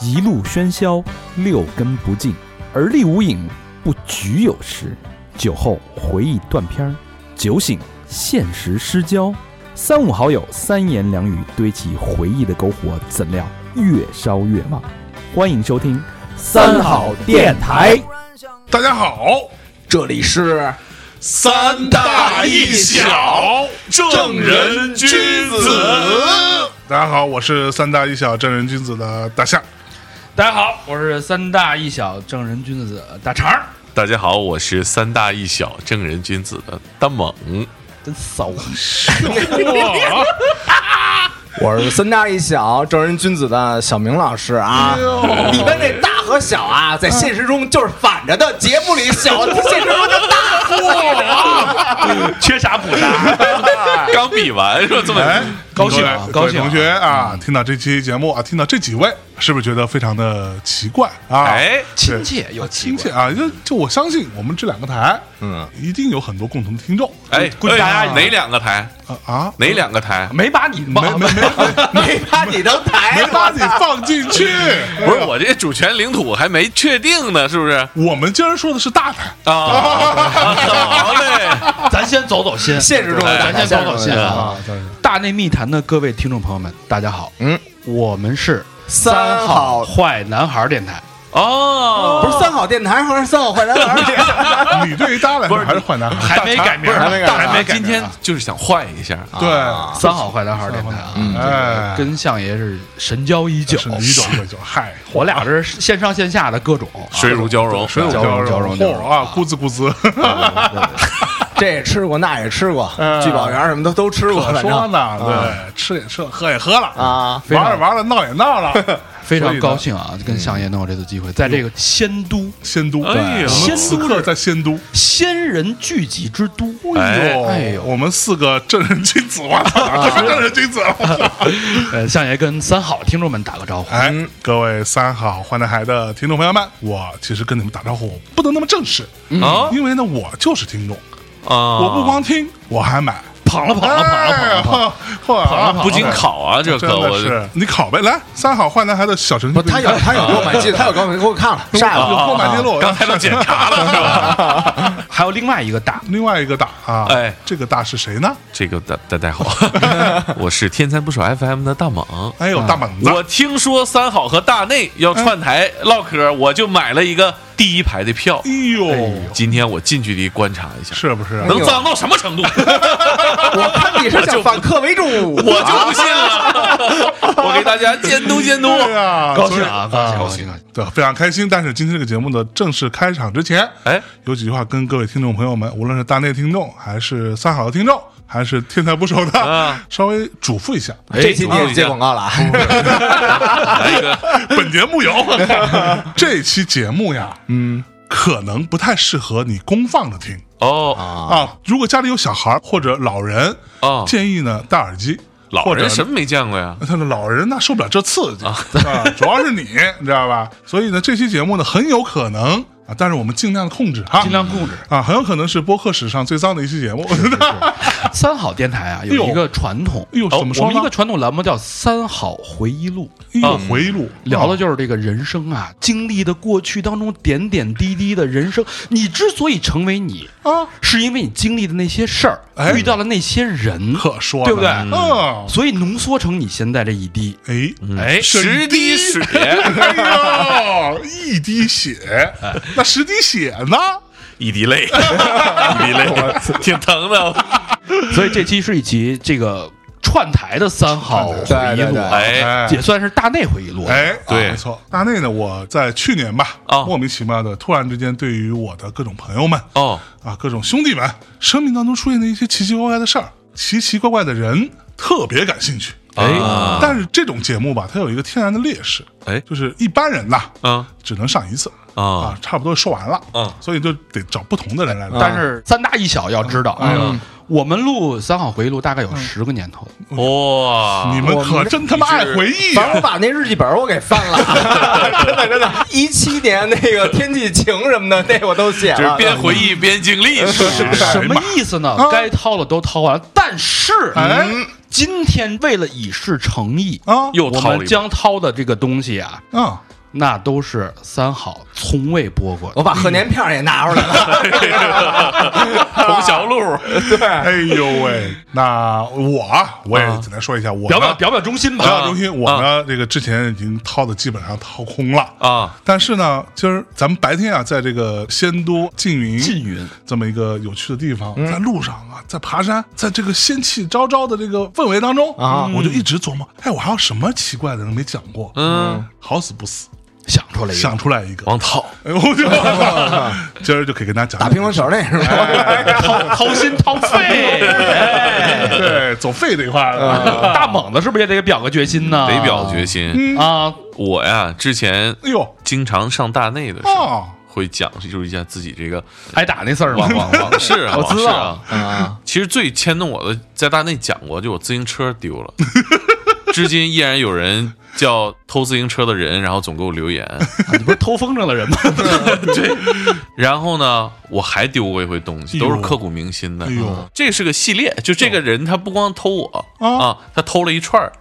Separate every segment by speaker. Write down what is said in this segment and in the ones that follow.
Speaker 1: 一路喧嚣，六根不净，而立无影，不局有时。酒后回忆断片儿，酒醒现实失焦。三五好友，三言两语堆起回忆的篝火，怎料越烧越旺。欢迎收听
Speaker 2: 三好电台，
Speaker 3: 大家好，
Speaker 2: 这里是
Speaker 4: 三大一小正人君子。
Speaker 3: 大家好，我是三大一小正人君子的大象。
Speaker 5: 大家好，我是三大一小正人君子大肠儿，
Speaker 4: 大家好，我是三大一小正人君子的大猛。
Speaker 5: 真骚。
Speaker 2: 我是三大一小正人君子的小明老师
Speaker 3: 哎
Speaker 2: 啊。你们这大和小啊，在现实中就是反着的，节目里小，现实中就大。
Speaker 5: 缺啥补啥。
Speaker 4: 刚比完说这么
Speaker 3: 哎，
Speaker 5: 高兴啊
Speaker 3: 各位
Speaker 5: 高兴啊
Speaker 3: 各位同学啊，听到这期节目啊，听到这几位，是不是觉得非常的奇怪啊？
Speaker 4: 哎，
Speaker 5: 亲切有
Speaker 3: 亲切啊，就就我相信我们这两个台，
Speaker 2: 嗯，
Speaker 3: 一定有很多共同的听众
Speaker 4: 哎，
Speaker 5: 估计
Speaker 4: 哎
Speaker 5: 大家
Speaker 4: 哪两个台？
Speaker 3: 啊啊，
Speaker 4: 哪两个台？
Speaker 5: 没把你
Speaker 3: 没没没
Speaker 2: 没把你当台
Speaker 3: 没把你放进去。
Speaker 4: 不是我这主权领土还没确定呢，是不是？
Speaker 3: 我们今儿说的是大台，
Speaker 4: 啊，好嘞，
Speaker 5: 咱先走走心。
Speaker 2: 现实中的
Speaker 5: 咱先走走心啊！
Speaker 3: 当然
Speaker 5: 大内密谈的各位听众朋友们，大家好，
Speaker 2: 嗯，
Speaker 5: 我们是
Speaker 2: 三好
Speaker 5: 坏男孩电台，
Speaker 4: 哦，
Speaker 2: 不是三好电台，还是三好坏男孩？
Speaker 3: 你对于大家来说还是坏男孩，
Speaker 5: 还没改名儿，
Speaker 2: 还没改名儿
Speaker 5: 大肠
Speaker 4: 今
Speaker 5: 名
Speaker 4: 天
Speaker 5: 儿
Speaker 4: 就是想换一下，
Speaker 3: 对，
Speaker 5: 三好坏男孩啊电台
Speaker 2: 嗯
Speaker 5: 啊，
Speaker 3: 哎，
Speaker 5: 跟相爷是神交已久，
Speaker 3: 是一种一种，嗨，
Speaker 5: 我俩这是线上线下的各种啊
Speaker 4: 水乳交融，
Speaker 3: 水乳
Speaker 5: 交融
Speaker 3: 交
Speaker 5: 交
Speaker 3: 融，
Speaker 5: 融
Speaker 3: 嚯啊，咕滋咕滋。
Speaker 2: 这也吃过，那也吃过，
Speaker 3: 嗯
Speaker 2: 聚宝园什么的都吃过，
Speaker 3: 可
Speaker 2: 反
Speaker 3: 说
Speaker 2: 正
Speaker 3: 呢，对，吃也吃了，喝也喝了
Speaker 2: 啊，
Speaker 5: 啊非常
Speaker 3: 玩也玩了，闹也闹了， 所
Speaker 5: 非
Speaker 3: 以
Speaker 5: 常
Speaker 3: 呢
Speaker 5: 高。兴啊，跟相爷能有这次机会，在这个仙都
Speaker 3: 仙都，
Speaker 4: 哎
Speaker 3: 对
Speaker 4: 呦
Speaker 3: 我们此刻在仙都。
Speaker 5: 仙人聚集之都，
Speaker 4: 哎
Speaker 3: 哟
Speaker 5: 哎呦
Speaker 3: 我们四个正人君子， 我操，什么正人君子？
Speaker 5: 呃，相爷跟三好听众们打个招呼。
Speaker 3: 哎，各位三好坏男孩的听众朋友们，我其实跟你们打招呼不能那么正式，
Speaker 5: 嗯哦
Speaker 4: 啊
Speaker 3: 因为呢，我就是听众，
Speaker 4: 啊！
Speaker 3: 我不光听，我还买，
Speaker 5: 捧了捧了捧了捧了捧了，
Speaker 3: 捧了
Speaker 5: 捧了
Speaker 4: 不经考啊，这
Speaker 3: 真
Speaker 4: 可
Speaker 3: 的
Speaker 4: 我啊
Speaker 3: 是你考呗，来，三好坏男孩的小程序
Speaker 2: 不，，他有他有给我买记录，他有给我给我 看了，晒
Speaker 3: 哦有
Speaker 2: 了，
Speaker 3: 购买记录，
Speaker 4: 刚才都检查 了是吧？
Speaker 5: 还有另外一个大，
Speaker 3: 另外一个大啊，
Speaker 4: 哎，
Speaker 3: 这个大是谁呢？
Speaker 4: 这个大大家好， 我是天才不手 FM 的大猛。
Speaker 3: 哎呦，大猛子，
Speaker 4: 啊我听说三好和大内要串台唠嗑，我就买了一个第一排的票
Speaker 3: 哎。呦，
Speaker 4: 今天我近距离观察一下，
Speaker 3: 是不是？
Speaker 4: 能脏到什 么程度，
Speaker 2: 我看你是想反客为主，我
Speaker 4: 我就不信了。 我给大家监督监督。
Speaker 3: 对啊，
Speaker 5: 高兴啊，高兴，高
Speaker 3: 所以
Speaker 5: 兴，高
Speaker 3: 啊
Speaker 5: 兴！
Speaker 3: 对，非常开心。但是今天这个节目的正式开场之前，
Speaker 4: 哎，
Speaker 3: 有几句话跟各位听众朋友们，无论是大内听众，还是三好的听众，还是天才捕手的，
Speaker 4: 啊
Speaker 3: 稍微嘱咐一下。
Speaker 2: 这期你也接广告了啊，
Speaker 3: 哎
Speaker 4: 来一个
Speaker 3: 本节目有 这期节目呀，嗯，可能不太适合你公放着听
Speaker 4: 哦，
Speaker 3: 啊。如果家里有小孩或者老人，
Speaker 4: 哦
Speaker 3: 建议呢戴耳机。
Speaker 4: 老
Speaker 3: 啊或者
Speaker 4: 人什么没见过呀？
Speaker 3: 他的老人呢受不了这刺激啊，主要是你，你知道吧？所以呢，这期节目呢很有可能啊，但是我们尽量控制哈，
Speaker 5: 尽量控制。
Speaker 3: 啊，很有可能是播客史上最脏的一期节目。 哎
Speaker 5: 三好电台啊，有一个传统，
Speaker 3: 呦，
Speaker 4: 哦
Speaker 3: 怎么
Speaker 5: 我
Speaker 3: 说
Speaker 5: 们
Speaker 3: 呢
Speaker 5: 一个？传统栏目叫《三好回忆录
Speaker 3: 哎呦，
Speaker 4: 啊
Speaker 3: 回忆录》，
Speaker 5: 嗯聊的就是这个人生啊，经历的过去当中点点滴滴的人生。你之所以成为你，
Speaker 3: 啊，
Speaker 5: 是因为你经历的那些事儿
Speaker 3: 哎，
Speaker 5: 遇到了那些人，
Speaker 3: 可说呢
Speaker 5: 对不对
Speaker 3: 嗯，
Speaker 5: 所以浓缩成你现在这一 滴。
Speaker 3: 哎，
Speaker 4: 哎，十滴
Speaker 3: 水
Speaker 4: 水，
Speaker 3: 哎呦，一滴血，那十滴血呢？
Speaker 4: 一 滴泪，一滴泪，挺疼的。
Speaker 5: 所以这期是一期这个串台的三好回忆
Speaker 2: 对对
Speaker 5: 录
Speaker 2: 对
Speaker 5: 啊，
Speaker 4: 哎，
Speaker 3: 哎
Speaker 5: 也算是大内回忆录。
Speaker 3: 哎，
Speaker 4: 对
Speaker 3: 啊没错。大内呢，我在去年吧，
Speaker 4: 啊
Speaker 3: 莫名其妙的，突然之间，对于我的各种朋友们
Speaker 4: 哦，
Speaker 3: 啊，各种兄弟们，生命当中出现的一些奇奇怪怪的事儿、奇奇怪怪的人，特别感兴趣。啊
Speaker 4: 哎，
Speaker 3: 但是这种节目吧，它有一个天然的劣势，
Speaker 4: 哎
Speaker 3: 就是一般人呐，
Speaker 4: 啊
Speaker 3: 只能上一次
Speaker 4: 啊
Speaker 3: 啊，差不多说完了，
Speaker 4: 啊
Speaker 3: 所以就得找不同的人来
Speaker 4: 嗯
Speaker 3: 聊。
Speaker 5: 但是三大一小要知道，哎
Speaker 3: 嗯
Speaker 5: 呀，我们录三好回忆录大概有十个年头，
Speaker 4: 哇！
Speaker 3: 你们
Speaker 2: 我
Speaker 3: 可
Speaker 2: 们
Speaker 3: 真他妈爱回 忆
Speaker 2: 反
Speaker 3: 啊
Speaker 2: 正我！把那日记本我给翻了，真的真 的，一七年那个天气晴什么的，那我都写
Speaker 4: 就是
Speaker 2: 了。
Speaker 4: 边回忆
Speaker 5: 啊
Speaker 4: 边经历，是不是
Speaker 3: 哎呀
Speaker 5: 什么
Speaker 3: 妈
Speaker 5: 意思呢
Speaker 3: 啊？
Speaker 5: 该掏的都掏完了，但是
Speaker 3: 哎，
Speaker 5: 今天为了以示诚意，
Speaker 3: 啊
Speaker 4: 又
Speaker 5: 我
Speaker 4: 掏了
Speaker 5: 们
Speaker 4: 一把
Speaker 5: 将掏的这个东西啊，
Speaker 3: 啊，
Speaker 5: 那都是三好从未播过
Speaker 2: 我
Speaker 5: 的。
Speaker 2: 把贺年片儿也拿出来 了。
Speaker 4: 红小路，
Speaker 3: 哎呦喂，那我啊我也简单说一下，我
Speaker 5: 表表
Speaker 3: 呢
Speaker 5: 啊表表忠心
Speaker 3: 表演
Speaker 5: 吧，
Speaker 3: 中心，我呢这个之前已经掏的基本上掏空了
Speaker 4: 啊。
Speaker 3: 但是呢，今儿咱们白天啊，在这个仙都缙云
Speaker 5: 缙云
Speaker 3: 这么一个有趣的地方，在路上啊，在爬山，在这个仙气昭昭的这个氛围当中
Speaker 2: 啊
Speaker 3: 我就一直琢磨，哎，我还有什么奇怪的人没讲过？
Speaker 4: 嗯，
Speaker 3: 好死不死，
Speaker 5: 想出来一个
Speaker 3: 想出来一个，
Speaker 4: 王涛，
Speaker 3: 哎，我就 今儿就可以跟大家讲
Speaker 2: 打乒乓球那是吧？
Speaker 5: 掏掏心掏肺。哎
Speaker 3: 对，走肺这一块哎儿了。
Speaker 5: 大猛子是不是也得表个决心呢？
Speaker 4: 得表决心。
Speaker 5: 啊！
Speaker 4: 我呀，之前
Speaker 3: 哎呦，
Speaker 4: 经常上大内的时候，
Speaker 3: 哦，
Speaker 4: 会讲就是一下自己这个
Speaker 5: 挨打那事儿吗？
Speaker 4: 往往事啊，
Speaker 5: 哦我
Speaker 4: 往
Speaker 5: 知
Speaker 4: 事
Speaker 5: 道
Speaker 4: 啊。
Speaker 2: 啊，
Speaker 4: 其实最牵动我的，在大内讲过，就我自行车丢了，至今依然有人叫偷自行车的人，然后总给我留言。
Speaker 5: 你不是偷风筝的人吗？
Speaker 4: 然后呢，我还丢过一回东西，
Speaker 3: 哎呦
Speaker 4: 都是刻骨铭心的
Speaker 3: 哎。呦，
Speaker 4: 这是个系列，就这个人他不光偷我
Speaker 3: 啊
Speaker 4: 啊，他偷了一串儿。
Speaker 3: 哎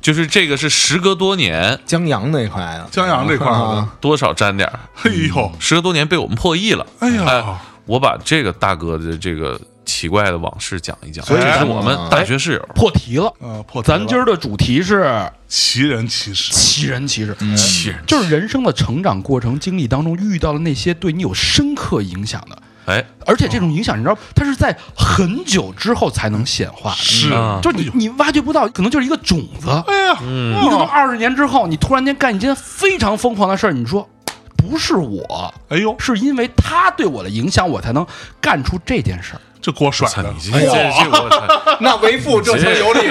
Speaker 4: 就是这个是时隔多年，
Speaker 2: 江阳那块啊，
Speaker 3: 江阳这块儿的，
Speaker 4: 多少沾点儿，
Speaker 3: 哎呦，
Speaker 4: 时隔多年被我们破译了。
Speaker 3: 哎呀
Speaker 4: 我把这个大哥的这个奇怪的往事讲一讲，
Speaker 2: 所以
Speaker 4: 这是
Speaker 2: 咱们
Speaker 4: 我们
Speaker 3: 啊
Speaker 4: 大学室友
Speaker 5: 破题了，
Speaker 3: 呃，破题了
Speaker 5: 咱今儿的主题是
Speaker 3: 奇人奇事，
Speaker 5: 奇人奇事，
Speaker 3: 哎
Speaker 4: 气人。
Speaker 5: 就是人生的成长过程经历当中遇到了那些对你有深刻影响的，
Speaker 4: 哎，
Speaker 5: 而且这种影响你知道，它是在很久之后才能显化的，嗯
Speaker 3: 是
Speaker 4: 啊
Speaker 5: 就是你你挖掘不到，可能就是一个种子。
Speaker 3: 哎呀，
Speaker 5: 你可能二十年之后，你突然间干一件非常疯狂的事儿，你说不是我，
Speaker 3: 哎呦，
Speaker 5: 是因为他对我的影响，我才能干出这件事儿。
Speaker 3: 这锅甩
Speaker 4: 操
Speaker 3: 的哎
Speaker 4: 你，这这这我操，
Speaker 2: 那为父这才有理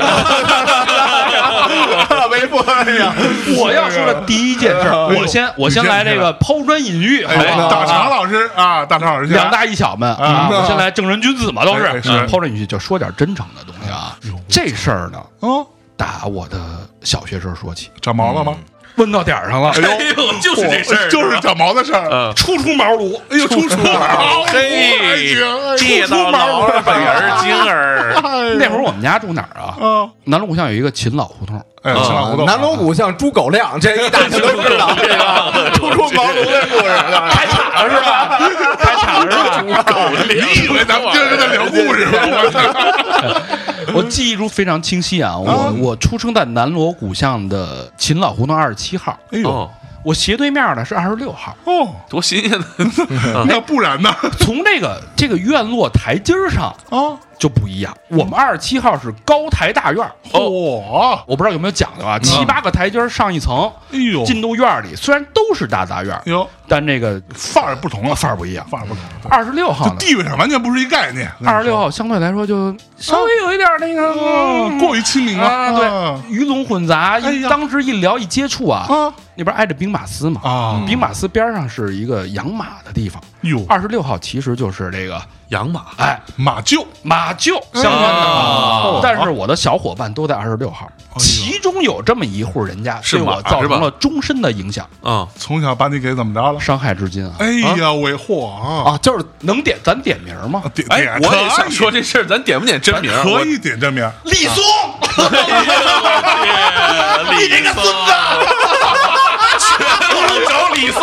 Speaker 2: 了。为父，哎呀，
Speaker 5: 我要说的第一件事儿，
Speaker 3: 哎呦
Speaker 5: 我先我先来这个抛砖引玉，好
Speaker 3: 哎，
Speaker 5: 不好？
Speaker 3: 大肠老师啊，大肠老师，
Speaker 5: 两大一小们啊，
Speaker 3: 嗯
Speaker 5: 我先来正人君子嘛，都是
Speaker 3: 哎哎是
Speaker 5: 嗯抛砖引玉，就说点真诚的东西啊。这事儿呢，
Speaker 3: 哦，
Speaker 5: 打我的小学时候说起，
Speaker 3: 长毛了吗？
Speaker 5: 问到点儿上了，
Speaker 3: 哎
Speaker 4: 哎呦，就是这事儿，啊
Speaker 3: 就是长毛的事儿，
Speaker 4: 嗯
Speaker 3: 初出茅庐，哎呦，初出茅庐，哎
Speaker 4: 嘿
Speaker 3: 呀，
Speaker 4: 地
Speaker 3: 初出
Speaker 4: 道
Speaker 3: 茅
Speaker 4: 老
Speaker 3: 庐
Speaker 4: 实本儿精儿，
Speaker 5: 那会儿我们家住哪儿啊？
Speaker 3: 啊，
Speaker 5: 南锣鼓巷有一个秦老胡同，
Speaker 3: 哎，小 老胡同，
Speaker 2: 啊南锣鼓巷诸葛亮，这一大家都知 道，这个啊初出茅庐的故事，啊
Speaker 5: 是吧？开场是吧？
Speaker 3: 你以为哎咱们今
Speaker 4: 哎
Speaker 3: 儿是在聊故事吗？我操，
Speaker 5: 我记忆中非常清晰啊，我我出生在南锣鼓巷的秦老胡同二十七号，
Speaker 3: 哎呦，
Speaker 4: 哦，
Speaker 5: 我斜对面呢是二十六号。
Speaker 3: 哦，
Speaker 4: 多新 鲜呢！
Speaker 3: 那不然呢？
Speaker 5: 从这个这个院落台阶儿上
Speaker 3: 啊，
Speaker 5: 就不一样，我们二十七号是高台大院儿，
Speaker 3: 嚯，
Speaker 5: 我不知道有没有讲究啊，七八个台阶儿上一层，
Speaker 3: 哎呦，
Speaker 5: 进到院儿里，虽然都是大杂院儿，
Speaker 3: 哟，
Speaker 5: 但这个
Speaker 3: 范儿不同了，
Speaker 5: 范儿不一样。
Speaker 3: 范儿不同了。
Speaker 5: 二十六号
Speaker 3: 这
Speaker 5: 呢？
Speaker 3: 地位上完全不是一概念。
Speaker 5: 二十六号相对来说就稍微有一点儿那个
Speaker 3: 嗯，过于亲民了。
Speaker 5: 啊，对，鱼龙混杂。
Speaker 3: 哎
Speaker 5: 一
Speaker 3: 呀
Speaker 5: 当时一聊一接触啊，
Speaker 3: 啊
Speaker 5: 那边挨着兵马司嘛，
Speaker 3: 啊嗯
Speaker 5: 兵马司边上是一个养马的地方。
Speaker 3: 哟，
Speaker 5: 二十六号其实就是这个
Speaker 4: 养马
Speaker 5: 哎
Speaker 3: 马厩
Speaker 5: 马厩
Speaker 3: 哎
Speaker 5: 相关的
Speaker 4: 啊
Speaker 5: 啊，但是我的小伙伴都在二十六号，
Speaker 3: 哦
Speaker 5: 其中有这么一户人家
Speaker 4: 是
Speaker 5: 对
Speaker 4: 马
Speaker 5: 我造
Speaker 4: 是吧
Speaker 5: 成了终身的影响，
Speaker 4: 啊，
Speaker 3: 从小把你给怎么着了？
Speaker 5: 伤害至今啊。
Speaker 3: 哎呀，喂，嚯啊！
Speaker 2: 啊，就是
Speaker 5: 能点咱点名吗？
Speaker 3: 点
Speaker 4: 哎
Speaker 3: 点，，啊
Speaker 4: 我也想
Speaker 3: 可以
Speaker 4: 说这事儿，咱点不点真名？
Speaker 3: 可以点这名，
Speaker 5: 立松，
Speaker 4: 我，你这个孙子，全都能找李 松。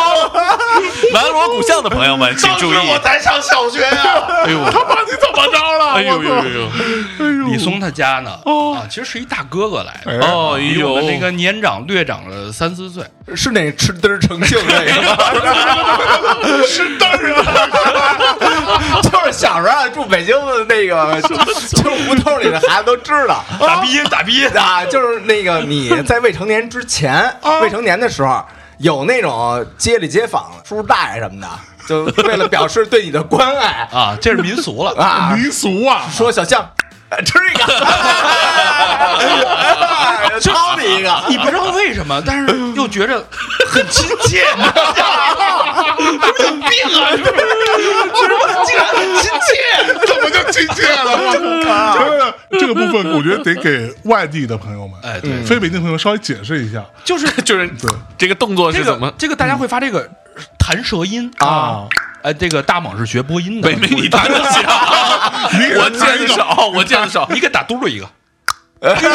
Speaker 4: 南锣鼓巷的朋友们，请注意，
Speaker 5: 才上小学呀。
Speaker 4: 哎呦，他把你怎么着了？哎呦呦呦呦！
Speaker 5: 李松他家呢？啊，其实是一大哥哥来的，
Speaker 3: 哦哎
Speaker 4: 哦，哎
Speaker 5: 比我
Speaker 4: 呦，
Speaker 5: 们这个年长略长了三四岁。
Speaker 2: 是那吃嘚儿成性那 个，吃嘚儿， 就是小时候啊住北京的那 个，就胡同里的孩子都知道，
Speaker 5: 打鼻音，打鼻音。
Speaker 2: 啊，就是那个你在未成年之前，
Speaker 5: 啊
Speaker 2: 未成年的时候，有那种街里街坊叔叔大爷什么的，就为了表示对你的关爱
Speaker 5: 啊，这是民俗了
Speaker 2: 啊，
Speaker 3: 民俗啊，
Speaker 2: 说小象。 呃吃一 个，掏你一个，
Speaker 5: 啊你不知道为什么，但是又觉着很亲切，你知道吗？有病啊！就是竟然很亲切，
Speaker 3: 怎么就亲切了？我真的， 这个部分我觉得得给外地的朋友们，
Speaker 5: 哎对嗯
Speaker 3: 非北京朋友稍微解释一下
Speaker 5: 就是
Speaker 4: 就是这个动作
Speaker 5: 这
Speaker 4: 是怎么
Speaker 5: 个？这个大家会发这个弹舌音啊，
Speaker 3: 啊。
Speaker 5: 哎，这个大猛是学播音 的，
Speaker 4: 北美你弹得响，我见得少，我见得少。
Speaker 5: 你给打嘟噜一个，
Speaker 3: 这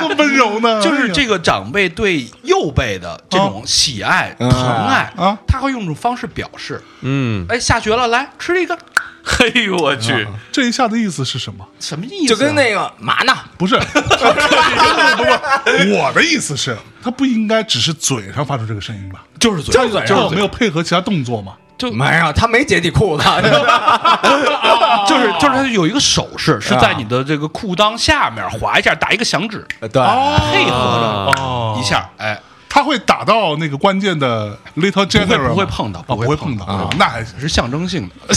Speaker 3: 么温柔呢？
Speaker 5: 就是这个长辈对右辈的这种喜爱、疼爱
Speaker 3: 啊，
Speaker 5: 他会用一种方式表示。
Speaker 4: 嗯，
Speaker 5: 哎，下学了，来吃一个，
Speaker 4: 嘿哎呦我 去，
Speaker 3: 哎啊这一下的意思是什么？
Speaker 5: 什么意思啊？
Speaker 2: 就跟那个嘛呢，
Speaker 3: 不是，不是，不是，我的意思是，他不应该只是嘴上发出这个声音吧？
Speaker 5: 就是嘴，
Speaker 2: 就是嘴啊
Speaker 3: 这
Speaker 2: 上
Speaker 3: 我没有配合其他动作嘛？
Speaker 2: 没有，他没解你裤 子，
Speaker 5: 啊 就是就是它有一个手势是在你的这个裤裆下面划一下，打一个响指，
Speaker 2: 对，
Speaker 5: 配合
Speaker 4: 哦
Speaker 5: 着一下，哎，
Speaker 3: 他会打到那个关键的 little
Speaker 5: 不会
Speaker 3: general，
Speaker 5: 不会
Speaker 3: 吗
Speaker 5: 碰到，
Speaker 3: 啊，不
Speaker 5: 会
Speaker 3: 会
Speaker 5: 碰
Speaker 3: 碰到，啊那还行。
Speaker 5: 是象征性的。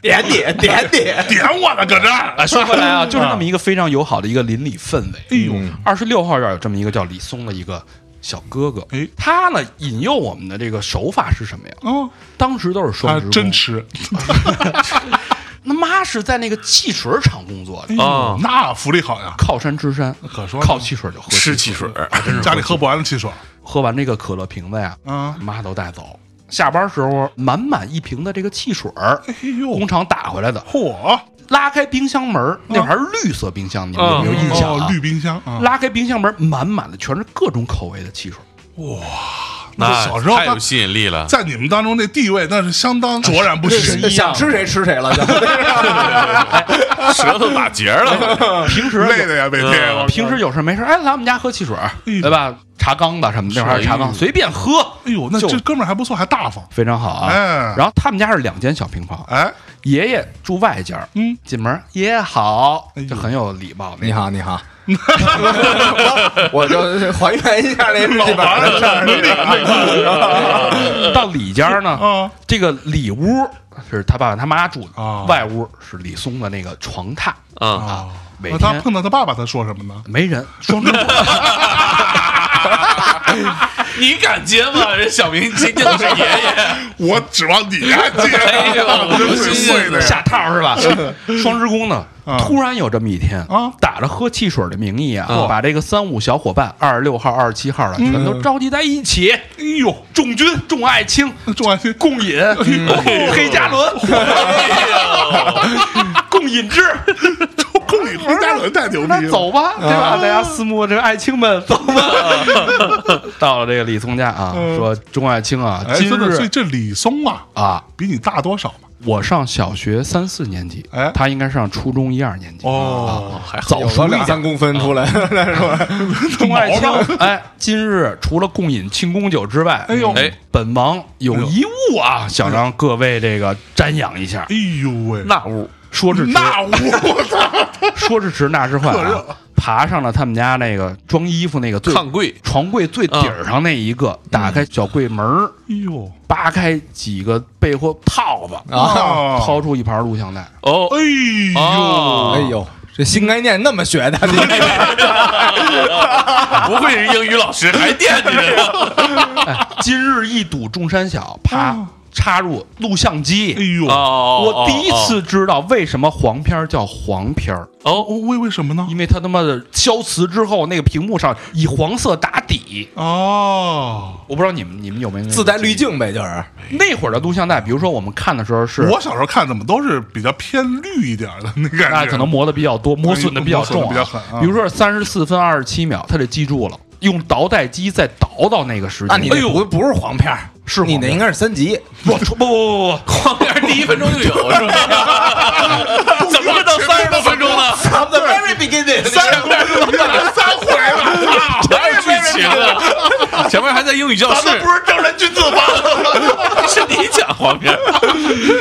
Speaker 2: 点点点点，
Speaker 3: 点我呢，搁这儿，
Speaker 5: 哎，说回来 啊，就是那么一个非常友好的一个邻里氛围。
Speaker 3: 哎
Speaker 5: 嗯
Speaker 3: 呦，
Speaker 5: 二十六号院有这么一个叫李松的一个小哥哥，
Speaker 3: 哎
Speaker 5: 他呢引诱我们的这个手法是什么呀？
Speaker 3: 哦，
Speaker 5: 当时都是双
Speaker 3: 他
Speaker 5: 职工，
Speaker 3: 真吃
Speaker 5: 那妈是在那个汽水厂工作的，
Speaker 3: 哎呦
Speaker 4: 啊
Speaker 3: 那福利好呀，
Speaker 5: 靠山吃山，
Speaker 3: 可说呢
Speaker 5: 靠汽水就喝
Speaker 4: 吃汽水，儿，
Speaker 3: 家里喝不完的汽水，
Speaker 5: 喝完这个可乐瓶子呀，
Speaker 3: 啊
Speaker 5: 妈都带走。下班时候满满一瓶的这个汽水儿，
Speaker 3: 哎呦
Speaker 5: 工厂打回来的，
Speaker 3: 嚯，
Speaker 5: 拉开冰箱门儿，那会儿还是绿色冰箱，你们有没有印象
Speaker 3: 嗯哦
Speaker 5: 啊？
Speaker 3: 绿冰箱啊，
Speaker 5: 拉开冰箱门，满满的全是各种口味的汽水。
Speaker 4: 那
Speaker 3: 小时候
Speaker 4: 太
Speaker 3: 他
Speaker 4: 有吸引力 了。
Speaker 3: 在你们当中那地位那是相当卓然不
Speaker 5: 是
Speaker 3: 虚，
Speaker 5: 一样
Speaker 2: 想吃谁吃谁了，就
Speaker 4: 舌头打结 了，嗯
Speaker 5: 平时
Speaker 3: 累的呀，每天我靠
Speaker 5: 平时有事没事，哎，来我们家喝汽水儿，
Speaker 3: 呦
Speaker 5: 对吧？茶缸的什么的，那会儿还是茶缸，随便喝，
Speaker 3: 哎呦，那
Speaker 5: 就
Speaker 3: 这哥们儿还不错，还大方，
Speaker 5: 非常好啊
Speaker 3: 哎。
Speaker 5: 然后他们家是两间小平房，
Speaker 3: 哎，
Speaker 5: 爷爷住外间儿，
Speaker 3: 嗯，
Speaker 5: 进门儿爷爷好
Speaker 3: 哎，呦
Speaker 5: 就很有礼貌。
Speaker 2: 你好你好，我就还原一下那日本的事儿，
Speaker 5: 到李家呢
Speaker 3: 嗯，
Speaker 5: 这个里屋是他爸爸他妈住的
Speaker 3: 啊，
Speaker 5: 外屋是李松的那个床榻
Speaker 4: 嗯，
Speaker 5: 啊。每
Speaker 3: 那哦他
Speaker 5: 天
Speaker 3: 碰到他爸爸，他说什么呢？
Speaker 5: 没人，双人床
Speaker 4: 你敢接吗？人小明接的是爷爷，
Speaker 3: 我指望你来 接，
Speaker 4: 哎呦
Speaker 3: 我这嘴碎的呀，
Speaker 5: 下套是吧？ 双职工呢，
Speaker 3: 啊
Speaker 5: 突然有这么一天
Speaker 3: 啊
Speaker 5: 打着喝汽水的名义啊，把这个三五小伙伴二十六号、二十七号的全都召集在一起，
Speaker 3: 嗯哎呦，
Speaker 5: 众君、众爱卿、
Speaker 3: 重爱心，
Speaker 5: 共饮、黑加仑、哎共饮制，
Speaker 3: 空里回家轮太牛逼
Speaker 5: 那
Speaker 3: 了，
Speaker 5: 走吧，对吧？大家私募这个爱卿们，走吧。 到了这个李松家啊，
Speaker 3: 嗯
Speaker 5: 说钟爱卿啊，
Speaker 3: 哎，
Speaker 5: 今
Speaker 3: 真的，所以
Speaker 5: 日
Speaker 3: 这李松啊，
Speaker 5: 啊，
Speaker 3: 比你大多少嘛？
Speaker 5: 我上小学三四年级
Speaker 3: 哎，
Speaker 5: 他应该上初中一二年级。
Speaker 3: 哦，
Speaker 4: 还好
Speaker 5: 早
Speaker 2: 有
Speaker 5: 熟
Speaker 2: 个
Speaker 5: 一
Speaker 2: 两
Speaker 5: 点。
Speaker 2: 三公分出来，
Speaker 5: 钟爱卿
Speaker 3: 毛，
Speaker 5: 哎，今日除了共饮庆功酒之外，
Speaker 3: 哎呦
Speaker 4: 哎，
Speaker 5: 本王有一物啊，想让各位这个瞻仰一下
Speaker 3: 哎。呦喂，
Speaker 4: 那屋
Speaker 5: 说是迟，
Speaker 3: 那我操，
Speaker 5: 说是迟，那是快啊！爬上了他们家那个装衣服那个最
Speaker 4: 炕柜
Speaker 5: 床柜最底儿上那一个，打开小柜门儿，
Speaker 3: 哎呦，
Speaker 5: 扒开几个被窝套子，
Speaker 3: 啊
Speaker 5: 掏出一盘录像带，
Speaker 4: 哦
Speaker 3: 哎呦，
Speaker 4: 哦
Speaker 2: 哎，呦，这新概念那么学的，你
Speaker 4: 不愧是英语老师，还惦记 着。
Speaker 5: 今日一睹众山小，啪
Speaker 3: 哦
Speaker 5: 插入录像
Speaker 3: 哎
Speaker 5: 机。
Speaker 3: 呦，
Speaker 4: 哦，
Speaker 5: 我第一次知道为什么黄片儿叫黄片儿，
Speaker 4: 哦
Speaker 3: 哦，为为什么呢？
Speaker 5: 因为它他妈的消磁之后，那个屏幕上以黄色打底。
Speaker 3: 哦，
Speaker 5: 我不知道你们你们有没有那个
Speaker 2: 自带滤镜呗，就是
Speaker 5: 那会儿的录像带，比如说我们看的时候是，
Speaker 3: 我小时候看怎么都是比较偏绿一点的那感觉，
Speaker 5: 那可 能磨的比较多，磨损的比较
Speaker 3: 磨损
Speaker 5: 重、
Speaker 3: 得比较狠啊
Speaker 5: 比如说三十四分二十七秒，他就记住了，用倒带机再倒到那个时间。
Speaker 2: 那啊你那不不是黄片儿，
Speaker 5: 是
Speaker 2: 你那应该是三级，
Speaker 3: 哎
Speaker 5: 不不不不不，
Speaker 4: 晃边哦儿第一分钟就有 是吧？怎么会到三十多分钟呢？
Speaker 2: 咱们 very beginning，
Speaker 4: 三分钟三回了，太有剧情了。前面还在英语教室，
Speaker 5: 不是正人君子吗？
Speaker 4: 是你讲黄片儿，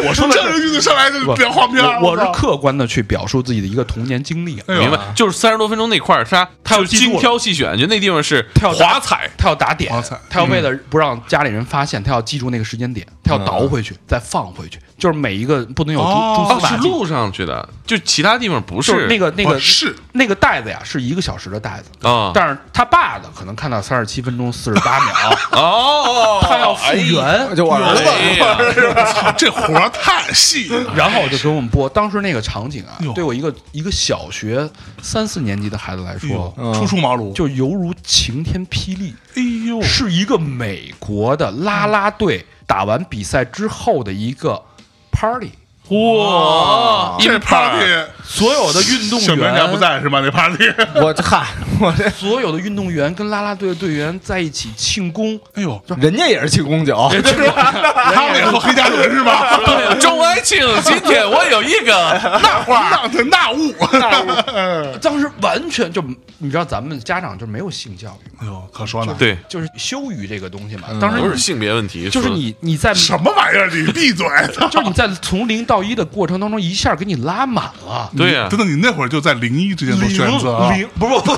Speaker 3: 我说这人就上来就聊黄片
Speaker 4: 啊
Speaker 3: 儿，
Speaker 5: 我我是
Speaker 3: 操
Speaker 5: 客观的去表述自己的一个童年经历啊。
Speaker 3: 哎呦
Speaker 4: 明白？就是三十多分钟那块儿，是他他要精挑细选，就那地方是
Speaker 5: 跳打
Speaker 4: 华彩，
Speaker 5: 他要打点
Speaker 3: 哇塞，
Speaker 5: 他要为了不让家里人发现，他要记住那个时间点，他要倒回去，再放回去，就是每一个不能有蛛
Speaker 3: 嗯哦
Speaker 5: 蛛丝
Speaker 4: 哦，
Speaker 5: 马
Speaker 4: 是
Speaker 5: 迹。
Speaker 4: 录上去的，就其他地方不
Speaker 5: 就是那个那
Speaker 3: 哦
Speaker 5: 个
Speaker 3: 是
Speaker 5: 那个袋子呀，是一个小时的袋子，
Speaker 4: 啊，
Speaker 5: 但是他爸的可能看到三十七分钟四十八秒，
Speaker 4: 哦，
Speaker 5: 他要复原，
Speaker 2: 就我儿子，
Speaker 4: 哎呀
Speaker 3: 这活儿太细了，
Speaker 5: 然后就给我们播。当时那个场景啊
Speaker 3: 哟，
Speaker 5: 对我一个一个小学三四年级的孩子来
Speaker 3: 哎呦
Speaker 5: 说，
Speaker 3: 初出茅庐，
Speaker 5: 就犹如晴天霹雳，
Speaker 3: 哎呦，
Speaker 5: 是一个美国的啦啦队打完比赛之后的一个 party。
Speaker 4: 哇，一
Speaker 3: 这
Speaker 4: 盘
Speaker 3: party
Speaker 5: 所有的运动
Speaker 3: 小明家不
Speaker 5: 员，
Speaker 3: 在是吧？那 party，
Speaker 2: 我嗨，我这
Speaker 5: 所有的运动员跟啦啦队的队员在一起庆功，
Speaker 3: 哎呦，
Speaker 2: 人家也是庆功酒，
Speaker 3: 他们也喝黑加仑是 吧？
Speaker 4: 对，众爱卿，今天我有一个，
Speaker 3: 那花那那物，
Speaker 5: 当时完全就你知道咱们家长就没有性教育，
Speaker 3: 哎呦，可说呢，，
Speaker 4: 对，
Speaker 5: 就是羞于这个东西嘛。当
Speaker 4: 当时
Speaker 5: 时
Speaker 4: 不是性别问题，
Speaker 5: 嗯就是
Speaker 4: 说
Speaker 5: 你你 在
Speaker 3: 什么玩意儿？你闭嘴！操
Speaker 5: 就是你在从零到一的过程当中，一下给你拉满了。
Speaker 4: 对呀
Speaker 3: 真，的，你那会儿就在零一之间做选择啊，
Speaker 5: 零不是不是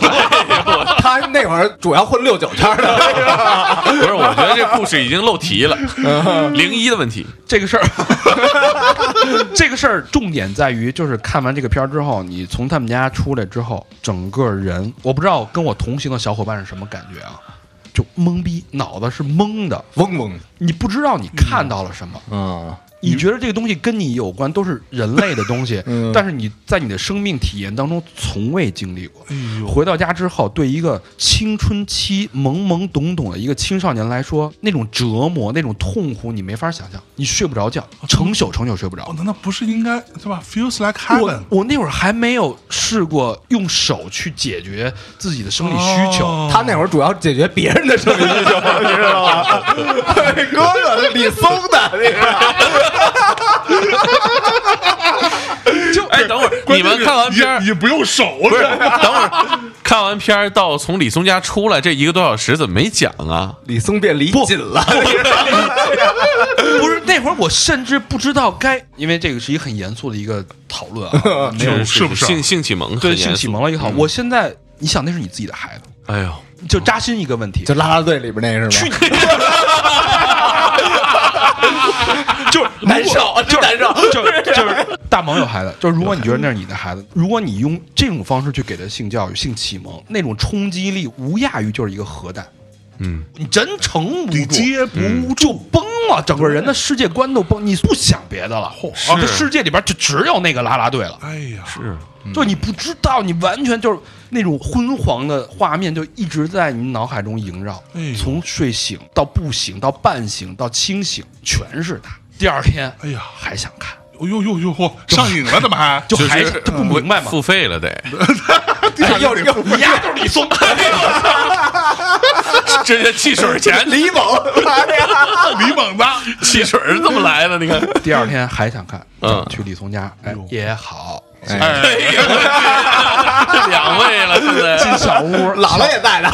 Speaker 2: 他那会儿主要混六九圈的，
Speaker 4: 不是，我觉得这故事已经漏题了，零一的问题，
Speaker 5: 这个事儿， 这个事儿重点在于，就是看完这个片儿之后，你从他们家出来之后，整个人，我不知道跟我同行的小伙伴是什么感觉啊，就懵逼，脑子是懵的，
Speaker 2: 嗡嗡，
Speaker 5: 你不知道你看到了什么，
Speaker 2: 嗯，
Speaker 5: 你觉得这个东西跟你有关，都是人类的 东西，
Speaker 2: 嗯
Speaker 5: 但是你在你的生命体验当中从未经历过。
Speaker 3: 哎呦，
Speaker 5: 回到家之后，对一个青春期懵懵懂懂的一个青少年来说，那种折磨、那种痛苦，你没法想象。你睡不着觉，成宿成宿睡不着
Speaker 3: 啊哦。难道不是应该对吧？Feels like heaven
Speaker 5: 我。我那会儿还没有试过用手去解决自己的生理需求，
Speaker 3: 哦
Speaker 2: 他那会儿主要解决别人的生理需求，你知道吗？哥哥李松的，那个
Speaker 4: 就哎，等会儿
Speaker 3: 关
Speaker 4: 你
Speaker 3: 键是
Speaker 4: 们看完片儿
Speaker 3: 也，也不用手，
Speaker 4: 不是，等会儿看完片儿到从李松家出来这一个多小时怎么没讲啊？
Speaker 2: 李松变李锦了，
Speaker 5: 不是那会儿我甚至不知道该，因为这个是一个很严肃的一个讨 论啊，没有
Speaker 3: 是是不是
Speaker 4: 性性启蒙很
Speaker 5: 对
Speaker 4: 严肃嗯
Speaker 5: 性启蒙？了也好，我现在你想那是你自己的孩子，
Speaker 4: 哎呦，
Speaker 5: 就扎心一个问题，
Speaker 2: 就啦啦队里边那个是吗？
Speaker 5: 就是
Speaker 2: 难受
Speaker 5: 就是难受，就是就是大萌有孩子，就是如果你觉得那是你的孩子，如果你用这种方式去给他性教育、性启蒙，那种冲击力无亚于就是一个核弹，
Speaker 4: 嗯，
Speaker 5: 你真承不
Speaker 3: 你
Speaker 5: 住。嗯
Speaker 3: 接不
Speaker 5: 就崩了，整个人的世界观都崩，你不想别的了，啊
Speaker 4: 是
Speaker 5: 这世界里边就只有那个啦啦队了，
Speaker 3: 哎呀，
Speaker 4: 是
Speaker 5: 就你不知道，你完全就是那种昏黄的画面，就一直在你脑海中萦绕
Speaker 3: 哎呦，
Speaker 5: 从睡醒到不醒，到半醒到清醒，全是它。第二天，
Speaker 3: 哎呀
Speaker 5: 还想看，
Speaker 3: 呦呦呦呦嚯，上瘾了怎么还？
Speaker 5: 就还
Speaker 4: 是嗯
Speaker 5: 这不明白吗？
Speaker 4: 付费了得，
Speaker 2: 又又
Speaker 5: 你丫就是李松，
Speaker 4: 这些汽水钱
Speaker 2: 李某，
Speaker 3: 李猛子，
Speaker 4: 汽水是这么来的，你 看，
Speaker 5: 第二天还想看，
Speaker 4: 嗯
Speaker 5: 去李松家，哎
Speaker 3: 呦
Speaker 5: 也好，
Speaker 3: 哎，
Speaker 4: 哎 两位了，现在
Speaker 5: 进小屋，
Speaker 2: 姥姥也在呢，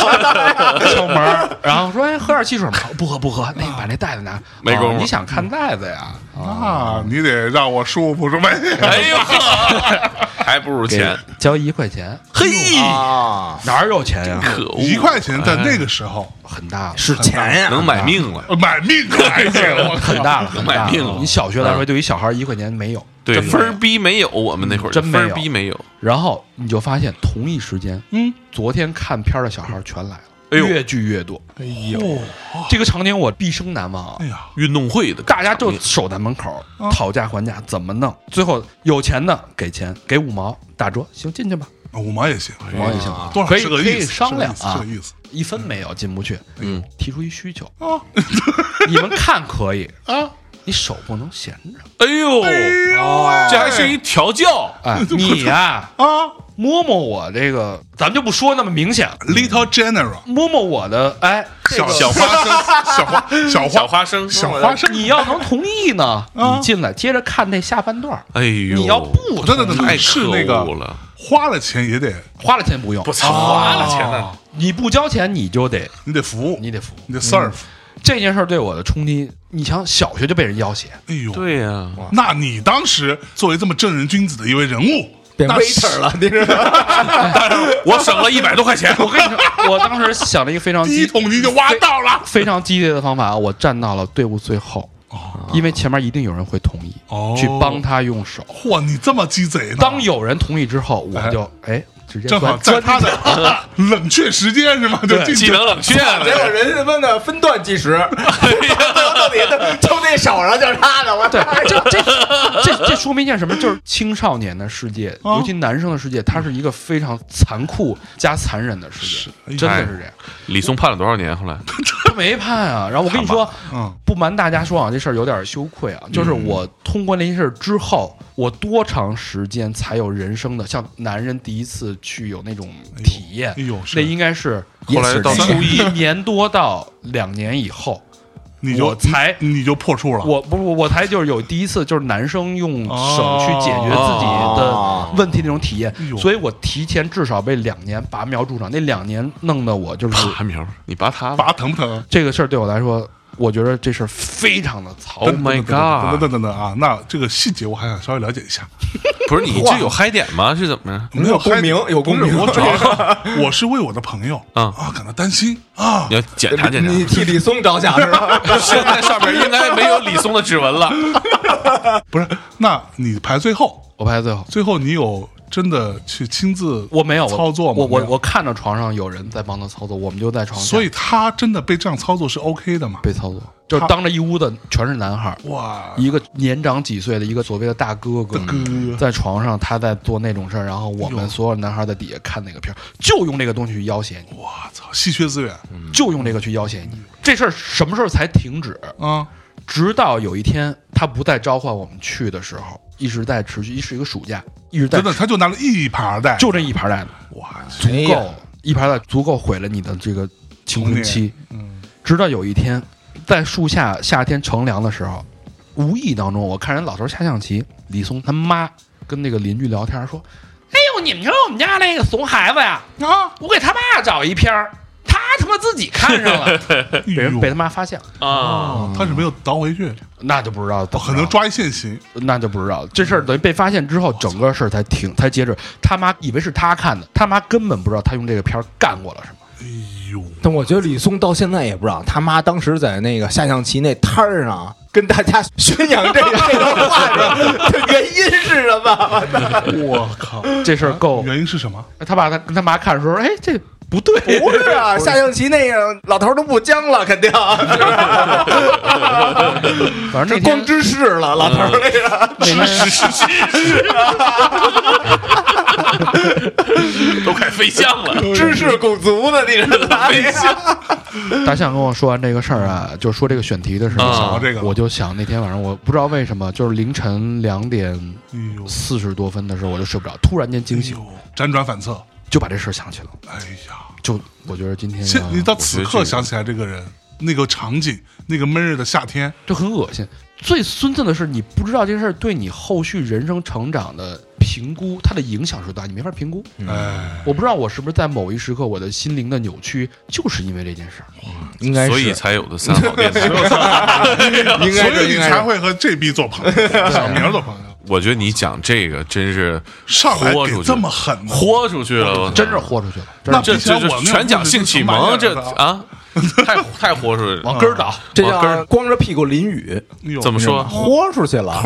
Speaker 5: 敲门儿，然后说：“哎，喝点汽水吗？不喝，不喝。那你把那袋子拿。
Speaker 4: 啊没
Speaker 5: 哦
Speaker 4: 工夫嗯
Speaker 5: 你想看袋子呀？
Speaker 3: 那你得让我舒服舒服。
Speaker 4: 哎呦 呵，还不如钱，
Speaker 5: 哦交一块钱，
Speaker 4: 嘿，
Speaker 2: 啊，
Speaker 5: 哪儿有钱呀？
Speaker 4: 可恶，
Speaker 3: 一块钱在那个时候
Speaker 5: 很大了，
Speaker 2: 是钱呀，
Speaker 4: 能买命了，
Speaker 3: 买命块钱，我
Speaker 5: 很
Speaker 3: 靠！
Speaker 5: 大了，很大
Speaker 4: 买命了
Speaker 5: 你小学来说，对于小孩儿一块钱没有，
Speaker 4: 对，
Speaker 5: 真没有
Speaker 4: 分儿逼没有，我们那会儿
Speaker 5: 真没有
Speaker 4: 分儿逼没有，
Speaker 5: 然后你就发现同一时间，
Speaker 3: 嗯，
Speaker 5: 昨天看片儿的小孩儿全来了，
Speaker 4: 哎呦
Speaker 5: 越聚越多。
Speaker 2: 哎呦，
Speaker 5: 这个场景我毕生难忘啊
Speaker 3: 哎！呀，
Speaker 4: 运动会的，
Speaker 5: 大家就守在门口
Speaker 3: 嗯
Speaker 5: 讨价还价，怎么弄？最后有钱的给钱，给五毛打折，行进去吧，
Speaker 3: 五毛也行，
Speaker 5: 五毛也行。
Speaker 3: 多少
Speaker 5: 可以
Speaker 3: 是个
Speaker 5: 可
Speaker 3: 意
Speaker 5: 以
Speaker 3: 思，
Speaker 5: 商量啊
Speaker 3: 是个意思。
Speaker 5: 一分没有进不去，
Speaker 4: 嗯，
Speaker 5: 提出一需求， 你们看可以啊，你手不能闲着，
Speaker 4: 哎呦，
Speaker 3: 哎呦喂
Speaker 4: 这还是一调教，
Speaker 5: 哎，你呀、
Speaker 3: 啊
Speaker 5: 摸摸我这个，咱们就不说那么明显，
Speaker 3: ，Little General，
Speaker 5: 摸摸我的， 哎，这
Speaker 3: 小小
Speaker 5: 个
Speaker 3: 花生，小花
Speaker 4: 小
Speaker 3: 小花
Speaker 4: 花生，
Speaker 3: 小花生，
Speaker 5: 你要能同意呢，
Speaker 3: 啊
Speaker 5: 你进来接着看那下半段儿，
Speaker 4: 哎呦，
Speaker 5: 你要不
Speaker 3: 等等等
Speaker 4: 太
Speaker 3: 等，哎是
Speaker 4: 可
Speaker 3: 那个
Speaker 4: 恶了，
Speaker 3: 花了钱也得，
Speaker 5: 花了钱不用，啊
Speaker 4: 不操，花了钱了。
Speaker 5: 你不交钱你就得
Speaker 3: 你得服务，
Speaker 5: 你得服。
Speaker 3: 你得 serve。
Speaker 5: 这件事儿对我的冲击，你想小学就被人要挟，
Speaker 3: 哎呦，
Speaker 4: 对呀、
Speaker 3: 那你当时作为这么正人君子的一位人物，
Speaker 2: 变
Speaker 3: 那
Speaker 2: waiter 了，你知道吗？
Speaker 4: 我省了一百多块钱，
Speaker 5: 我跟你说，我当时想了一个非常
Speaker 3: 第一
Speaker 5: 激
Speaker 3: 桶金就挖到了。
Speaker 5: 非常激烈的方法，我站到了队伍最后，因为前面一定有人会同意
Speaker 3: 哦
Speaker 5: 去帮他用手。
Speaker 3: 嚯，你这么鸡贼呢？
Speaker 5: 当有人同意之后，我就哎直接
Speaker 3: 正好
Speaker 5: 钻
Speaker 3: 在他的 冷却时间是吗？就进
Speaker 4: 技
Speaker 3: 去
Speaker 4: 能冷却
Speaker 2: 结果
Speaker 4: 了，
Speaker 2: 人家妈的分段计时，到底抽那手上就是他的，我
Speaker 5: 对，这这这这说明一件什么？就是青少年的世界，
Speaker 3: 啊
Speaker 5: 尤其男生的世界，它是一个非常残酷加残忍的世
Speaker 3: 哎
Speaker 5: 界，真的是这样。
Speaker 4: 李松判了多少年？后来
Speaker 5: 他没判啊。然后我跟你说，
Speaker 3: 嗯，
Speaker 5: 不瞒大家说啊，这事儿有点羞愧啊。就是我通过那些事儿之后，我多长时间才有人生的像男人第一次去有那种体验
Speaker 3: 哎？呦，
Speaker 5: 那
Speaker 3: 是
Speaker 5: 应该是
Speaker 4: 后来到初一
Speaker 5: 一年多到两年以后，
Speaker 3: 你就
Speaker 5: 我才
Speaker 3: 你就破处了，
Speaker 5: 我不是我我才就是有第一次就是男生用手去解决自己
Speaker 2: 哦
Speaker 5: 的问题那种体验
Speaker 3: 哎呦，
Speaker 5: 所以我提前至少被两年拔苗助长，那两年弄得我就是
Speaker 4: 拔苗，你拔他吧。
Speaker 3: 拔疼不疼？
Speaker 5: 这个事儿对我来说，我觉得这事儿非常的糙
Speaker 4: Oh。my
Speaker 3: 等
Speaker 4: god！
Speaker 3: 等等等啊，那这个细节我还想稍微了解一下。
Speaker 4: 不是你这有嗨点吗？是怎么着？
Speaker 2: 没有共鸣有共鸣
Speaker 3: 不是我主要是我是为我的朋友
Speaker 4: 啊
Speaker 3: 啊感到担心啊
Speaker 4: 你。要检查检查。
Speaker 2: 你替李松着想是吧？
Speaker 4: 现在上面应该没有李松的指纹了。
Speaker 3: 不是，那你排最后，
Speaker 5: 我排最后，
Speaker 3: 最后你有真的去亲自
Speaker 5: 我没有
Speaker 3: 操作吗？
Speaker 5: 我我
Speaker 3: 没有
Speaker 5: 我看着床上有人在帮他操作，我们就在床上，
Speaker 3: 所以他真的被这样操作是 OK 的嘛？
Speaker 5: 被操作，就是当着一屋的全是男孩儿，
Speaker 3: 哇，
Speaker 5: 一个年长几岁的一个所谓的大哥哥，
Speaker 3: 大哥
Speaker 5: 在床上他在做那种事儿，然后我
Speaker 3: 哎呦
Speaker 5: 们所有男孩在底下看那个片儿，就用这个东西去要挟你，
Speaker 3: 我操，稀缺资源
Speaker 5: 就用这个去要挟你。这事儿什么时候才停止？
Speaker 3: 啊！
Speaker 5: 直到有一天他不再召唤我们去的时候，一直在持续，是一个暑假，一直在
Speaker 3: 真的，哎他就拿了一盘带，
Speaker 5: 就这一盘带
Speaker 3: 哇，
Speaker 5: 足够，一盘带足够毁了你的这个青春期。
Speaker 3: 嗯，
Speaker 5: 直到有一天，在树下夏天乘凉的时候，无意当中我看人老头儿下象棋，李松他妈跟那个邻居聊天说：“哎呦，你们瞧我们家那个怂孩子呀，
Speaker 3: 啊，
Speaker 5: 我给他爸找一篇儿，他他妈自己看上 了，
Speaker 3: 哎
Speaker 5: 被人
Speaker 3: 呦
Speaker 5: 被他妈发现，
Speaker 4: 啊，
Speaker 3: 哦他是没有倒回去，
Speaker 5: 那就不知道，
Speaker 3: 我哦可能，抓一现 行，
Speaker 5: 那就不知道。这事儿等于被发现之后，整个事儿才停，才截止。他妈以为是他看的，他妈根本不知道他用这个片儿干过了什么。”
Speaker 3: 哎呦，
Speaker 2: 但我觉得李松到现在也不知道他妈当时在那个下象棋那摊儿上跟大家宣扬这个这个话的这原因是什么？
Speaker 3: 我靠，
Speaker 5: 这事儿够。
Speaker 3: 原因是什么？
Speaker 5: 他爸他跟他妈看的时候，哎，这不对，
Speaker 3: 哦
Speaker 2: 不是啊，下象棋那个老头儿都不僵了，肯定
Speaker 5: 反正那
Speaker 2: 这光
Speaker 5: 天
Speaker 2: 知识了，老头儿那个。
Speaker 5: 那天
Speaker 4: 都快飞象了。
Speaker 2: 知识鼓足的，你是哪里？
Speaker 5: 大象跟我说完这个事儿啊，就说这个选题的时候，
Speaker 4: 啊
Speaker 3: 嗯想到这个了
Speaker 5: 我就想那天晚上我不知道为什么，就是凌晨两点
Speaker 3: 哎呦，
Speaker 5: 四十多分的时候，我就睡不着，突然间惊
Speaker 3: 哎
Speaker 5: 醒，
Speaker 3: 呦，辗转反侧，
Speaker 5: 就把这事儿想起了。
Speaker 3: 哎呀，
Speaker 5: 就我觉得今天
Speaker 3: 现
Speaker 5: 啊
Speaker 3: 你到此
Speaker 4: 我觉得这
Speaker 3: 刻
Speaker 4: 个
Speaker 3: 想起来这个人，那个场景，那个闷热的夏天，
Speaker 5: 就很恶心。最孙子的是，你不知道这事儿对你后续人生成长的评估，它的影响是多大，你没法评估。
Speaker 3: 哎，
Speaker 5: 我不知道我是不是在某一时刻，我的心灵的扭曲就是因为这件事儿。
Speaker 2: 应该
Speaker 4: 所以才有的三好电台。
Speaker 2: 应
Speaker 3: 所
Speaker 2: 该是
Speaker 3: 以你
Speaker 2: 应该
Speaker 3: 才
Speaker 2: 是
Speaker 3: 会和这逼做朋友， 小明儿做朋友，
Speaker 4: 我觉得你讲这个真是
Speaker 3: 上来
Speaker 4: 豁
Speaker 3: 给
Speaker 4: 出去
Speaker 3: 这么狠的，
Speaker 4: 豁出去了，我操
Speaker 5: 真是豁出去了，真
Speaker 3: 那
Speaker 4: 这
Speaker 5: 是
Speaker 3: 比起来
Speaker 4: 这这
Speaker 3: 我那
Speaker 4: 全讲性启蒙，
Speaker 3: 就是
Speaker 4: 这
Speaker 3: 这么
Speaker 4: 啊，太太豁出去了。嗯
Speaker 5: 往根儿倒。
Speaker 2: 这
Speaker 4: 往根儿
Speaker 2: 叫光着屁股淋雨，
Speaker 3: 哎呦
Speaker 4: 怎么 说？
Speaker 2: 啊豁出去了。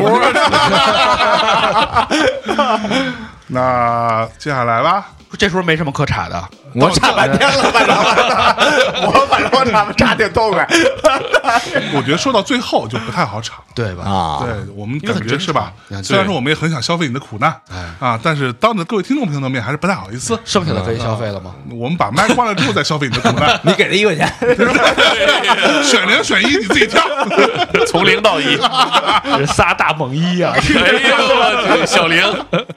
Speaker 3: 那接下来吧，
Speaker 5: 这时候没什么可查的，
Speaker 2: 我差半天了，反正我反正我差差挺痛快
Speaker 3: 我觉得说到最后就不太好吵。
Speaker 5: 对吧？
Speaker 2: 啊。，
Speaker 3: 对我们
Speaker 5: 为
Speaker 3: 感
Speaker 5: 很
Speaker 3: 觉
Speaker 5: 真
Speaker 3: 是吧
Speaker 5: 诚？
Speaker 3: 虽然说我们也很想消费你的苦难
Speaker 4: 哎
Speaker 3: 啊，但是当着各位听众朋友的面还是不太好意思。
Speaker 5: 剩下的可以消费了吗？
Speaker 3: 我们把麦关了之后再消费你的苦难
Speaker 2: 你给他一块钱，
Speaker 3: 选零选一你自己 挑。
Speaker 4: 从零到一，
Speaker 5: 仨大猛一啊！
Speaker 4: 哎呦我去，小玲，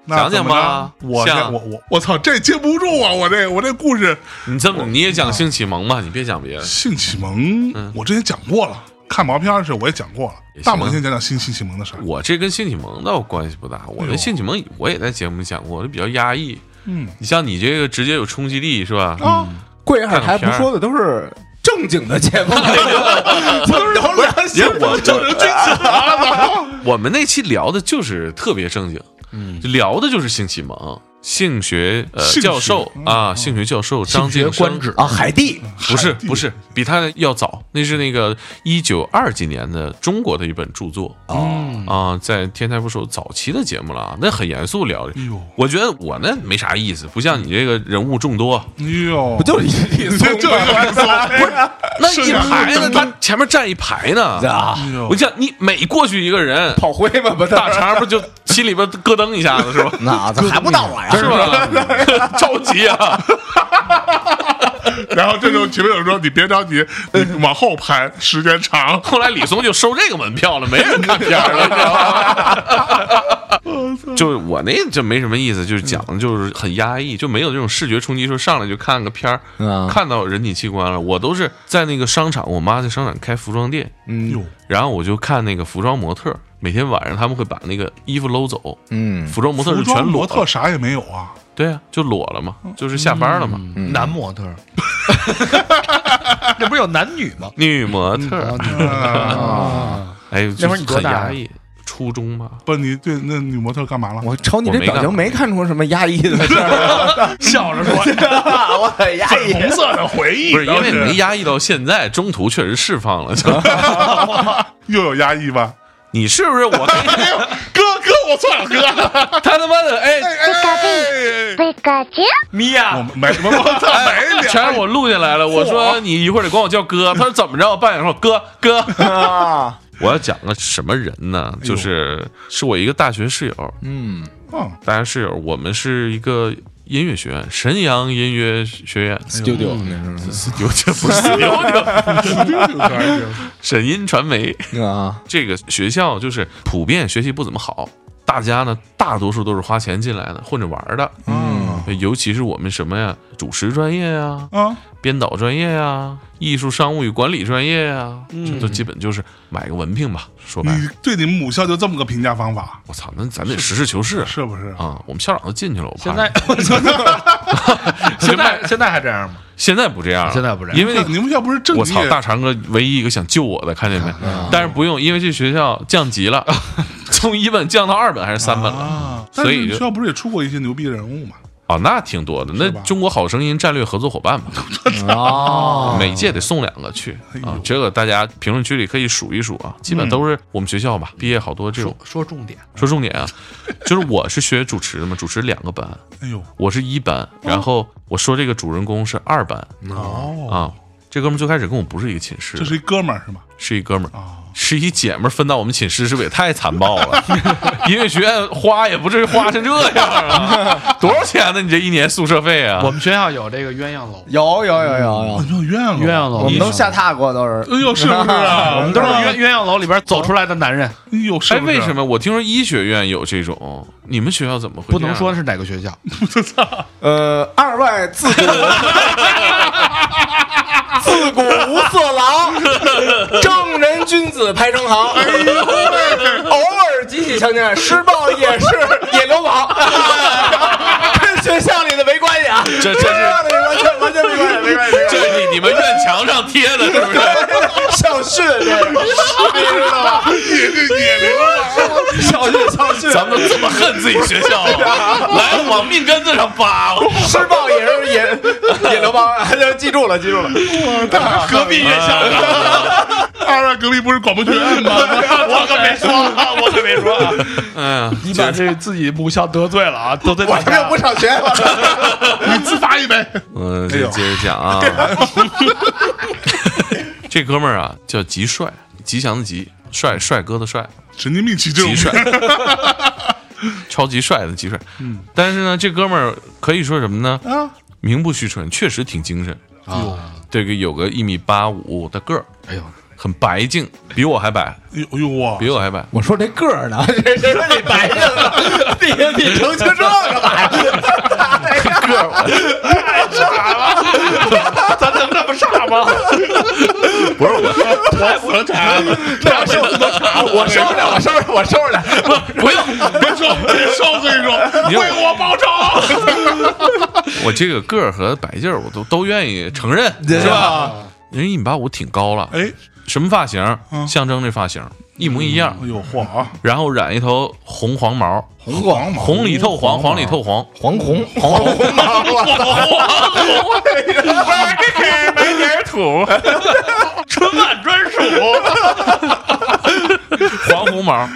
Speaker 3: 那
Speaker 4: 讲
Speaker 3: 怎
Speaker 4: 讲
Speaker 3: 么
Speaker 4: 吧
Speaker 3: 着，我这
Speaker 4: 像
Speaker 3: 我我我操，这接不住啊！我这我这故事
Speaker 4: 你这么你也讲性启蒙吧，你别讲别的。
Speaker 3: 性启蒙，我之前讲过了，看毛片儿的时候我也讲过了
Speaker 4: 嗯也。行啊
Speaker 3: 大猛先讲讲性性启蒙的事儿。
Speaker 4: 我这跟性启蒙倒关系不大，我
Speaker 3: 哎呦
Speaker 4: 跟性启蒙我也在节目里讲过，我就比较压抑。
Speaker 3: 嗯
Speaker 4: 你像你这个直接有冲击力是吧？
Speaker 3: 啊，
Speaker 2: 贵二台不说的都是正经的节 目，都是聊良
Speaker 4: 因
Speaker 2: 心
Speaker 4: 为我这 我们那期聊的就是特别正经，嗯，聊的就是性启蒙，性学呃
Speaker 3: 性学
Speaker 4: 教授啊，性学教授张
Speaker 5: 学
Speaker 4: 晋
Speaker 5: 官职
Speaker 2: 啊，海蒂
Speaker 4: 不是
Speaker 3: 海蒂
Speaker 4: 不是，比他要早，那是那个一九二几年的中国的一本著作啊、
Speaker 3: 哦
Speaker 5: 嗯，
Speaker 4: 在天才捕手早期的节目了啊，那很严肃聊
Speaker 3: 哎呦。
Speaker 4: 我觉得我那没啥意思，不像你这个人物众多。
Speaker 3: 哎呦，
Speaker 2: 不哦就是一
Speaker 3: 你这就严肃，
Speaker 4: 那
Speaker 3: 是
Speaker 4: 一
Speaker 3: 啊
Speaker 4: 排
Speaker 3: 真
Speaker 4: 呢，
Speaker 3: 的
Speaker 4: 他前面站一排 呢。
Speaker 2: 啊
Speaker 3: 哎呦
Speaker 4: 我想你每过去一 个人，
Speaker 2: 炮灰嘛，不是
Speaker 4: 大肠不就心里边咯噔一下 子是吧？
Speaker 2: 那咋还不到我啊呀？
Speaker 4: 是吧？着急啊！
Speaker 3: 然后这种前面有人说你别着急，你往后排，时间长。
Speaker 4: 后来李松就收这个门票了，没人看片儿了你知道吗。 就是我那就没什么意思，就是讲的就是很压抑，就没有这种视觉冲击，说上来就看个片儿，
Speaker 2: 嗯
Speaker 4: 看到人体器官了。我都是在那个商场，我妈在商场开服装店，
Speaker 3: 哟，
Speaker 4: 然后我就看那个服装模特，每天晚上他们会把那个衣服搂走，
Speaker 2: 嗯，
Speaker 4: 服装模特
Speaker 3: 服
Speaker 4: 就全
Speaker 3: 装
Speaker 4: 裸
Speaker 3: 模特
Speaker 4: 了，
Speaker 3: 啥也没有啊，
Speaker 4: 对啊，就裸了嘛，就是下班了嘛。
Speaker 5: 男模特儿，这不是有男女吗？
Speaker 4: 女模特儿，
Speaker 3: 啊，
Speaker 4: 哎，
Speaker 5: 那
Speaker 4: 就
Speaker 5: 会儿你
Speaker 4: 是
Speaker 5: 多
Speaker 4: 很
Speaker 5: 大啊
Speaker 4: 压抑，初中吧。
Speaker 3: 不，你对那女模特干嘛了？
Speaker 2: 我瞅你这表情没看出什么压抑的事儿，
Speaker 5: 笑着说，
Speaker 2: 我很压 抑。
Speaker 3: 红色的回忆，
Speaker 4: 不是因
Speaker 3: 当
Speaker 4: 为
Speaker 3: 时
Speaker 4: 没压抑到现在，中途确实释放了。 就
Speaker 3: 又有压抑吧？
Speaker 4: 你是不是我跟 你说
Speaker 3: 哥哥，我错了，哥，
Speaker 4: 他他妈的哎
Speaker 3: 哎，
Speaker 6: Pikachu,
Speaker 5: 米
Speaker 3: 我
Speaker 5: 娅，
Speaker 3: 没我操，没
Speaker 4: 哎，
Speaker 3: 聊，
Speaker 4: 全是我录下来了。我说你一会儿得管我叫哥，他说怎么着？我扮演说哥 哥。
Speaker 2: 啊，
Speaker 4: 我要讲个什么人呢？就是是我一个大学室友，
Speaker 2: 嗯，
Speaker 3: 嗯
Speaker 4: 大学室友，我们是一个音乐学院，沈阳音乐学院。
Speaker 2: 丢丢那
Speaker 4: 有这不是有这
Speaker 3: 这个可以
Speaker 4: 沈音传媒
Speaker 2: 是啊，
Speaker 4: 这个学校就是普遍学习不怎么好，大家呢大多数都是花钱进来的，混着玩儿的。
Speaker 3: 嗯
Speaker 4: 尤其是我们什么呀，主持专业呀、
Speaker 3: 啊，
Speaker 4: 编导专业呀、艺术商务与管理专业呀、这
Speaker 5: 嗯
Speaker 4: 都基本就是买个文凭吧。说白
Speaker 3: 你
Speaker 4: 了，
Speaker 3: 对你母校就这么个评价方法，
Speaker 4: 我操，那咱得实事求是
Speaker 3: 是不是？
Speaker 4: 啊！我们校长都进去了，我怕
Speaker 5: 现在 现在现在还这样吗？
Speaker 4: 现在不这样了，
Speaker 5: 现在不这样
Speaker 4: 因为
Speaker 3: 那你们校不是正
Speaker 4: 我
Speaker 3: 业
Speaker 4: 操，大长哥唯一一个想救我的，看见没？
Speaker 5: 啊
Speaker 4: 但是不用，因为这学校降级 了，从一本降到二本还是三本了。
Speaker 3: 啊？但
Speaker 4: 所
Speaker 3: 是
Speaker 4: 以
Speaker 3: 你
Speaker 4: 就
Speaker 3: 学校不是也出过一些牛逼人物嘛？
Speaker 4: 哦，那挺多的。那
Speaker 3: 是吧
Speaker 4: 中国好声音战略合作伙伴嘛，
Speaker 2: 哦，
Speaker 4: 每届得送两个去啊
Speaker 3: 哎呦。嗯
Speaker 4: 这个大家评论区里可以数一数啊，基本都是我们学校吧，毕业好多这种
Speaker 5: 说。说重点，
Speaker 4: 说重点啊， 就是我是学主持的嘛，主持两个班，
Speaker 3: 哎呦，
Speaker 4: 我是一班，然后我说这个主人公是二班
Speaker 3: 哦，
Speaker 4: 啊。这哥们儿最开始跟我不是一个寝室
Speaker 3: 这
Speaker 4: 的，
Speaker 3: 是一哥们儿是吗？
Speaker 4: 是一哥们儿，
Speaker 3: 啊，
Speaker 4: 是一姐们儿分到我们寝室，是不是也太残暴了？ 音乐学院花也不至于花成这样啊，多少钱呢？你这一年宿舍费啊？
Speaker 5: 我们学校有这个鸳鸯楼，
Speaker 2: 有有有有有
Speaker 3: 你，们有怨了，
Speaker 5: 鸳鸯楼，
Speaker 2: 我们都
Speaker 5: 下，
Speaker 2: 下榻过都是，
Speaker 3: 哎呦，是不是啊？
Speaker 5: 我们都是鸳
Speaker 3: 哎
Speaker 5: 鸳鸯楼里边走出来的男人，
Speaker 3: 呦，是
Speaker 4: 哎，
Speaker 3: 不是
Speaker 4: 为什？么我听说医学院有这种？你们学校怎么会
Speaker 5: 不
Speaker 4: 这
Speaker 5: 能
Speaker 4: 样
Speaker 5: 说是哪个学校，
Speaker 2: 呃，二外自 古自古无色 狼，正人君子排成行。哎偶尔集体强奸，施暴也是也流氓，跟学校里的没关系啊，
Speaker 4: 这这
Speaker 2: 跟学校里完全完全没关系，没关系，没关系。
Speaker 4: 这你你们院墙上贴的，是不是？
Speaker 2: 校训，这个你知道吧？
Speaker 3: 也是也流
Speaker 2: 校训，校训，
Speaker 4: 咱们都这么恨自己学校啊，来往命根子上扒，
Speaker 2: 施暴也是也也流氓， 就记住了，记住了。
Speaker 3: 氓，
Speaker 4: 隔壁院墙上。
Speaker 3: 二外隔壁不是广播学院吗？ 我可没说，我可没说。
Speaker 4: 嗯，
Speaker 5: 你把这自己母校得罪了啊，得罪
Speaker 2: 我这又不上学，我操！
Speaker 3: 你自罚一杯。
Speaker 4: 嗯，
Speaker 3: 哎
Speaker 4: 就
Speaker 3: 呦
Speaker 4: 接着讲啊。这哥们儿啊，叫吉帅，吉祥的吉，帅帅哥的帅，
Speaker 3: 神经病起这种
Speaker 4: 吉帅， 超级帅的吉帅。嗯，但是呢，这哥们儿可以说什么呢？
Speaker 3: 啊，哎
Speaker 4: 名不虚传，确实挺精神。
Speaker 5: 啊，
Speaker 4: 这个有个一米八五的个儿，
Speaker 5: 哎呦，
Speaker 4: 很白净，比我还白，
Speaker 3: 哎呦哎呦我
Speaker 4: 比我还 白。
Speaker 2: 我说这个儿呢， 这这说你白净了， 你你成就这个玩意儿，个儿
Speaker 5: 咱能这么傻吗？
Speaker 4: 不是我，
Speaker 5: 我死了查，
Speaker 2: 那我收拾，我收拾了，我收拾，我收拾了。
Speaker 4: 不用，
Speaker 3: 别说别说，我跟你
Speaker 4: 你
Speaker 3: 说，为我报仇。
Speaker 4: 我这个个儿和白净儿，我都都愿意承认，
Speaker 2: 对
Speaker 4: 是吧？人一米八五挺高了，
Speaker 3: 啊哎，
Speaker 4: 什么发型，
Speaker 3: 嗯
Speaker 4: 象征这发型一模一样
Speaker 3: 哎，呦嚯啊，
Speaker 4: 然后染一头红黄毛，
Speaker 3: 红黄毛，
Speaker 4: 红里透黄，黄里透黄，
Speaker 2: 黄红黄红毛，
Speaker 4: 买点土，春晚专属，黄红毛。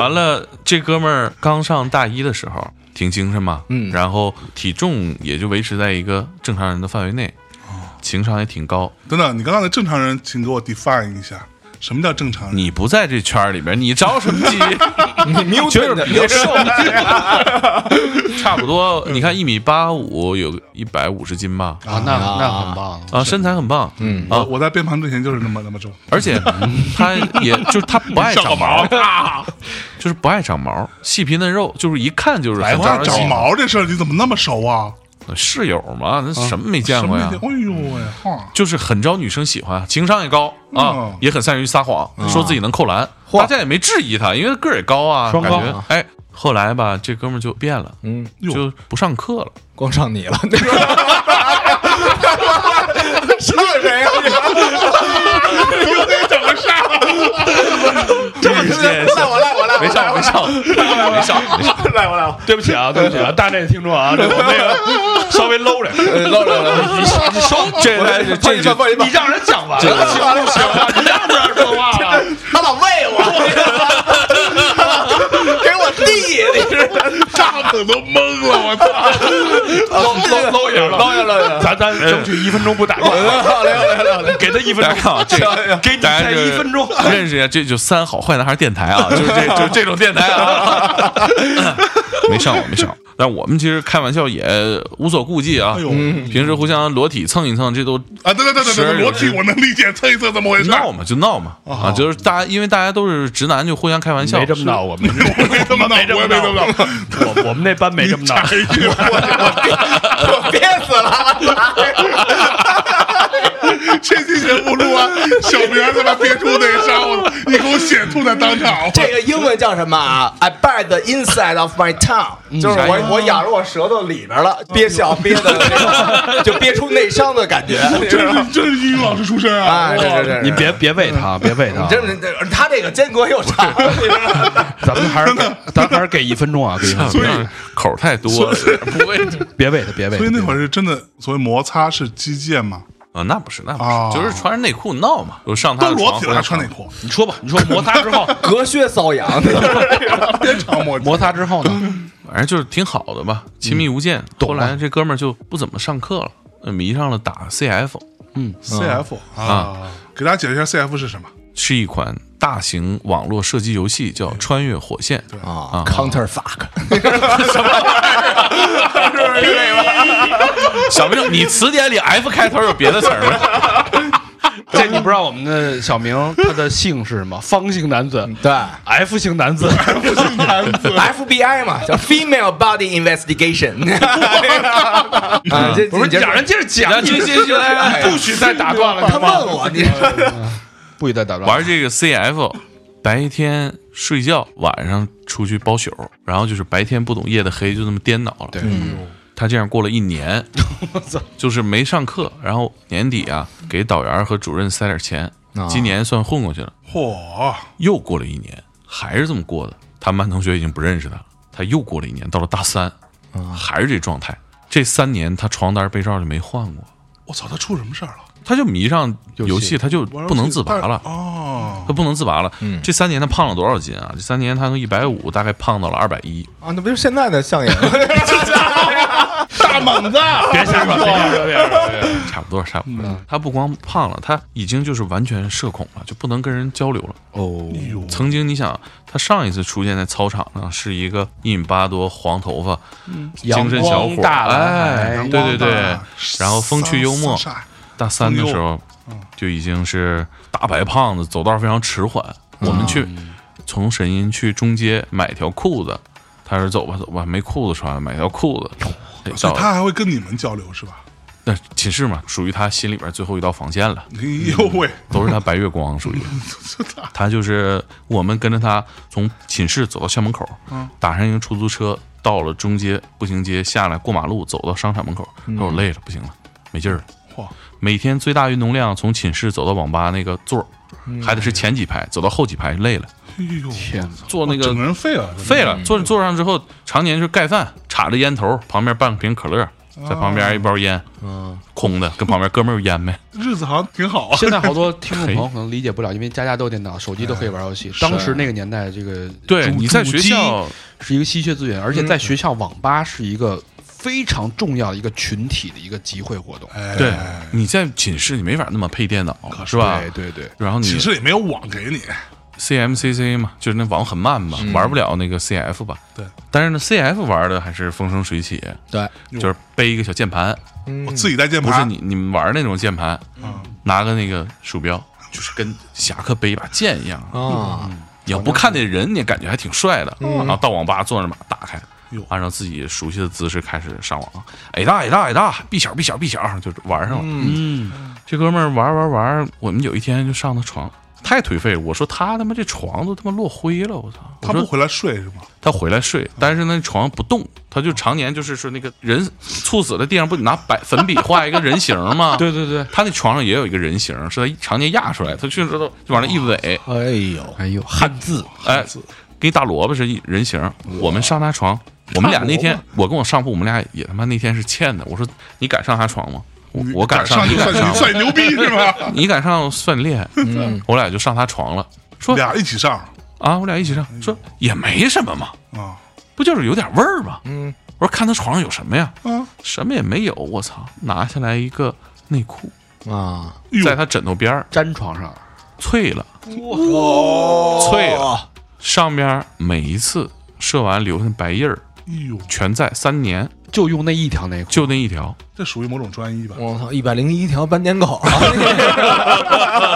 Speaker 4: 完了，这哥们儿刚上大一的时候挺精神嘛，
Speaker 2: 嗯
Speaker 4: 然后体重也就维持在一个正常人的范围内，情商也挺高。
Speaker 3: 等等，你刚刚的正常人，请给我 define 一下，什么叫正常人？
Speaker 4: 你不在这圈儿里边，你着什么急？
Speaker 2: 你没有
Speaker 4: 就是比较瘦
Speaker 2: 瘦，
Speaker 4: 差不多，你看一米八五，有一百五十斤吧，
Speaker 5: 啊，那那很棒。
Speaker 4: 啊，身材很棒，
Speaker 2: 嗯
Speaker 4: 啊
Speaker 3: 我，我在变胖之前就是那么那么重，
Speaker 4: 而且他也就是他不爱长毛，就是不爱长毛，细皮嫩肉，就是一看就是很
Speaker 3: 我
Speaker 4: 招人喜
Speaker 3: 长
Speaker 4: 欢。
Speaker 3: 毛这事儿你怎么那么熟啊？
Speaker 4: 室友嘛，那什么没见过呀
Speaker 3: 什？么意思哎呦喂，哈，
Speaker 4: 就是很招女生喜欢，情商也高啊
Speaker 3: 嗯，
Speaker 4: 也很善于撒谎，说自己能扣篮，
Speaker 2: 嚯
Speaker 4: 大家也没质疑他，因为个儿也高啊，
Speaker 5: 双
Speaker 4: 感
Speaker 5: 高
Speaker 4: 觉哎。后来吧，这哥们儿就变了，
Speaker 2: 嗯，
Speaker 3: 哟
Speaker 4: 就不上课了。
Speaker 2: 光上你了，上谁呀？
Speaker 4: 这么没
Speaker 2: 赖我赖我赖我，
Speaker 4: 上没上没上没上，
Speaker 2: 赖我赖我，
Speaker 5: 对不起啊，对不起啊，大内听众啊，这我那个稍微 low 点。
Speaker 2: 呃漏了漏了，
Speaker 5: 你收，
Speaker 2: 这这这不
Speaker 5: 你让人讲完了，行不行啊？你让不让说话了？
Speaker 2: 他老喂我， 给我递，你知道吗？
Speaker 3: 大子都懵了，我操！
Speaker 5: 搂搂搂一下，
Speaker 2: 捞下捞下。
Speaker 5: 咱咱争取一分钟不打断，
Speaker 2: 好嘞，好嘞，好嘞，
Speaker 5: 给他一分
Speaker 4: 大
Speaker 5: 钟，
Speaker 4: 家看啊，这个
Speaker 5: 给你
Speaker 4: 大家
Speaker 5: 再
Speaker 4: 就
Speaker 5: 一
Speaker 4: 是
Speaker 5: 分钟。
Speaker 4: 认识一下，这就三好坏男孩电台啊，就是 这就是这种电台啊，没上过没上过。但我们其实开玩笑也无所顾忌啊
Speaker 3: 哎，呦，
Speaker 4: 平时互相裸体蹭一蹭，这都
Speaker 3: 啊，对对对对
Speaker 4: 十
Speaker 3: 对，
Speaker 4: 二
Speaker 3: 裸
Speaker 4: 有
Speaker 3: 体
Speaker 4: 只
Speaker 3: 我能理解，蹭一蹭怎么回事？
Speaker 4: 闹嘛就闹嘛啊，就是大家因为大家都是直男，就互相开玩笑。
Speaker 5: 没这么闹，我们
Speaker 3: 我 没这么闹，我也没这么闹。
Speaker 5: 我我们那班没这么闹。
Speaker 2: 我憋死了，
Speaker 3: 这期节目录完，啊小明儿他妈憋出那个沙我，你给我血吐在当场。
Speaker 2: 这个英文叫什么啊？I 嗯哎 bite the inside of my tongue，就是
Speaker 4: 啥意
Speaker 2: 我我咬着我舌头里边了，憋笑憋的，就憋出内伤的 感觉，你知道
Speaker 3: 真
Speaker 2: 吗？
Speaker 3: 是真是英语老师出身啊！
Speaker 2: 哎，这这这，
Speaker 5: 你别别喂他，别喂他，
Speaker 2: 真是这他这个间隔又长，你知道吗？
Speaker 5: 咱们还是给咱还是给一分钟啊，给一分钟，
Speaker 4: 所以口儿太多了，不为
Speaker 5: 别喂他，别喂他。
Speaker 3: 所以那会
Speaker 5: 儿
Speaker 3: 儿是真的，所谓摩擦是击剑嘛，
Speaker 4: 啊，那不是那不
Speaker 3: 哦
Speaker 4: 是，就是穿着内裤闹嘛，我上他
Speaker 3: 都
Speaker 4: 的
Speaker 3: 裸
Speaker 4: 床
Speaker 3: 体了还
Speaker 4: 回
Speaker 3: 穿内
Speaker 4: 床
Speaker 3: 裤，
Speaker 5: 你说吧，你说摩擦之后，
Speaker 2: 隔靴搔痒，
Speaker 3: 别长摩
Speaker 5: 摩擦之后呢？
Speaker 4: 反正就是挺好的吧，亲密无间。后来这哥们儿就不怎么上课了，呃迷上了打 CF，
Speaker 3: CF 嗯啊，给大家解释一下 CF 是什么？
Speaker 4: 是一款大型网络射击游戏，叫《穿越火线》。
Speaker 2: 啊，counter fuck，
Speaker 4: 哎小明，你词典里 F 开头有别的词儿吗？
Speaker 5: 这你不知道我们的小明他的姓是什么？方姓男子
Speaker 2: 对
Speaker 5: ，F 型男子，
Speaker 2: ，FBI 嘛，叫 Female Body Investigation，啊，这
Speaker 5: 不是
Speaker 2: 这哎
Speaker 5: 让人接着讲，
Speaker 4: 你接接接来来来
Speaker 5: 不许再打断了，
Speaker 2: 他
Speaker 5: 好吗
Speaker 2: 问我你。
Speaker 5: 嗯不许再打断。
Speaker 4: 玩这个 CF，白天睡觉，晚上出去包宿，然后就是白天不懂夜的黑，就这么颠倒了。
Speaker 5: 对
Speaker 4: 他这样过了一年，就是没上课，然后年底啊给导员和主任塞点钱，今年算混过去了。
Speaker 3: 嚯，
Speaker 4: 又过了一年，还是这么过的。他们班同学已经不认识他了。他又过了一年，到了大三，还是这状态。这三年他床单被罩就没换过，
Speaker 3: 我操，他出什么事儿了？
Speaker 4: 他就迷上游
Speaker 5: 游
Speaker 4: 戏，
Speaker 5: 戏
Speaker 4: 他就
Speaker 3: 玩游戏
Speaker 4: 不能自拔
Speaker 3: 但
Speaker 4: 了。
Speaker 3: 哦，
Speaker 4: 他不能自拔了。这三年他胖了多少斤啊？这三年他从一百五大概胖到了二百一。
Speaker 2: 啊，那不就是现在的相 爷吗？
Speaker 3: 大猛子，
Speaker 5: 别瞎说，别瞎说，别瞎说。
Speaker 4: 差不多，差不
Speaker 5: 嗯
Speaker 4: 多。他不光胖了，他已经就是完全社恐了，就不能跟人交流了。
Speaker 5: 哦，
Speaker 4: 曾经你想，他上一次出现在操场上是一个一米八多、黄头发、精神小
Speaker 5: 嗯阳
Speaker 4: 伙
Speaker 5: 光
Speaker 4: 儿，
Speaker 5: 大男孩
Speaker 4: 哎，对对对，然后风趣幽默。
Speaker 3: Sunshine
Speaker 4: 大三的时候
Speaker 5: 嗯
Speaker 3: 风幽
Speaker 4: 就已经是大白胖子，走道非常迟缓。
Speaker 5: 嗯
Speaker 4: 我们去从沈阴去中街买条裤子，他说走吧走吧，没裤子穿，买条裤子。得
Speaker 3: 所以
Speaker 4: 到
Speaker 3: 他还会跟你们交流是吧？
Speaker 4: 那寝室嘛，属于他心里边最后一道防线了，
Speaker 3: 哎呦 喂，
Speaker 4: 都是他白月光，属于
Speaker 3: 这咋
Speaker 4: 他就是我们跟着他从寝室走到校门口，打上一个出租车，到了中街步行街下来过马路，走到商场门口，他说我累了，不行了，没劲儿了。
Speaker 3: 嚯
Speaker 4: 每天最大运动量从寝室走到网吧那个座儿，还得是前几排，走到后几排累了，
Speaker 3: 哎呦，
Speaker 5: 天
Speaker 4: 坐那
Speaker 3: 整个
Speaker 4: 个
Speaker 3: 人废了，
Speaker 4: 废了，坐坐上之后，常年是盖饭，插着烟头，旁边半瓶可乐，在旁边一包烟，
Speaker 2: 嗯，
Speaker 4: 空的，跟旁边哥们儿有烟没？
Speaker 3: 日子好像挺好啊。
Speaker 5: 现在好多听众朋友可能理解不了，因为家家都有电脑，手机都可以玩游戏。当时那个年代，这个
Speaker 4: 对，
Speaker 5: 主
Speaker 4: 你在
Speaker 5: 主
Speaker 4: 学
Speaker 5: 机
Speaker 4: 校
Speaker 5: 是一个稀缺资源，而且在学校网吧是一个非常重要的一个群体的一个集会活动，
Speaker 3: 哎
Speaker 4: 对，你在寝室你没法那么配电脑，是吧？
Speaker 5: 对对对，
Speaker 4: 然后你
Speaker 3: 寝室也没有网给你，
Speaker 4: CMCC 嘛，就是那网很慢嘛，玩不了那个 CF 吧？
Speaker 3: 对。
Speaker 4: 但是呢，CF 玩的还是风生水起，
Speaker 2: 对，
Speaker 4: 就是背一个小键盘，
Speaker 3: 我自己带键
Speaker 4: 嗯不是
Speaker 3: 盘，
Speaker 4: 你你们玩嗯那种键盘，拿个那个鼠标，就是跟侠客背一把剑一样。
Speaker 2: 啊，
Speaker 4: 你要不看那人，你感觉还挺帅的。然后到网吧坐那把打开
Speaker 3: 嗯哟，
Speaker 4: 按照自己熟悉的姿势开始上网，哎大哎大哎大，闭小闭小闭小，就玩上了。
Speaker 5: 嗯，
Speaker 4: 这哥们儿玩玩玩，我们有一天就上他床，太颓废了。我说他他妈这床都他妈落灰了，我操！我
Speaker 3: 他
Speaker 4: 说
Speaker 3: 不回来睡是吗？
Speaker 4: 他回来睡，但是那床不动，他就常年就是说那个人猝死在地上，不拿白粉笔画一个人形 吗？
Speaker 5: 对对对，
Speaker 4: 他那床上也有一个人形，是他常年压出来，他去了之后就往那一尾，
Speaker 2: 哎呦，
Speaker 5: 哎呦，汉字
Speaker 4: 哎，跟一大萝卜是一人形。我们上他床，我们俩那天我跟我上铺，我们俩也他妈那天是欠的。我说你敢上他床吗？我
Speaker 3: 你
Speaker 4: 我
Speaker 3: 敢
Speaker 4: 上，
Speaker 3: 就
Speaker 4: 你敢
Speaker 3: 算
Speaker 4: 上
Speaker 3: 你，算你牛逼是吧？
Speaker 4: 你敢上算你厉害。我俩就上他床了，说
Speaker 3: 俩一起上
Speaker 4: 啊，我俩一起上，说也没什么嘛，
Speaker 3: 啊
Speaker 4: 不就是有点味儿吗？
Speaker 2: 嗯，
Speaker 4: 我说看他床上有什么呀？
Speaker 3: 啊！
Speaker 4: 什么也没有，我操！拿下来一个内裤，
Speaker 2: 啊，
Speaker 3: 哟
Speaker 4: 在他枕头边儿
Speaker 5: 粘床上，
Speaker 4: 脆了，脆
Speaker 2: 啊
Speaker 4: 了，上边儿每一次射完留下的白印儿
Speaker 3: 哎呦，
Speaker 4: 全在，三年
Speaker 5: 就用那一条内裤，
Speaker 4: 就那一条，
Speaker 3: 这属于某种专一吧？
Speaker 2: 我操，一百零一条斑点狗，啊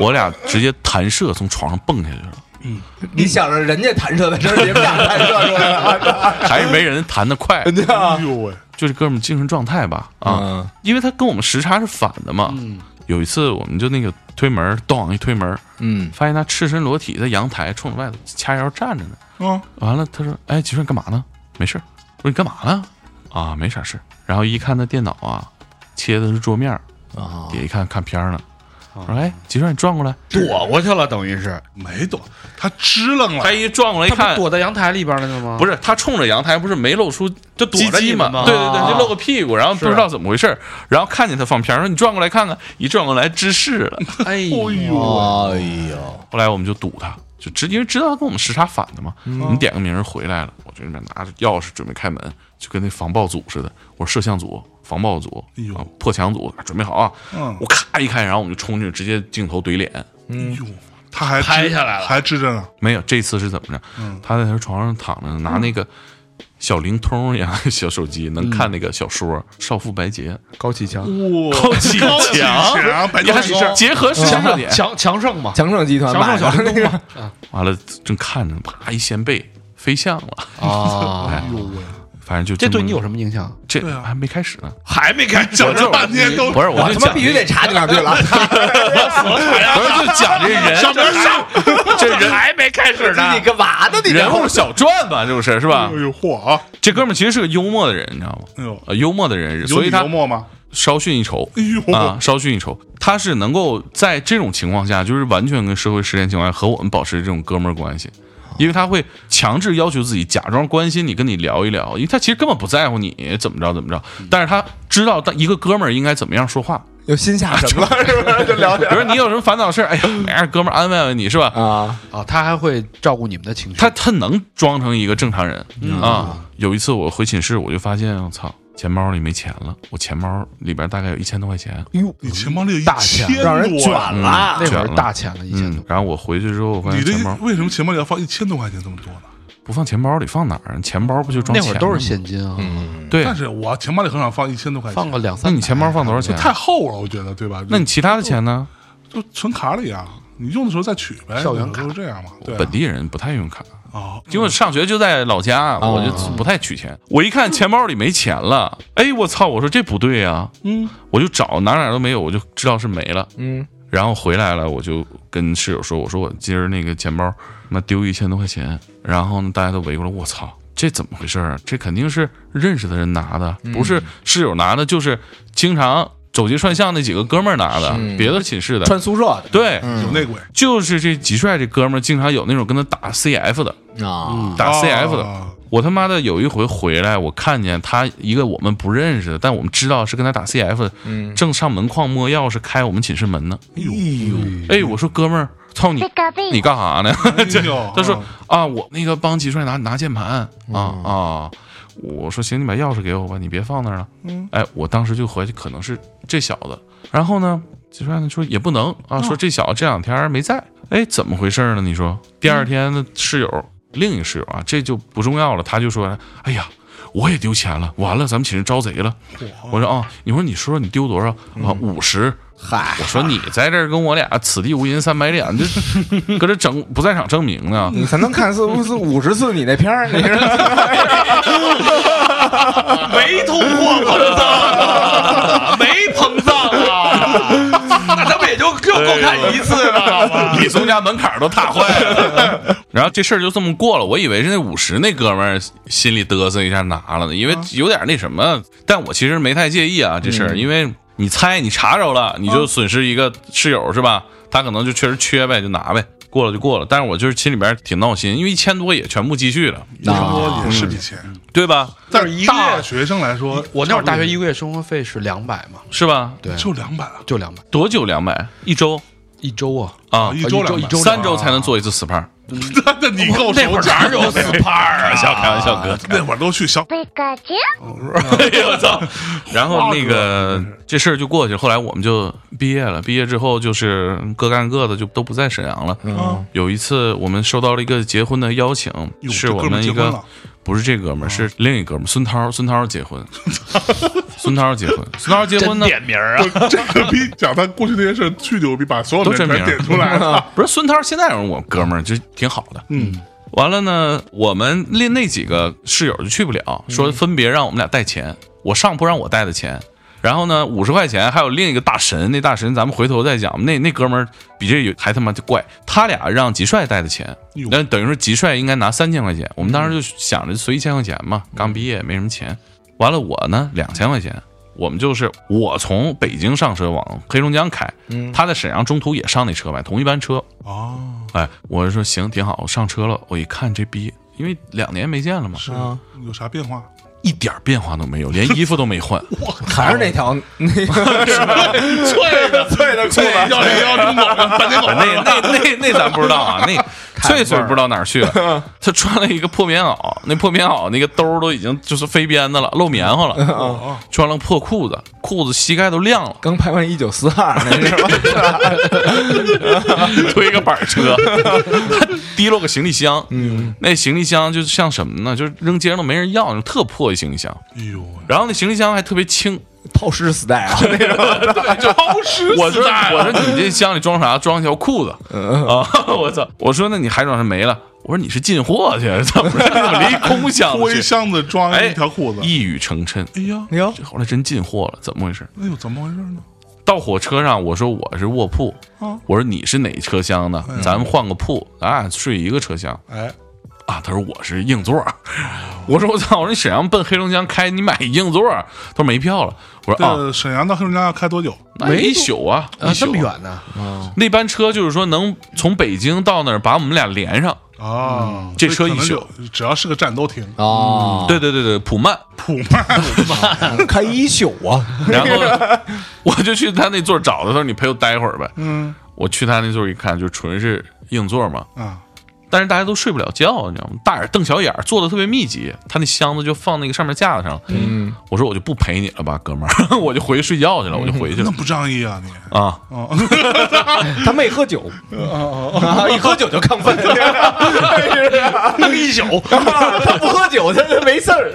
Speaker 4: 我俩直接弹射从床上蹦下去了，
Speaker 2: 你想着人家弹射的，这是你们俩弹射出来
Speaker 5: 啊
Speaker 2: 的，
Speaker 4: 还是没人弹得快，
Speaker 2: 对吧
Speaker 3: 哎？呦喂，
Speaker 4: 就是哥们儿精神状态吧啊，
Speaker 2: 啊，
Speaker 4: 因为他跟我们时差是反的嘛。
Speaker 5: 嗯，
Speaker 4: 有一次我们就那个推门儿，咚一推门儿，
Speaker 2: 嗯，
Speaker 4: 发现他赤身裸体在阳台冲着外头掐腰站着呢。
Speaker 3: 啊，
Speaker 4: 完了，他说：“哎，吉顺干嘛呢？没事儿。”我说：“你干嘛呢？”啊，没啥事儿。然后一看他电脑啊，切的是桌面儿，
Speaker 2: 啊
Speaker 4: 底下一看看片儿呢。我说：“哎，吉顺，你转过来。
Speaker 5: 躲过去了，等于是，
Speaker 3: 没懂，他支棱”了
Speaker 4: 他，一转过来一
Speaker 5: 他
Speaker 4: 看
Speaker 5: 不，躲在阳台里边了吗？
Speaker 4: 不
Speaker 5: 是，
Speaker 4: 是他冲着阳台，不是没露出就
Speaker 5: 躲着你
Speaker 4: 嘛
Speaker 5: 们吗？
Speaker 4: 对对
Speaker 3: 啊
Speaker 4: 对，就露个屁股，然后不知道怎么回事儿，然后看见他放片儿，说：“你转过来看看。”一转过来，知势了。
Speaker 5: 哎
Speaker 3: 哦
Speaker 5: 呦，
Speaker 2: 哎呦，
Speaker 4: 后来我们就堵他，就直因为知道他跟我们时差反的嘛，
Speaker 3: 嗯
Speaker 4: 你点个名儿回来了，我就那拿着钥匙准备开门，就跟那防暴组似的，我说摄像组、防暴组
Speaker 3: 哎呦
Speaker 4: 啊、破墙组，准备好啊！
Speaker 3: 嗯
Speaker 4: 我咔一开，然后我们就冲进去，直接镜头怼脸。
Speaker 3: 哎呦，他还支
Speaker 5: 拍下来了
Speaker 3: 还支着呢，
Speaker 4: 没有，这次是怎么着？
Speaker 3: 嗯
Speaker 4: 他在他床上躺着，拿那个小灵通一样的小手机，能看那个小说《
Speaker 3: 嗯
Speaker 4: 少妇白洁
Speaker 5: 高启强，》。
Speaker 4: 高启
Speaker 3: 高启
Speaker 4: 强
Speaker 3: 强，白
Speaker 4: 哎你
Speaker 3: 洁
Speaker 4: 还
Speaker 3: 公
Speaker 4: 结合时间热点，
Speaker 3: 嗯
Speaker 5: 强强盛嘛，
Speaker 2: 强盛集团
Speaker 5: 强
Speaker 2: 买
Speaker 5: 盛小
Speaker 2: 了那
Speaker 5: 灵
Speaker 2: 个
Speaker 5: 通嘛，
Speaker 4: 完了正看着，啪一掀被飞向了，
Speaker 5: 啊，
Speaker 4: 哎，反正就
Speaker 5: 这对
Speaker 4: 么
Speaker 5: 你有什么影响？
Speaker 4: 这
Speaker 3: 对啊
Speaker 4: 还没开始呢，
Speaker 5: 还没开
Speaker 3: 整了半天都
Speaker 4: 不是我
Speaker 2: 我
Speaker 4: 就
Speaker 2: 他妈
Speaker 4: 讲
Speaker 2: 必须得插你两句了，
Speaker 4: 不是就讲这人，
Speaker 3: 上边上，
Speaker 4: 这人
Speaker 5: 还没 开始
Speaker 2: 你干嘛呢？你这
Speaker 4: 人物小传吧，这不是是吧
Speaker 3: 哎？呦嚯啊，
Speaker 4: 这哥们儿其实是个幽默的人，你知道吗？
Speaker 3: 哎呦，
Speaker 4: 呃，幽默的人，
Speaker 3: 有
Speaker 4: 所
Speaker 3: 你
Speaker 4: 以他
Speaker 3: 幽默吗？
Speaker 4: 稍逊一筹
Speaker 3: 哎呦，
Speaker 5: 嗯
Speaker 4: 啊，稍逊一筹。他是能够在这种情况下，就是完全跟社会实践情况下和我们保持这种哥们儿关系，因为他会强制要求自己假装关心你，跟你聊一聊，因为他其实根本不在乎你怎么着怎么着，
Speaker 5: 嗯
Speaker 4: 但是他知道一个哥们儿应该怎么样说话。
Speaker 2: 又心下什么了？是不是？就聊
Speaker 4: 比如你有什么烦恼事儿，哎呀，没事儿，哥们儿安慰安慰你是吧？
Speaker 2: 啊，
Speaker 5: 啊，他还会照顾你们的情绪，
Speaker 4: 他他能装成一个正常人、
Speaker 5: 嗯
Speaker 4: 啊。有一次我回寝室，我就发现，我操，钱包里没钱了，我钱包里边大概有一千多块钱。
Speaker 2: 哟，
Speaker 3: 你钱包里有一
Speaker 5: 大
Speaker 3: 千
Speaker 5: 钱
Speaker 3: 多呀，
Speaker 2: 让人卷了，
Speaker 5: 那会
Speaker 4: 卷了
Speaker 5: 儿大钱了，一千
Speaker 4: 嗯
Speaker 5: 多，，
Speaker 4: 然后我回去之后，我发
Speaker 3: 你
Speaker 4: 现
Speaker 3: 这
Speaker 4: 钱包
Speaker 3: 为什么钱包里要放一千多块钱这么多呢？
Speaker 4: 不放钱包里，放哪儿？钱包不就装
Speaker 5: 那
Speaker 4: 钱
Speaker 5: 会
Speaker 4: 吗
Speaker 5: 儿都是现金啊，
Speaker 4: 对
Speaker 3: 但。是我钱包里很少放一千多块钱，
Speaker 5: 放个两
Speaker 4: 那
Speaker 5: 三百，
Speaker 4: 你钱包放多少钱？
Speaker 3: 太厚了，我觉得对吧？
Speaker 4: 那你其他的钱呢？
Speaker 3: 就存卡里啊，你用的时候再取呗，
Speaker 5: 校园卡
Speaker 3: 有时候都是这样嘛。对啊，
Speaker 4: 本地人不太用卡，
Speaker 3: 哦，
Speaker 4: 因为我上学就在老家，
Speaker 5: 哦
Speaker 4: 我就不太取钱。我一看钱包里没钱了，哎，我操！我说这不对啊，
Speaker 3: 嗯，
Speaker 4: 我就找哪哪都没有，我就知道是没了。
Speaker 2: 嗯，
Speaker 4: 然后回来了，我就跟室友说：“我说我今儿那个钱包那丢一千多块钱。”然后呢，大家都围过来，我操，这怎么回事啊？这肯定是认识的人拿的，不是室友拿的，就是经常走街串巷那几个哥们儿拿的，别的寝室的。
Speaker 2: 穿宿舍
Speaker 4: 对，
Speaker 3: 嗯有内鬼
Speaker 4: 就是这吉帅这哥们儿，经常有那种跟他打 CF 的，
Speaker 2: 的啊，
Speaker 4: 打 CF 的。
Speaker 3: 哦
Speaker 4: 我他妈的有一回回来，我看见他一个我们不认识的，但我们知道是跟他打 CF 的，
Speaker 2: 嗯
Speaker 4: 正上门框摸钥匙开我们寝室门呢。
Speaker 2: 哎呦，
Speaker 4: 哎，我说哥们儿，操你，你干啥呢？
Speaker 3: 哎呦，
Speaker 4: 他说
Speaker 3: 啊
Speaker 4: 啊，我那个帮吉帅拿拿键盘啊啊。我说行，你把钥匙给我吧，你别放那儿了。嗯，哎，我当时就合计可能是这小子。然后呢，吉帅呢说也不能啊，说这小子这两天没在。哎，怎么回事呢？你说第二天的室友，另一个室友啊，这就不重要了。他就说，哎呀，我也丢钱了，完了，咱们寝室招贼了。我说啊，你说你说你丢多少啊？五十。
Speaker 2: 嗨
Speaker 4: 我，说你在这儿跟我俩此地无银三百两，这搁这 整不在场证明呢。
Speaker 2: 你才能看四五四五十次你那片儿，你 是
Speaker 5: 没通货膨胀啊， 没膨胀啊，那他们也就就够看一次了，好吧？
Speaker 4: 哎李松家门槛都踏坏了，然后这事儿就这么过了。我以为是那五十那哥们儿心里嘚瑟一下拿了呢，
Speaker 5: 啊
Speaker 4: 因为有点那什么，但我其实没太介意
Speaker 5: 嗯
Speaker 4: 啊这事儿，因为你猜你查着了，你就损失一个室友是吧？他可能就确实缺呗，就拿呗，过了就过了。但是我就是心里边挺闹心，因为一千多也全部积蓄了，
Speaker 3: 一千多也是笔钱，
Speaker 4: 对吧？
Speaker 3: 但
Speaker 5: 就是一
Speaker 3: 是
Speaker 5: 个
Speaker 3: 大学生来说，
Speaker 5: 我那会儿大学一
Speaker 3: 一
Speaker 5: 个月生活费是两百嘛，
Speaker 4: 是吧？
Speaker 5: 对，
Speaker 3: 就两百啊，
Speaker 5: 就两百
Speaker 4: 多久两百一周
Speaker 5: 一周啊，
Speaker 4: 啊？
Speaker 3: 一周啊
Speaker 5: 一周
Speaker 3: 两
Speaker 5: 一周
Speaker 3: 百，
Speaker 4: 三周才能做一次 SPA，
Speaker 3: 那你够
Speaker 5: 那会
Speaker 3: 手
Speaker 5: 儿
Speaker 3: 假
Speaker 5: 哪有 SPA 啊？
Speaker 4: 笑开玩笑哥，
Speaker 3: 那会儿都去小
Speaker 6: Pikachu.
Speaker 4: 哎呦我操！然后那个这事儿就过去了，后来我们就毕业了。毕业之后就是各干各的，就都不在沈阳了。
Speaker 3: 啊，
Speaker 4: 有一次我们收到了一个结婚的邀请，
Speaker 3: 哟
Speaker 4: 是
Speaker 3: 这
Speaker 4: 我
Speaker 3: 哥们
Speaker 4: 们
Speaker 3: 儿结
Speaker 4: 一
Speaker 3: 婚
Speaker 4: 个
Speaker 3: 了
Speaker 4: 不是这哥们儿，是另一哥们儿孙涛，孙涛结婚，孙涛结婚，孙涛结婚呢？
Speaker 5: 名儿啊！
Speaker 3: 这个逼讲他过去那些事儿巨牛逼，把所有
Speaker 4: 都
Speaker 3: 人
Speaker 4: 真
Speaker 3: 全
Speaker 4: 名
Speaker 3: 点出来 了。
Speaker 4: 不是孙涛，现在是我哥们儿，就挺好的。
Speaker 3: 嗯，
Speaker 4: 完了呢，我们另那几个室友就去不了，
Speaker 3: 嗯
Speaker 4: 说分别让我们俩带钱，我上铺让我带的钱，然后呢五十块钱，还有另一个大神，那大神咱们回头再讲。那那哥们儿比这还他妈的怪，他俩让吉帅带的钱
Speaker 3: 哟，
Speaker 4: 那等于说吉帅应该拿三千块钱，我们当时就想着随一千块钱嘛，刚毕业没什么钱。完了我呢两千块钱，我们就是我从北京上车往黑龙江开，他在沈阳中途也上那车呗，同一班车。
Speaker 3: 哦，
Speaker 4: 哎，我说行，挺好，我上车了。我一看这逼，因为两年没见了嘛，
Speaker 3: 是
Speaker 2: 啊
Speaker 3: 有啥变化？
Speaker 4: 一点儿变化都没有，连衣服都没换。
Speaker 2: 还是那条那 脆的脆的裤子，
Speaker 3: 幺零幺中狗 跟斑点狗
Speaker 4: 那那那那咱不知道啊，那翠翠不知道哪儿去了。 她穿了一个破棉袄，那破棉袄那个兜儿都已经就是飞边的了，露棉花了。 穿了破裤子，裤子膝盖都亮了，
Speaker 2: 刚拍完一九四二那是吧？
Speaker 4: 推个板车， 提溜个行李箱。嗯，那行李箱就像什么呢？就是扔街上都没人要，那种特破的行李箱。
Speaker 3: 哎呦，
Speaker 4: 然后那行李箱还特别轻，
Speaker 2: 抛尸 style 那种
Speaker 3: 超时
Speaker 4: 我说我说你这箱里装啥？装一条裤子啊！我操！我说那你还装什么没了？我说你是进货去，怎么怎么离空箱
Speaker 3: 拖一
Speaker 4: 子去？
Speaker 3: 箱子装
Speaker 4: 哎，
Speaker 3: 一条裤子，
Speaker 4: 一语成谶。
Speaker 3: 哎呀，
Speaker 2: 哟
Speaker 4: 这后来真进货了，怎么回事？
Speaker 3: 哎呦，怎么回事呢？
Speaker 4: 到火车上，我说我是卧铺，
Speaker 3: 啊
Speaker 4: 我说你是哪车厢的？咱们换个铺，咱俩睡一个车厢
Speaker 3: 哎，
Speaker 4: 啊。他说我是硬座儿。 我说我操！我说你沈阳奔黑龙江开，你买硬座儿？他说没票了。我说啊，
Speaker 3: 这沈阳到黑龙江要开多久？
Speaker 4: 那也一宿啊，一
Speaker 5: 这
Speaker 4: 宿
Speaker 5: 么
Speaker 4: 啊
Speaker 5: 远呢？
Speaker 4: 那班车就是说能从北京到那儿把我们俩连上。
Speaker 3: 啊，
Speaker 4: 嗯这车
Speaker 3: 所以可
Speaker 4: 一
Speaker 3: 能
Speaker 4: 宿
Speaker 3: 有，只要是个站都停。
Speaker 2: 啊，
Speaker 4: 对对对对，普曼。
Speaker 3: 普曼，
Speaker 2: 开一宿啊，
Speaker 4: 然后我就去他那座找他，他说你陪我待会儿呗。
Speaker 3: 嗯
Speaker 4: 我去他那座一看，就纯是硬座嘛，
Speaker 3: 啊，
Speaker 4: 但是大家都睡不了觉，你知道吗？大眼瞪小眼儿，坐的特别密集。他那箱子就放那个上面架子上。嗯，我说我就不陪你了吧，哥们儿， 我就回去睡觉去了，我就回去
Speaker 3: 那
Speaker 4: 了
Speaker 3: 不仗义啊你！
Speaker 4: 啊。
Speaker 2: 他没喝酒，啊一喝酒就亢 奋，弄一宿，他不喝酒他就没事儿，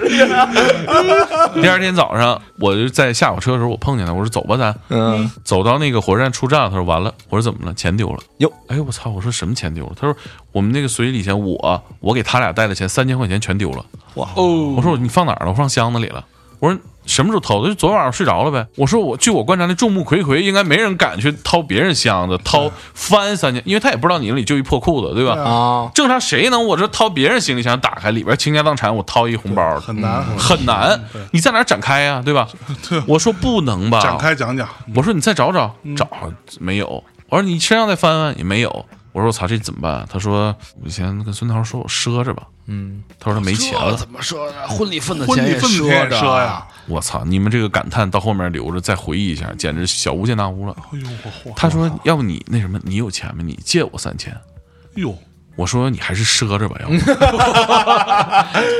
Speaker 4: 第二天早上，我就在下火车的时候，我碰见他，我说走吧，咱
Speaker 2: 嗯，
Speaker 4: 走到那个火车站出站了，他说完了，我说怎么了？钱丢了。
Speaker 2: 哟，
Speaker 4: 哎呦我操！我说什么钱丢了？他说我们那个随礼钱，我我给他俩带的钱三千块钱全丢了。
Speaker 2: 哇哦
Speaker 4: 哦！我说你放哪儿了？我放箱子里了。我说什么时候偷的？就昨晚上睡着了呗。我说我据我观察，那众目睽睽，应该没人敢去掏别人箱子，掏翻三千，因为他也不知道你里就一破裤子，对吧？
Speaker 2: 啊，
Speaker 4: 正常谁能我这掏别人行李箱打开里边倾家荡产，我掏一红包
Speaker 3: 很难很难
Speaker 4: 很难，你在哪儿展开呀、对吧？
Speaker 3: 对
Speaker 4: 我说不能吧，
Speaker 3: 展开讲讲，
Speaker 4: 我说你再找找，
Speaker 5: 嗯
Speaker 4: 找了没有？我说你身上再翻翻也没有。我说我操，这怎么办？他说我先跟孙涛说，我赊着吧。
Speaker 2: 嗯，
Speaker 4: 他说他没钱
Speaker 5: 这
Speaker 4: 了。
Speaker 5: 怎么说呢？婚礼份子
Speaker 3: 婚
Speaker 5: 钱
Speaker 3: 礼
Speaker 5: 也
Speaker 3: 份子
Speaker 5: 赊
Speaker 3: 钱也
Speaker 5: 着啊
Speaker 3: 赊呀！
Speaker 4: 我操，你们这个感叹到后面留着再回忆一下，简直小巫见大巫了。
Speaker 5: 哦
Speaker 3: 哎呦，我
Speaker 4: 他说要不你那什么，你有钱吗？你借我三千。
Speaker 3: 哟，
Speaker 4: 我说你还是赊 着吧，要不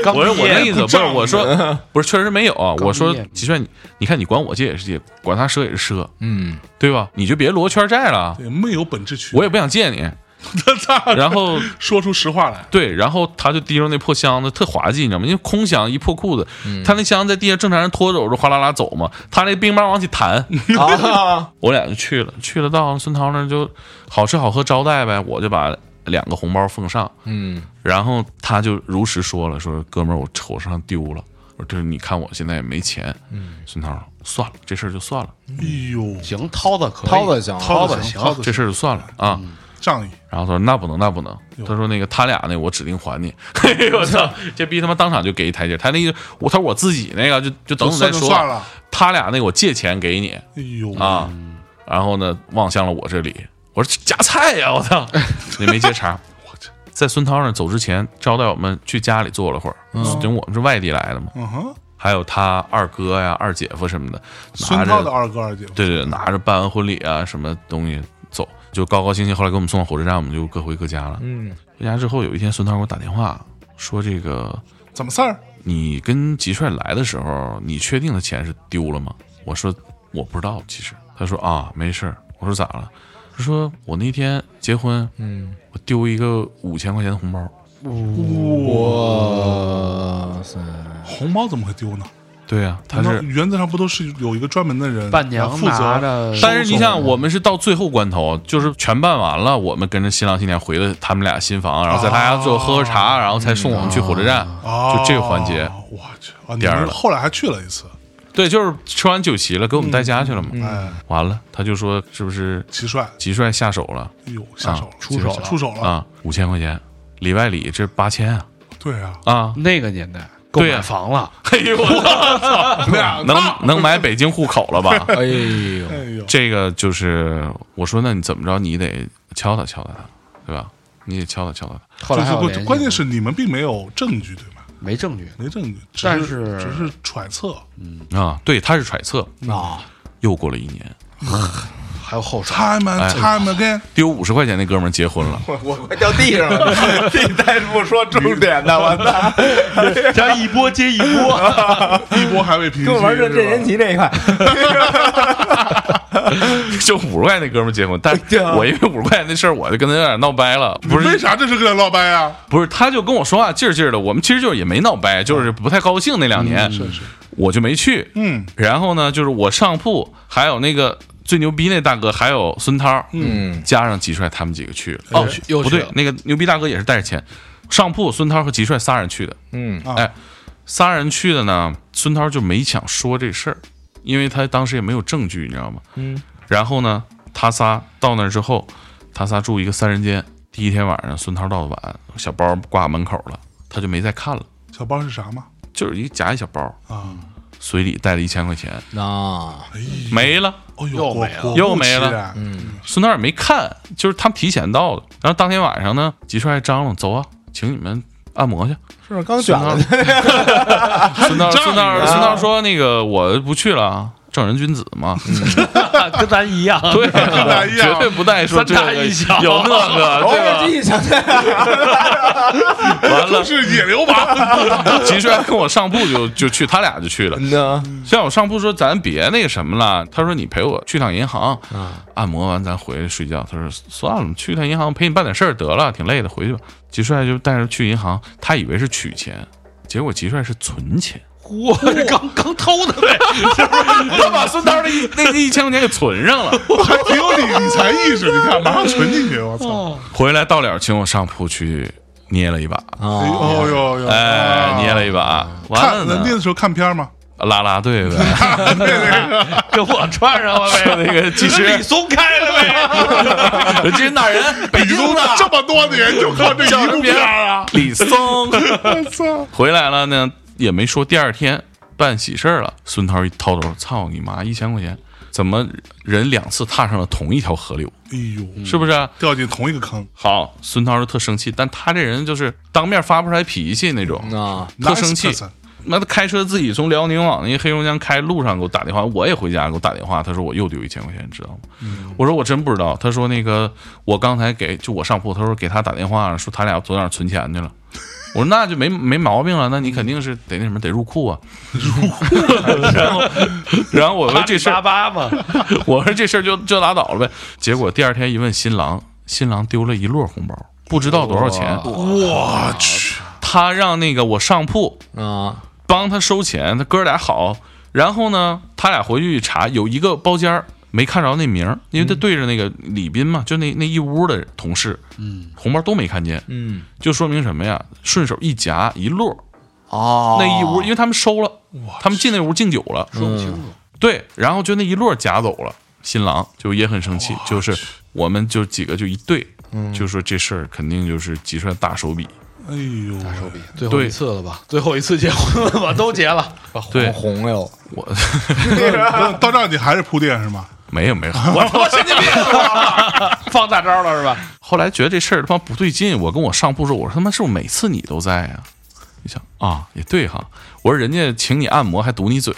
Speaker 5: 刚
Speaker 4: 我说我
Speaker 5: 毕业
Speaker 4: 那意思
Speaker 5: 不
Speaker 4: 不是，
Speaker 5: 正
Speaker 4: 我说 不是，确实没有啊。
Speaker 5: 刚
Speaker 4: 我说
Speaker 5: 毕业
Speaker 4: 齐炫，你你看你管我借也是借，管他赊也是赊，
Speaker 2: 嗯，
Speaker 4: 对吧？你就别罗圈债了，
Speaker 3: 也没有本质区别。
Speaker 4: 我也不想借你。
Speaker 3: 他操，
Speaker 4: 然后
Speaker 3: 说出实话来，
Speaker 4: 对，然后他就提着那破箱子，特滑稽，你知道吗？因为空箱一破裤子，他那箱子在地下正常人拖走着哗啦啦走嘛，他那乒乓往起弹，
Speaker 2: 啊，
Speaker 4: 我俩就去了，去了到孙涛那儿就好吃好喝招待呗，我就把两个红包奉上，
Speaker 2: 嗯，
Speaker 4: 然后他就如实说了，说哥们儿我手上丢了，我说这你看我现在也没钱，孙涛算了，这事儿就算了，
Speaker 3: 哎呦，
Speaker 5: 行，掏的可以，
Speaker 2: 掏的行，
Speaker 3: 掏
Speaker 5: 子
Speaker 3: 的
Speaker 5: 行
Speaker 3: 掏的
Speaker 4: 这事儿就算了啊。
Speaker 3: 仗义，
Speaker 4: 然后他说那不能，那不能。他说那个他俩那我指定还你。 嘿，我操，这逼他妈当场就给一台阶儿。他那意思，我他说我自己那个就就等等再
Speaker 3: 算就
Speaker 4: 说。
Speaker 3: 算了。
Speaker 4: 他俩那个我借钱给你
Speaker 3: 哎呦，
Speaker 4: 啊，然后呢望向了我这里，我说夹菜呀、我 操，你没接茬。我这在孙涛那儿走之前招待我们去家里坐了会儿，因为我们是外地来的嘛，
Speaker 3: 嗯哼，
Speaker 4: 还有他二哥呀、二姐夫什么的，拿
Speaker 3: 孙涛
Speaker 4: 着
Speaker 3: 的二哥二姐夫，
Speaker 4: 对对，拿着办完婚礼啊什么东西走，就高高兴兴。后来给我们送到火车站，我们就各回各家了。
Speaker 2: 嗯，
Speaker 4: 回家之后，有一天孙涛给我打电话说：“这个
Speaker 3: 怎么事儿？
Speaker 4: 你跟吉帅来的时候，你确定的钱是丢了吗？”我说：“我不知道。”其实他说：“啊，没事儿。”我说：“咋了？”他说：“我那天结婚，
Speaker 2: 嗯，
Speaker 4: 我丢一个五千块钱的红包。
Speaker 2: 哇塞，
Speaker 3: 红包怎么会丢呢？”
Speaker 4: 对呀、他
Speaker 3: 那
Speaker 4: 是。
Speaker 3: 原则上不都是有一个专门的人
Speaker 5: 伴娘
Speaker 3: 啊负
Speaker 5: 拿
Speaker 3: 责？
Speaker 5: 着，
Speaker 4: 但是你想，我们是到最后关头，就是全办完了，我们跟着新郎新娘回了他们俩新房，然后在他家最后喝喝茶，然后才送我们去火车站，
Speaker 3: 哦
Speaker 4: 就这个环节。
Speaker 3: 我去啊！你
Speaker 4: 点儿
Speaker 3: 们
Speaker 4: 了
Speaker 3: 后来还去了一次，
Speaker 4: 对，就是吃完酒席了，给我们带家去了嘛。
Speaker 3: 哎，
Speaker 4: 完了，他就说是不是
Speaker 3: 齐帅，
Speaker 4: 吉帅下手了
Speaker 3: 哎呦，下手了，
Speaker 5: 出手了
Speaker 3: 出手了，
Speaker 4: 啊？五千块钱，里外里这八千啊
Speaker 3: 对啊，
Speaker 4: 啊！
Speaker 5: 那个年代购
Speaker 4: 对
Speaker 5: 买
Speaker 4: 呀
Speaker 5: 房了，
Speaker 4: 哎呦我操， 能能买北京户口 了吧？
Speaker 2: 哎呦，
Speaker 3: 哎呦，
Speaker 4: 这个就是我说，那你怎么着？你得敲打敲打他，对吧？你得敲打敲打他。
Speaker 5: 后来还有
Speaker 3: 就是
Speaker 5: 联系
Speaker 3: 关键是你们并没有证据，对吧？
Speaker 5: 没证据，
Speaker 3: 没证据，只
Speaker 5: 但
Speaker 3: 是
Speaker 5: 是嗯
Speaker 3: 只是揣测，
Speaker 4: 啊，对，他是揣测。
Speaker 2: 啊，
Speaker 4: 又过了一年，
Speaker 5: 还有后手。
Speaker 3: time and
Speaker 4: 哎
Speaker 3: time again，
Speaker 4: 丢五十块钱那哥们儿结婚了，
Speaker 2: 我我快掉地上了，你再不说重点呢，完蛋，
Speaker 5: 这一波接一波，
Speaker 3: 一波还未平息，
Speaker 2: 跟我玩这
Speaker 3: 是吧
Speaker 2: 任贤齐 这一块，
Speaker 4: 就五十块那哥们儿结婚，但
Speaker 2: 对啊
Speaker 4: 我因为五十块钱那事儿，我就跟他有点闹掰了，不
Speaker 3: 你为
Speaker 4: 是
Speaker 3: 啥这是跟他闹掰啊？
Speaker 4: 不是，他就跟我说话劲儿劲儿的，我们其实就也没闹掰，就是不太高兴那两年，是是，我就没去，
Speaker 3: 嗯，
Speaker 4: 然后呢，就是我上铺还有那个最牛逼那大哥，还有孙涛，
Speaker 2: 嗯，
Speaker 4: 加上吉帅他们几个去了，
Speaker 5: 哦又
Speaker 4: 不
Speaker 5: 去
Speaker 4: 对
Speaker 5: 了，
Speaker 4: 那个牛逼大哥也是带着钱，上铺孙涛和吉帅仨人去的，
Speaker 2: 嗯，
Speaker 3: 啊
Speaker 4: 哎，仨人去的呢，孙涛就没想说这事儿，因为他当时也没有证据，你知道吗？
Speaker 2: 嗯。
Speaker 4: 然后呢，他仨到那儿之后，他仨住一个三人间。第一天晚上，孙涛到的晚，小包挂门口了，他就没再看了，
Speaker 3: 小包是啥嘛？
Speaker 4: 就是一夹一小包，
Speaker 3: 啊，
Speaker 4: 随里带了一千块钱，
Speaker 2: 啊，
Speaker 3: 哎呦，
Speaker 4: 嗯没了。
Speaker 3: 哦呦，
Speaker 5: 又
Speaker 3: 果
Speaker 5: 没了嗯
Speaker 3: 果
Speaker 4: 又
Speaker 3: 不
Speaker 4: 没
Speaker 3: 其
Speaker 4: 了
Speaker 3: 然
Speaker 4: 孙导也没看，就是他们提前到的。然后当天晚上呢，吉帅还张罗走啊，请你们按摩去。
Speaker 2: 是不是刚
Speaker 4: 孙
Speaker 2: 卷
Speaker 4: 导，
Speaker 2: 了？
Speaker 4: 孙导，
Speaker 3: 仗义
Speaker 4: 孙导，
Speaker 3: 啊
Speaker 4: 孙导说那个我不去了啊，正人君子嘛，
Speaker 5: 嗯 跟咱一样，
Speaker 4: 对啊、
Speaker 3: 大一样
Speaker 4: 绝对不带说这
Speaker 5: 三大
Speaker 4: 个
Speaker 5: 一小
Speaker 4: 有那 个，
Speaker 2: 偶尔
Speaker 4: 对
Speaker 2: 继续想想，
Speaker 4: 吧？完
Speaker 3: 都
Speaker 4: 了，
Speaker 3: 是野流氓，
Speaker 4: 吉帅跟我上铺就就去，他俩就去了。
Speaker 5: 啊
Speaker 4: 嗯
Speaker 2: 呢，
Speaker 4: 像我上铺说咱别那个什么了，他说你陪我去趟银行，
Speaker 5: 嗯
Speaker 4: 啊按摩完咱回去睡觉。他说算了，去趟银行陪你办点事儿得了，挺累的，回去吧。吉帅就带着去银行，他以为是取钱，结果吉帅是存钱，
Speaker 5: 我刚刚偷的呗，
Speaker 4: 他把孙涛那一 那一千块钱给存上 了。
Speaker 3: 还挺有理理财意识，你看马上存进去，我操！
Speaker 4: 回来到了请我上铺去捏了一把，
Speaker 3: 哎呦哎呦哎呦！
Speaker 4: 哦哎，捏了一把，完
Speaker 3: 看
Speaker 4: 了
Speaker 3: 那
Speaker 4: 呢
Speaker 3: 那个时候看片儿吗？
Speaker 4: 啦啦 队呗，
Speaker 5: 给我穿上了呗。
Speaker 4: 那个技
Speaker 5: 你
Speaker 4: 师，
Speaker 5: 是李松开了 呗，
Speaker 4: 人家哪人？北
Speaker 3: 李宗
Speaker 4: 京的。
Speaker 3: 这么多年就靠这一部片儿啊，
Speaker 4: 李 松，回来了呢，也没说第二天办喜事儿了。孙涛一掏兜，操你妈，一千块钱，怎么人两次踏上了同一条河流？
Speaker 3: 哎呦，
Speaker 4: 是不是啊、
Speaker 3: 掉进同一个坑，
Speaker 4: 好，孙涛就特生气，但他这人就是当面发不出来脾气那种，
Speaker 2: 啊，
Speaker 4: 特生气
Speaker 3: Nice person。
Speaker 4: 妈的，开车自己从辽宁往那黑龙江开，路上给我打电话，我也回家给我打电话，他说我又丢一千块钱，知道吗？我说我真不知道。他说那个我刚才给就我上铺，他说给他打电话说他俩昨晚上存钱去了。我说那就没没毛病了，啊那你肯定是得那什么得入库啊，入库。然后然后我说这事
Speaker 5: 八
Speaker 4: 儿，
Speaker 5: 八嘛，
Speaker 4: 我说这事儿就就拉倒了呗。结果第二天一问新郎，新郎丢了一摞红包，不知道多少钱。
Speaker 3: 嗯我去，
Speaker 4: 他让那个我上铺
Speaker 2: 啊，
Speaker 4: 帮他收钱，他哥俩好。然后呢，他俩回去一查，有一个包间儿没看着那名儿，因为他对着那个李斌嘛，就那那一屋的同事，嗯，红包都没看见，
Speaker 2: 嗯，
Speaker 4: 就说明什么呀？顺手一夹一摞儿，
Speaker 2: 哦，
Speaker 4: 那一屋，因为他们收了，他们进那屋敬酒了，
Speaker 5: 说不清楚。
Speaker 4: 对，然后就那一摞夹走了，新郎就也很生气，就是嗯我们就几个就一对，就说这事儿肯定就是集出来大手笔，
Speaker 3: 哎呦，
Speaker 5: 手笔，最后一次了吧？最后一次结婚了吧？都结了，
Speaker 4: 对
Speaker 2: 红了又，
Speaker 4: 我
Speaker 3: 到到这儿你还是铺垫是吗？
Speaker 4: 没有没有，我
Speaker 5: 我神经病是吧，放大招了是吧？
Speaker 4: 后来觉得这事儿他妈不对劲，我跟我上铺说，我说他妈是不是每次你都在啊？一想啊，也对哈，我说人家请你按摩还堵你嘴，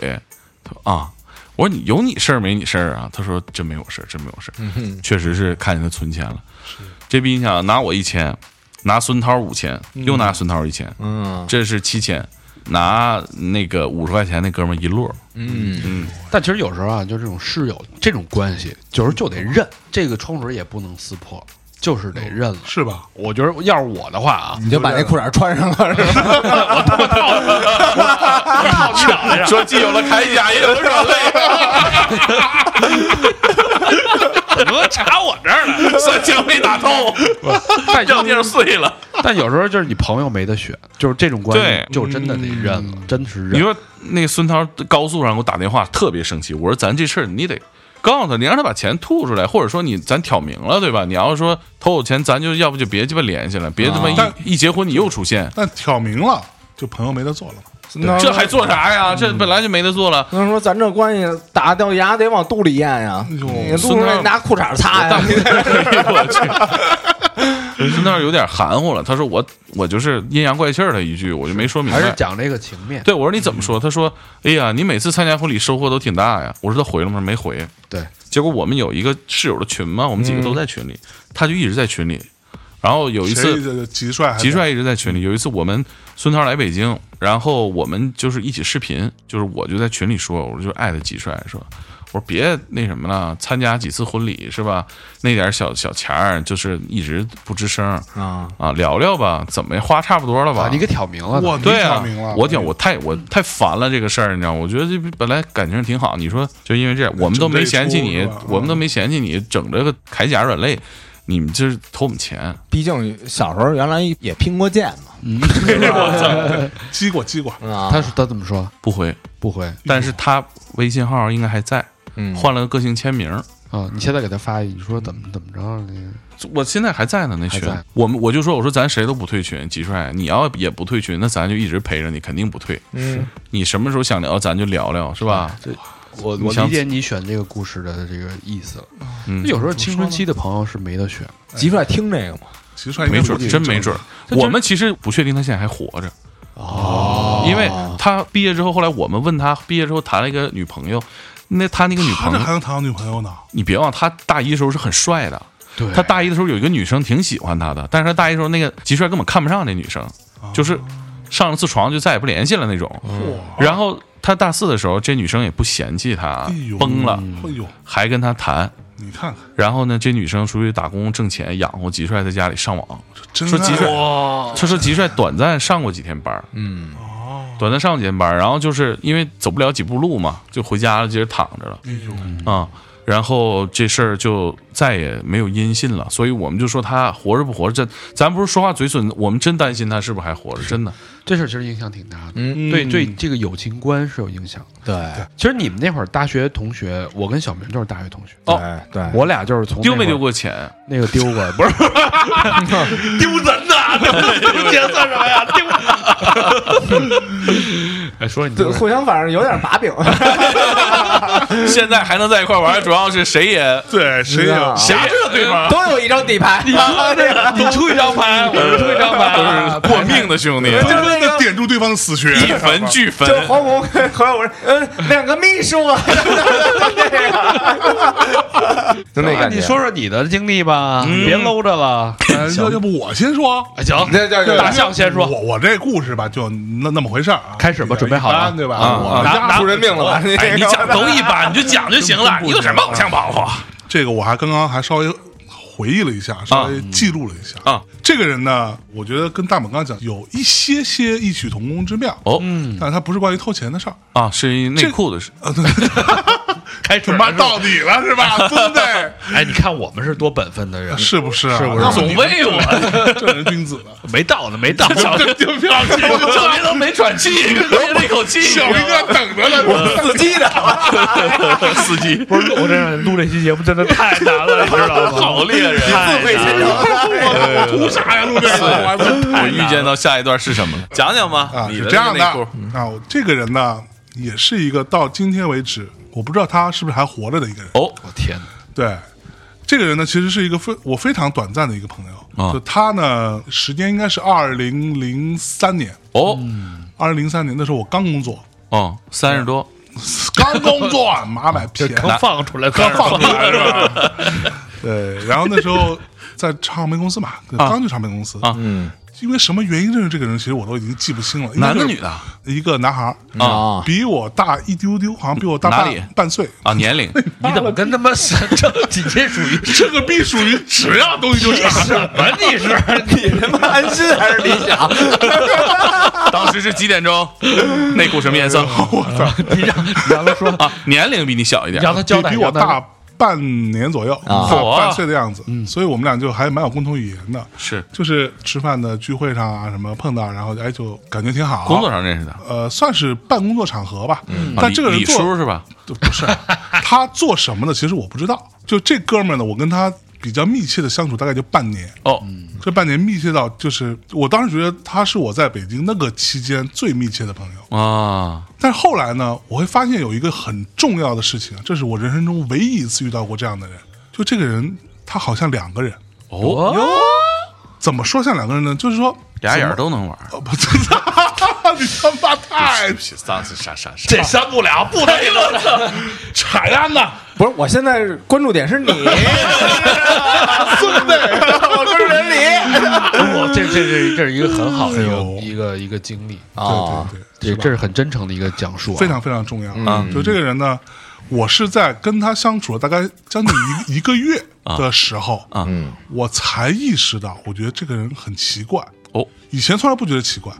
Speaker 4: 他说啊，我说你有你事儿没你事儿啊？他说真没有事儿，真没有事
Speaker 2: 嗯
Speaker 4: 儿，确实是看见他存钱了。这逼你想拿我一千，拿孙涛五千，又拿孙涛一千，
Speaker 2: 嗯
Speaker 4: 这是七千，拿那个五十块钱那哥们儿一摞，
Speaker 2: 嗯，
Speaker 5: 但其实有时候啊，就这种室友这种关系，有时候就得认，这个窗嘴也不能撕破，就是得认了。
Speaker 3: 是吧？
Speaker 5: 我觉得要是我的话啊，
Speaker 2: 你就把那裤衩穿上了 是吧？
Speaker 4: 说既有了铠甲，也有了啊软肋，
Speaker 5: 怎么查我这儿来？
Speaker 4: 算枪没打透，
Speaker 5: 但
Speaker 4: 让地上碎了。
Speaker 5: 但有时候就是你朋友没得选，就是这种关
Speaker 4: 对
Speaker 5: 系，就真的得认了，真的是
Speaker 4: 你
Speaker 5: 认。
Speaker 4: 说那孙涛高速上给我打电话，特别生气。我说咱这事儿你得告诉他，你让他把钱吐出来，或者说你咱挑明了，对吧？你要是说偷我钱，咱就要不就别鸡巴联系了，别他妈一、
Speaker 3: 但
Speaker 4: 一结婚你又出现，
Speaker 3: 但挑明了，就朋友没得做了嘛。
Speaker 4: 这还做啥呀？这本来就没得做了。
Speaker 2: 那说咱这关系打掉牙得往肚里咽呀，
Speaker 3: 哎呦
Speaker 2: 你路上得拿裤衩擦
Speaker 4: 但
Speaker 2: 呀，
Speaker 4: 我去， 孙涛有点含糊了。他说我我就是阴阳怪气儿了一句，我就没说明
Speaker 5: 还是
Speaker 4: 白。
Speaker 5: 讲这个情面，
Speaker 4: 对，我说你怎么说？他说，哎呀，你每次参加婚礼收获都挺大呀。我说他回了吗？没回。
Speaker 5: 对，嗯
Speaker 4: 结果我们有一个室友的群嘛，我们几个都在群里，他就一直在群里。然后有一次，
Speaker 3: 次吉帅还在，
Speaker 4: 吉帅一直在群里。有一次我们孙涛来北京，然后我们就是一起视频，就是我就在群里说，我就艾特吉帅说，我说别那什么了，参加几次婚礼是吧？那点小小钱儿就是一直不吱声
Speaker 2: 啊，
Speaker 4: 啊，聊聊吧，怎么花差不多了吧？
Speaker 5: 把啊你给挑明了的。
Speaker 3: 哇，你
Speaker 4: 对
Speaker 3: 挑
Speaker 4: 啊
Speaker 3: 明了，，
Speaker 4: 我讲我太我太烦了这个事儿，你知道吗？我觉得这本来感情挺好，你说就因为这样，我们都没嫌弃
Speaker 3: 整这一
Speaker 4: 你
Speaker 3: 出是吧，
Speaker 4: 我们都没嫌弃你，整这个铠甲软肋，你们这是偷我们钱，
Speaker 2: 毕竟小时候原来也拼过剑
Speaker 3: 激过激过，
Speaker 2: 嘛，啊，
Speaker 5: 嗯他说他怎么说？
Speaker 4: 不回。
Speaker 5: 不回
Speaker 4: 但是他微信号应该还在，
Speaker 2: 嗯
Speaker 4: 换了个个性签名。
Speaker 5: 啊！你现在给他发，你说怎么怎么着啊了呢？
Speaker 4: 我现在还在呢，那群
Speaker 5: 还在
Speaker 4: 我们我就说我说咱谁都不退群，吉帅你要也不退群，那咱就一直陪着你，肯定不退。
Speaker 2: 嗯，
Speaker 4: 你什么时候想聊咱就聊聊，是吧？
Speaker 5: 我
Speaker 4: 你
Speaker 5: 我
Speaker 4: 想
Speaker 5: 理解你选这个故事的这个意思了。
Speaker 4: 嗯
Speaker 5: 有时候青春期的朋友是没得选，
Speaker 2: 吉帅听这个嘛，
Speaker 3: 吉帅应该
Speaker 4: 没准
Speaker 3: 不
Speaker 4: 儿，
Speaker 3: 是
Speaker 4: 真没准儿。我们其实不确定他现在还活着。哦，因为他毕业之后，后来我们问他毕业之后谈了一个女朋友，那他那个女
Speaker 3: 他
Speaker 4: 朋
Speaker 3: 这还
Speaker 4: 友，
Speaker 3: 能谈到女朋友呢？
Speaker 4: 你别忘他大一的时候是很帅的。
Speaker 5: 对
Speaker 4: 他大一的时候有一个女生挺喜欢他的，但是他大一的时候那个吉帅根本看不上那女生，就是上了次床就再也不联系了那种。
Speaker 3: 哦
Speaker 4: 然后他大四的时候，这女生也不嫌弃他
Speaker 3: 哎呦，，
Speaker 4: 啊崩了，
Speaker 3: 哎呦，
Speaker 4: 还跟他谈。
Speaker 3: 你看看，
Speaker 4: 然后呢，这女生出去打工挣钱养活吉帅，在家里上网。
Speaker 3: 真
Speaker 4: 说吉
Speaker 3: 爱
Speaker 4: 帅，他说吉帅短暂上过几天班儿，
Speaker 2: 嗯，
Speaker 4: 短暂上过几天班儿，然后就是因为走不了几步路嘛，就回家了，接着躺着了
Speaker 3: 哎呦，
Speaker 4: 啊、然后这事儿就再也没有音信了，所以我们就说他活着不活着，这咱不是说话嘴损，我们真担心他是不是还活着，真的。
Speaker 5: 这事儿其实影响挺大的，
Speaker 2: 嗯
Speaker 5: 对对，这个友情观是有影响的。
Speaker 2: 对
Speaker 5: 其实你们那会儿大学同学，我跟小明就是大学同学，
Speaker 4: 哦
Speaker 2: 对对，
Speaker 5: 我俩就是从
Speaker 4: 丢没丢
Speaker 5: 过
Speaker 4: 过钱？
Speaker 5: 那个丢过，不是
Speaker 4: 丢人呐！丢钱算什么呀？丢
Speaker 5: 哎说你
Speaker 2: 对
Speaker 5: 丢人
Speaker 2: 互相反正有点 把柄，
Speaker 4: 现在还能在一块玩，主要是谁也
Speaker 3: 对，谁也
Speaker 4: 谁也对方
Speaker 2: 都有一张底 牌。啊这个
Speaker 4: 你出一张牌，我出一张牌，都是过命的兄弟，
Speaker 2: 就
Speaker 3: 真
Speaker 2: 是那
Speaker 3: 的
Speaker 2: 个
Speaker 3: 点住对方的死 穴，
Speaker 4: 一分俱 分
Speaker 2: 就。是黄宏跟何耀文，嗯，两个秘书啊， 就那
Speaker 5: 啊
Speaker 2: 感觉。
Speaker 5: 你说说你的经历吧，
Speaker 4: 嗯
Speaker 5: 别搂着了。
Speaker 3: 呃要要不我先说。
Speaker 5: 哎，行，
Speaker 2: 这这这
Speaker 5: 大象先说，
Speaker 3: 我我这故事吧，就那那么回事儿啊。
Speaker 5: 开始吧准备好了啊
Speaker 3: 一般对吧？
Speaker 4: 啊
Speaker 3: 我
Speaker 2: 拿
Speaker 3: 压
Speaker 2: 出人命了吧？
Speaker 4: 哎，你讲都一般，你就讲就行了，
Speaker 3: 真不
Speaker 4: 你有什么偶像包袱？
Speaker 3: 这个我还刚刚还稍微回忆了一
Speaker 5: 啊
Speaker 3: 下，稍微记录了一下
Speaker 4: 啊。
Speaker 3: 这个人呢，我觉得跟大本刚讲有一些些异曲同工之妙，
Speaker 4: 哦
Speaker 3: 但是他不是关于偷钱的事儿。
Speaker 4: 啊，是一内裤的事。
Speaker 5: 开始
Speaker 3: 他妈到底了是吧， 孙子？
Speaker 5: 哎，你看我们是多本分的 人，
Speaker 3: 是不是啊？
Speaker 5: 是不是
Speaker 3: 那
Speaker 4: 总
Speaker 3: 你
Speaker 4: 喂我，
Speaker 3: 正人君子了。
Speaker 5: 没到呢，没到。
Speaker 4: 小明就 小 明都没喘 气，憋了一口气。
Speaker 3: 小明哥等着呢，我
Speaker 2: 司机的，
Speaker 4: 司机，
Speaker 5: 不是我这录这期节目真的太难了，你知 道吗？
Speaker 4: 好猎人，
Speaker 2: 啊自毁前程。
Speaker 3: 我 图啥呀？录这个，我还不
Speaker 4: 我遇见到下一段是什么了？ 讲讲吧
Speaker 3: 啊，，
Speaker 4: 你
Speaker 3: 是
Speaker 4: 的
Speaker 3: 这样
Speaker 4: 那
Speaker 3: 的
Speaker 4: 内裤嗯
Speaker 3: 啊。我这个人呢，也是一个到今天为止，我不知道他是不是还活着的一个人。
Speaker 4: 哦，
Speaker 5: 我天哪！
Speaker 3: 对，这个人呢，其实是一个非我非常短暂的一个朋友。
Speaker 4: 啊
Speaker 3: 就他呢，时间应该是二零零三年，
Speaker 4: 哦
Speaker 3: 二零零三年那时候我刚工 作，
Speaker 4: 哦，三十多，
Speaker 3: 刚工作，啊妈卖便宜，
Speaker 5: 刚放 出来，
Speaker 3: 刚
Speaker 5: 刚
Speaker 3: 放出来是吧？对，然后那时候在唱片公司嘛，对刚去唱片公司
Speaker 4: 啊
Speaker 3: 嗯，因为什么原因认识这个人，其实我都已经记不清了。应该
Speaker 4: 男的
Speaker 3: 是
Speaker 4: 女的啊？
Speaker 3: 一个男孩儿
Speaker 4: 啊
Speaker 3: 比我大一丢丢，好像比我大
Speaker 4: 哪里
Speaker 3: 半半岁。
Speaker 4: 啊，年龄
Speaker 5: 你怎么跟他妈神正你这属于
Speaker 3: 这个必属于只要东西就
Speaker 5: 你
Speaker 3: 是
Speaker 5: 什么？你是
Speaker 2: 你他妈安心还是理想？
Speaker 4: 当时是几点钟？内裤什么颜色？
Speaker 3: 我操，
Speaker 5: 你让你让他说，
Speaker 4: 啊，年龄比你小一点
Speaker 5: 你，让他交代，
Speaker 3: 比比我
Speaker 5: 让他
Speaker 3: 大半年左右，
Speaker 2: 啊
Speaker 3: 大
Speaker 4: 嚯
Speaker 3: 半岁的样子，所以我们俩就还蛮有共同语言的，
Speaker 4: 嗯是
Speaker 3: 就是吃饭的聚会上啊什么碰到，然后哎就感觉挺好。
Speaker 4: 工作上认识的。
Speaker 3: 呃，算是半工作场合吧，
Speaker 5: 嗯
Speaker 4: 啊
Speaker 3: 但
Speaker 4: 李
Speaker 3: 这个人
Speaker 4: 李
Speaker 3: 做
Speaker 4: 叔是吧？
Speaker 3: 就 不是他做什么的，其实我不知道。就这哥们儿呢，我跟他比较密切的相处大概就半年，
Speaker 4: 哦，
Speaker 5: 嗯
Speaker 3: 这半年密切到就是我当时觉得他是我在北京那个期间最密切的朋友。
Speaker 4: 啊，
Speaker 3: 但是后来呢，我会发现有一个很重要的事情，啊这是我人生中唯一一次遇到过这样的人。就这个人，他好像两个人，
Speaker 4: 哦，
Speaker 3: 怎么说像两个人呢？就是说
Speaker 4: 俩眼儿都能玩。哎
Speaker 3: 呃不， 你他妈太
Speaker 4: 丧尸啥啥啥？
Speaker 5: 这删不了，不能
Speaker 3: 馋呀呢！
Speaker 2: 不是，我现在关注点 是你，孙子，我关注人里
Speaker 5: 我这这这这是一个很好的一
Speaker 3: 哎
Speaker 5: 个
Speaker 3: 呦
Speaker 5: 一个一个经历，
Speaker 2: 啊
Speaker 3: 对对对，
Speaker 5: 这这是很真诚的一个讲述啊，
Speaker 3: 非常非常重要。啊！就这个人呢，我是在跟他相处了大概将近一一个月的时候，
Speaker 4: 啊
Speaker 3: 嗯，我才意识到，我觉得这个人很奇怪。
Speaker 4: 哦，
Speaker 3: 以前从来不觉得奇怪，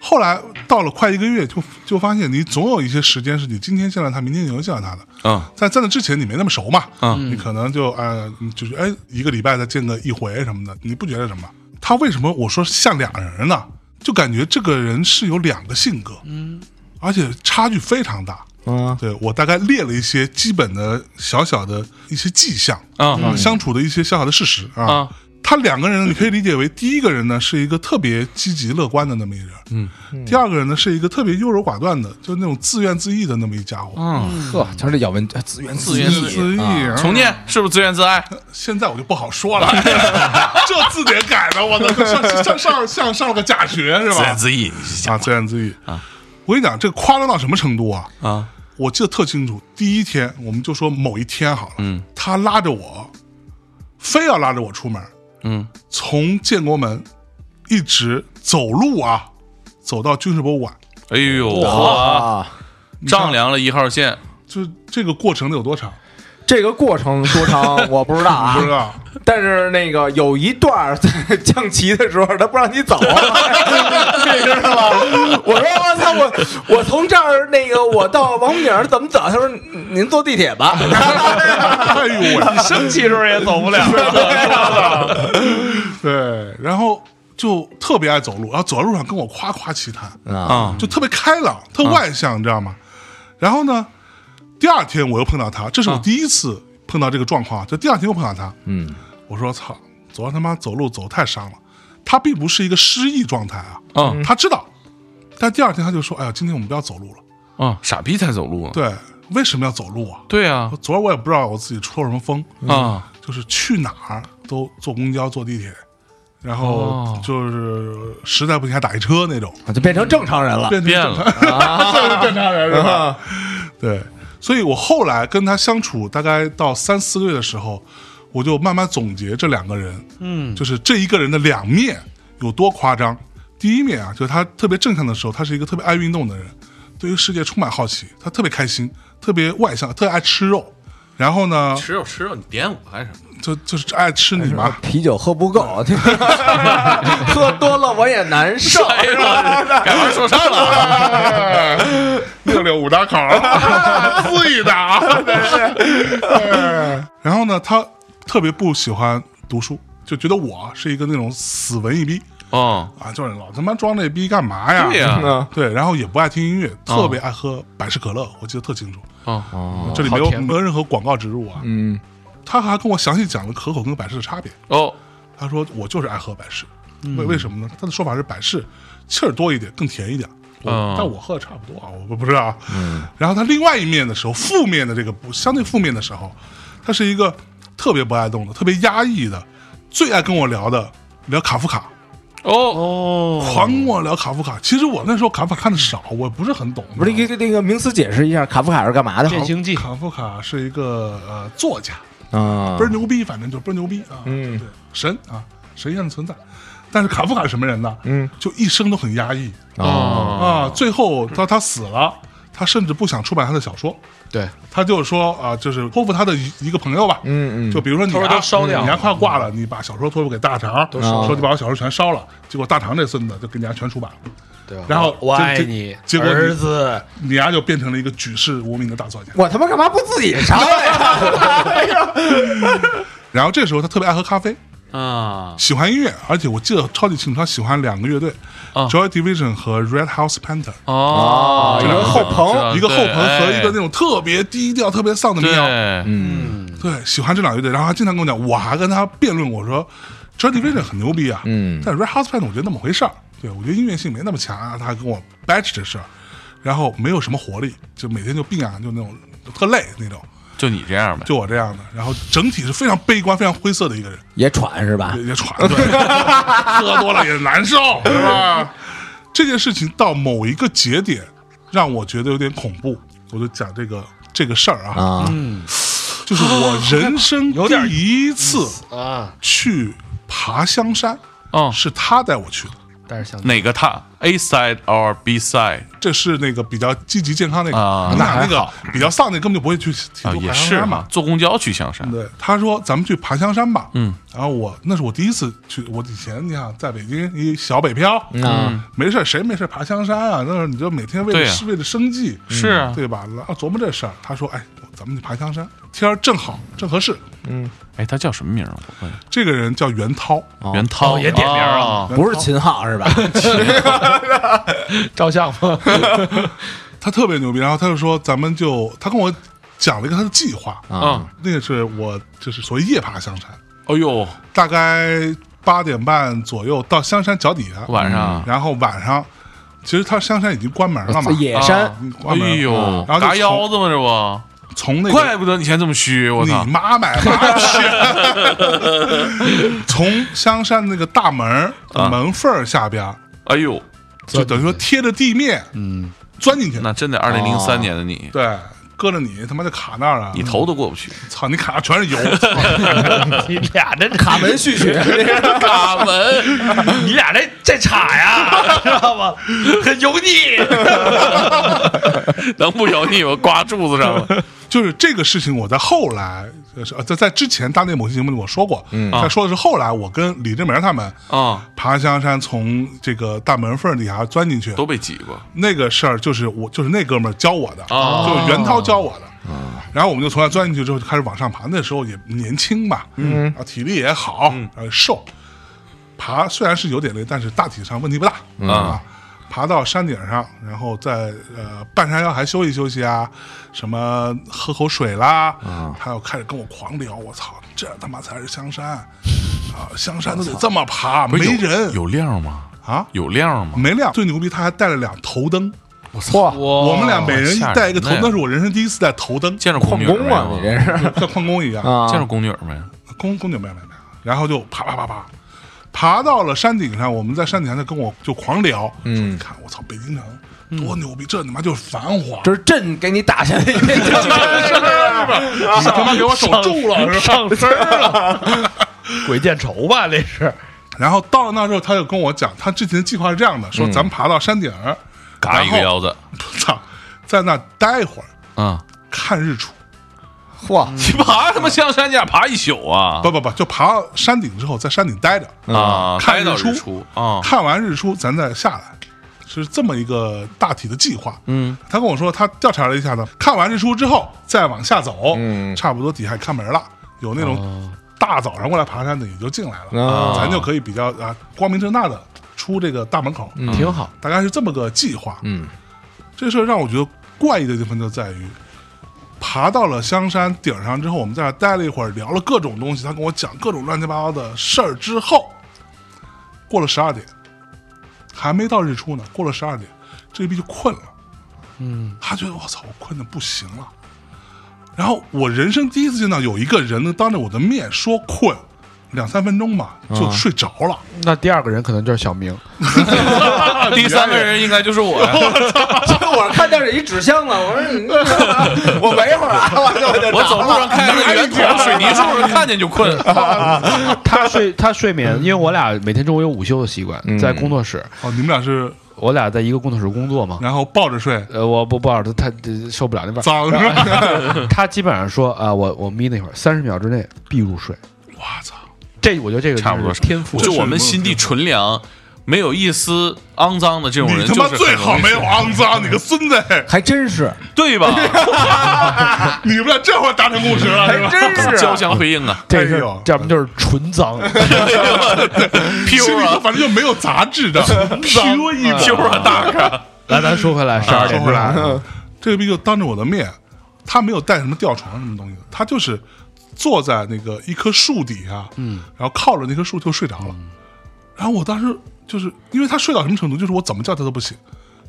Speaker 3: 后来到了快一个月就，就发现你总有一些时间是你今天见到他，明天你又见到他的。
Speaker 4: 嗯
Speaker 3: 在在那之前，你没那么熟嘛，
Speaker 4: 嗯
Speaker 3: 你可能就呃，就是哎，一个礼拜再见个一回什么的，你不觉得什么？他为什么我说像俩人呢？就感觉这个人是有两个性格，嗯，而且差距非常大。
Speaker 2: 啊！
Speaker 3: 对我大概列了一些基本的小小的一些迹象，
Speaker 5: 嗯
Speaker 4: 啊
Speaker 3: 啊，相处的一些小小的事实啊。
Speaker 4: 啊
Speaker 3: 他两个人，你可以理解为第一个人呢是一个特别积极乐观的那么一人，嗯，第二个人呢是一个特别优柔寡断的，就那种自怨自艾的那么一家伙，
Speaker 4: 嗯，
Speaker 2: 呵，瞧这咬文自怨
Speaker 4: 自怨
Speaker 3: 自
Speaker 4: 自
Speaker 3: 艾。啊
Speaker 4: 重建是不是自怨自艾？
Speaker 3: 现在我就不好说了， 这字典改的，我操，上上上上上了个假学是
Speaker 4: 自
Speaker 3: 吧
Speaker 4: 怨？自艾
Speaker 3: 啊，自怨自艾啊！我跟你讲，这夸张到什么程度啊？
Speaker 4: 啊！
Speaker 3: 我记得特清楚，第一天我们就说某一天好了，
Speaker 4: 嗯，
Speaker 3: 他拉着我，非要拉着我出门，
Speaker 4: 嗯，
Speaker 3: 从建国门一直走路啊，走到军事博物馆，
Speaker 4: 哎呦，
Speaker 2: 啊！
Speaker 4: 丈量了一号线，
Speaker 3: 就这个过程得有多长？
Speaker 2: 这个过程多 长我不知道啊
Speaker 3: 不，知道，
Speaker 2: 但是那个有一段儿在降旗的时候，他不让你走， 你知道吗？我说我操，我我从这儿那个我到王府井儿怎么走？他说您坐地铁 吧。
Speaker 3: 哎呦喂，
Speaker 6: 生气时候也走不了。
Speaker 3: 对，然后就特别爱走路，然后走在路上跟我夸夸其谈，
Speaker 4: 啊，
Speaker 3: 就特别开朗，特外向，你知道吗？然后呢，第二天我又碰到他，这是我
Speaker 4: 啊
Speaker 3: 第一次碰到这个状况啊，就第二天又碰到他，
Speaker 6: 嗯，
Speaker 3: 我说操，昨天他妈走路走太伤了，他并不是一个失忆状态啊，
Speaker 4: 嗯
Speaker 3: 他知道，但第二天他就说，哎呀，今天我们不要走路了，
Speaker 4: 啊，傻逼才走路呢。
Speaker 3: 对，为什么要走路啊？
Speaker 4: 对啊
Speaker 3: 我，昨儿我也不知道我自己抽什么风，
Speaker 4: 啊，
Speaker 3: 就是去哪儿都坐公交、坐地铁，然后
Speaker 4: 哦
Speaker 3: 就是实在不行还打一车那种，
Speaker 2: 就变成正常人了，啊
Speaker 3: 变成
Speaker 4: 变
Speaker 3: 正
Speaker 4: 了
Speaker 3: 常算是正常人是吧？对，所以我后来跟他相处大概到三四个月的时候，我就慢慢总结这两个人，嗯，就是这一个人的两面有多夸张。第一面啊，就是他特别正向的时候，他是一个特别爱运动的人，对于世界充满好奇，他特别开心，特别外向，特别爱吃肉。然后呢，
Speaker 4: 吃肉吃肉，你点我干什么？
Speaker 3: 就哎就是爱吃你妈，
Speaker 2: 啤酒喝不够，喝多了我也难受。
Speaker 4: 哎
Speaker 2: 是吧
Speaker 4: 改玩说唱了，
Speaker 3: 六六五大口，自己的啊。对然后呢，他特别不喜欢读书，就觉得我是一个那种死文艺逼
Speaker 4: 哦，
Speaker 3: 啊，就是老他妈装这逼干嘛呀？
Speaker 4: 对呀
Speaker 2: 嗯
Speaker 3: 对然后也不爱听音乐，特别爱喝百事可乐，我记得特清楚。
Speaker 4: 哦
Speaker 3: 这里没
Speaker 5: 好
Speaker 3: 有
Speaker 5: 甜
Speaker 3: 没有任何广告植入啊。
Speaker 2: 嗯，
Speaker 3: 他还跟我详细讲了可口跟百事的差别。
Speaker 4: 哦，
Speaker 3: 他说我就是爱喝百事，为、为什么呢？他的说法是百事气儿多一点，更甜一点。我
Speaker 4: 嗯
Speaker 3: 但我喝的差不多啊，我不不知道。嗯。然后他另外一面的时候，负面的这个不相对负面的时候，他是一个特别不爱动的、特别压抑的，最爱跟我聊的聊卡夫卡，
Speaker 4: 哦，
Speaker 3: 狂跟我聊卡夫卡。其实我那时候卡夫卡看的少，我不是很懂。
Speaker 2: 嗯不是
Speaker 3: 你知道吗
Speaker 2: 给给那个名词解释一下，卡夫卡是干嘛的？
Speaker 5: 变形记，
Speaker 3: 卡夫卡是一个呃作家，
Speaker 2: 啊
Speaker 3: 倍儿牛逼，反正就倍儿牛逼啊，
Speaker 2: 嗯
Speaker 3: 对，神啊，神一样的存在。但是卡夫卡是什么人呢？
Speaker 2: 嗯，
Speaker 3: 就一生都很压抑，
Speaker 2: 啊，
Speaker 3: 啊，最后到他死了，他甚至不想出版他的小说，
Speaker 5: 对，
Speaker 3: 他就说啊，就是托付他的一一个朋友吧，
Speaker 2: 嗯嗯
Speaker 3: 就比如说你
Speaker 5: 他说
Speaker 3: 啊
Speaker 5: 都烧掉
Speaker 3: 你家快挂了，你把小说托付给大肠，
Speaker 2: 烧
Speaker 3: 说你把我小说全烧了，结果大肠这孙子就给你家全出版了，
Speaker 5: 对吧
Speaker 3: 然后
Speaker 5: 我
Speaker 3: 就
Speaker 5: 爱
Speaker 3: 就
Speaker 5: 你，
Speaker 3: 结果你
Speaker 5: 儿子，
Speaker 3: 你家就变成了一个举世无名的大作家。
Speaker 2: 我他妈干嘛不自己上来呀？
Speaker 3: 然后这时候他特别爱喝咖啡，
Speaker 4: 啊，
Speaker 3: 喜欢音乐，而且我记得超级清楚，他喜欢两个乐队、
Speaker 4: 啊
Speaker 3: j o y Division 和 Red House Panther。
Speaker 4: 哦，
Speaker 2: 一个后
Speaker 4: 知
Speaker 2: 棚，
Speaker 4: 道
Speaker 3: 一个后棚和一个那
Speaker 4: 对
Speaker 3: 种特别低调、特别丧的民谣，
Speaker 4: 哎对，
Speaker 2: 嗯
Speaker 3: 对，喜欢这两个乐队，然后他经常跟我讲，我还跟他辩论，我说 Joy Division 很牛逼啊，
Speaker 2: 嗯
Speaker 3: 但 Red House Band 我觉得那么回事儿，对我觉得音乐性没那么强啊，他还跟我掰扯这事儿，然后没有什么活力，就每天就病啊，就那种就特累那种，
Speaker 4: 就你这样呗，
Speaker 3: 就我这样的，然后整体是非常悲观、非常灰色的一个人，
Speaker 2: 也喘是吧
Speaker 3: 也？也喘，对，喝多了也难受，是吧？这件事情到某一个节点，让我觉得有点恐怖，我就讲这个这个事儿啊，
Speaker 2: 啊，
Speaker 3: 就是我人生
Speaker 5: 嗯有点
Speaker 3: 第一次。
Speaker 5: 啊，
Speaker 3: 去爬香山，
Speaker 4: 哦，
Speaker 3: 是他带我去的。
Speaker 5: 但是想
Speaker 4: 哪个他 A side or B side
Speaker 3: 这是那个比较积极健康那个，
Speaker 4: 啊
Speaker 3: 那
Speaker 4: 那还
Speaker 3: 那个
Speaker 4: 好
Speaker 3: 比较丧那根本就不会去提
Speaker 4: 啊，
Speaker 3: 出
Speaker 4: 也
Speaker 3: 爬香
Speaker 4: 是
Speaker 3: 山
Speaker 4: 嘛
Speaker 3: 嘛，。
Speaker 4: 坐公交去象山，
Speaker 3: 对，他说咱们去爬香山吧。
Speaker 4: 嗯，
Speaker 3: 然后我那是我第一次去，我以前你想在北京一小北漂，
Speaker 2: 啊，
Speaker 3: 没事儿谁没事儿爬香山啊？那你就每天为
Speaker 4: 嗯对
Speaker 3: 了、
Speaker 4: 呀
Speaker 3: 是为了生计，
Speaker 4: 是啊
Speaker 3: 对吧？然后琢磨这事儿，他说哎，咱们去爬香山，天儿正好，正合适。
Speaker 4: 哎，他叫什么名儿啊？我问一下
Speaker 3: 这个人叫袁涛，
Speaker 4: 袁涛哦也点名啊了，
Speaker 2: 不是秦昊是吧？
Speaker 5: 照相吗？
Speaker 3: 他特别牛逼，然后他就说咱们就他跟我讲了一个他的计划啊
Speaker 4: 啊，
Speaker 3: 那个是我就是所谓夜爬香山，
Speaker 4: 哎呦，
Speaker 3: 大概八点半左右到香山脚底下，
Speaker 4: 晚上，啊
Speaker 3: 然后晚上，其实它香山已经关门了嘛，
Speaker 2: 野山
Speaker 4: 啊
Speaker 3: 嗯关
Speaker 4: 哎
Speaker 3: 门了
Speaker 4: 呦
Speaker 3: 嗯，然后就
Speaker 4: 嘎
Speaker 3: 从
Speaker 4: 腰子吗？这不，
Speaker 3: 从那
Speaker 4: 怪
Speaker 3: 个
Speaker 4: 不得你以前这么虚，我操
Speaker 3: 你！妈买嘛去， 从香山那个大门
Speaker 4: 啊
Speaker 3: 门缝儿下边儿，
Speaker 4: 哎呦，
Speaker 3: 就等于说贴着地面，嗯，钻进去，
Speaker 4: 那真得二零零三年的你，
Speaker 3: 对，搁着你他妈就卡那儿了，
Speaker 4: 你头都过不去，
Speaker 3: 操，你卡全是油，
Speaker 5: 你俩这
Speaker 2: 卡门续曲，
Speaker 4: 卡门，
Speaker 5: 你俩这这岔呀，知道吗？很油腻。
Speaker 4: 能不油腻吗？刮柱子上了，
Speaker 3: 就是这个事情，我在后来，就是呃在在之前大内某期节目里我说过，
Speaker 2: 嗯
Speaker 3: 但说的是后来我跟李志明他们
Speaker 4: 啊，
Speaker 3: 爬香山从这个大门缝底下钻进去，
Speaker 4: 都被挤过。
Speaker 3: 那个事儿就是我就是那哥们儿教我的，
Speaker 4: 哦
Speaker 3: 就是袁涛教我的。
Speaker 4: 嗯
Speaker 3: 然后我们就从那钻进去之后就开始往上爬，那时候也年轻嘛，嗯，啊，体力也好，呃，瘦，爬虽然是有点累，但是大体上问题不大，
Speaker 4: 嗯
Speaker 3: 啊。爬到山顶上，然后在呃半山腰还休息休息啊，什么喝口水啦，
Speaker 4: 嗯
Speaker 3: 他又开始跟我狂聊，我操，这他妈才是香山啊！香山都得这么爬，没
Speaker 4: 不是有
Speaker 3: 人
Speaker 4: 有亮吗？
Speaker 3: 啊，
Speaker 4: 有亮吗？
Speaker 3: 没亮。最牛逼，他还带了两头灯，
Speaker 2: 嚯，
Speaker 5: 我
Speaker 4: 哦
Speaker 3: 我们俩每人
Speaker 4: 吓人
Speaker 3: 带一个头灯，
Speaker 4: 那个
Speaker 3: 那是我人生第一次带头灯，
Speaker 4: 见着宫
Speaker 2: 旷
Speaker 4: 女儿
Speaker 2: 工
Speaker 4: 没
Speaker 2: 啊，
Speaker 4: 有
Speaker 2: 你这是
Speaker 3: 像矿工一样。
Speaker 2: 啊
Speaker 4: 见着宫女儿没？
Speaker 3: 公公就没有没有没有，然后就爬爬爬爬，爬到了山顶上，我们在山顶上就跟我就狂聊，嗯、说你看我操北京城多牛逼，这他妈就是繁华，
Speaker 2: 这是朕给你打下的一个
Speaker 3: 你他妈给我守住了是吧？
Speaker 5: 上身了，鬼见愁吧？这是
Speaker 3: 然后到了那之后，他就跟我讲，他之前的计划是这样的，
Speaker 2: 嗯
Speaker 3: 说咱们爬到山顶儿，
Speaker 4: 嘎一个
Speaker 3: 然后
Speaker 4: 腰子，
Speaker 3: 操，在那待一会儿
Speaker 4: 嗯，
Speaker 3: 看日出，
Speaker 2: 嚯，
Speaker 4: 你爬他妈象山架爬一宿啊
Speaker 3: 不不不，就爬到山顶之后，在山顶待着，
Speaker 4: 啊！
Speaker 3: 看
Speaker 4: 待到
Speaker 3: 日
Speaker 4: 日
Speaker 3: 出
Speaker 4: 出啊，
Speaker 3: 看完日出咱再下来，是这么一个大体的计划。嗯，他跟我说他调查了一下呢，看完日出之后再往下走，
Speaker 2: 嗯
Speaker 3: 差不多底下看门了，有那种大早上过来爬山的也就进来了，
Speaker 2: 啊
Speaker 3: 咱就可以比较啊光明正大的出这个大门口，
Speaker 5: 挺好。
Speaker 3: 大概是这么个计划。
Speaker 2: 嗯，
Speaker 3: 这事儿让我觉得怪异的地方就在于。爬到了香山顶上之后，我们在那儿待了一会儿，聊了各种东西。他跟我讲各种乱七八糟的事儿之后，过了十二点，还没到日出呢，过了十二点，这逼就困了。嗯，他觉得我操，我困的不行了。然后我人生第一次见到有一个人能当着我的面说困，两三分钟吧就睡着了。
Speaker 5: 那第二个人可能就是小明，
Speaker 4: 第三个人应该就是我呀，
Speaker 2: 我看到是一纸箱子，我说你我没会儿啊，我就我就
Speaker 4: 我走路上看见那个圆筒水泥柱上看见就 困，
Speaker 5: 他睡他睡眠，因为我俩每天中午有午休的习惯，在工作室，
Speaker 3: 哦，你们俩是
Speaker 5: 我俩在一个工作室工作嘛。
Speaker 3: 然后抱着睡，
Speaker 5: 呃，我不不好意思，他他受不了那味儿。
Speaker 3: 脏是吧？
Speaker 5: 他基本上说啊、我我眯那会儿，三十秒之内必入睡。
Speaker 3: 我操！
Speaker 5: 这我觉得这个
Speaker 4: 差不多
Speaker 5: 就是天赋，
Speaker 4: 就我们心地纯良，没有一丝肮脏的这种
Speaker 3: 你
Speaker 4: 人，
Speaker 3: 他妈
Speaker 4: 就是
Speaker 3: 最好没有肮脏，你个孙 子！
Speaker 2: 还真是，
Speaker 4: 对 吧？
Speaker 3: 你们俩这会儿达成共识啊了是吧？
Speaker 2: 真
Speaker 4: 交相辉映 啊
Speaker 5: 这个
Speaker 3: 哎
Speaker 5: 是
Speaker 3: 呦
Speaker 5: 要么就是纯 脏，
Speaker 3: 心里
Speaker 4: ，pure
Speaker 3: 头
Speaker 4: 啊
Speaker 3: 反正就没有杂质的，pure 一
Speaker 4: pure 啊大哥，
Speaker 5: 来，咱说回来，十二
Speaker 3: 说
Speaker 5: 点
Speaker 3: 回
Speaker 5: 钟
Speaker 3: 来，这个逼就当着我的面，他没有带什么吊床什么东西的，他就是坐在那个一棵树底下，嗯，然后靠着那棵树就睡着了。
Speaker 4: 嗯
Speaker 3: 然后我当时就是因为他睡到什么程度，就是我怎么叫他都不醒，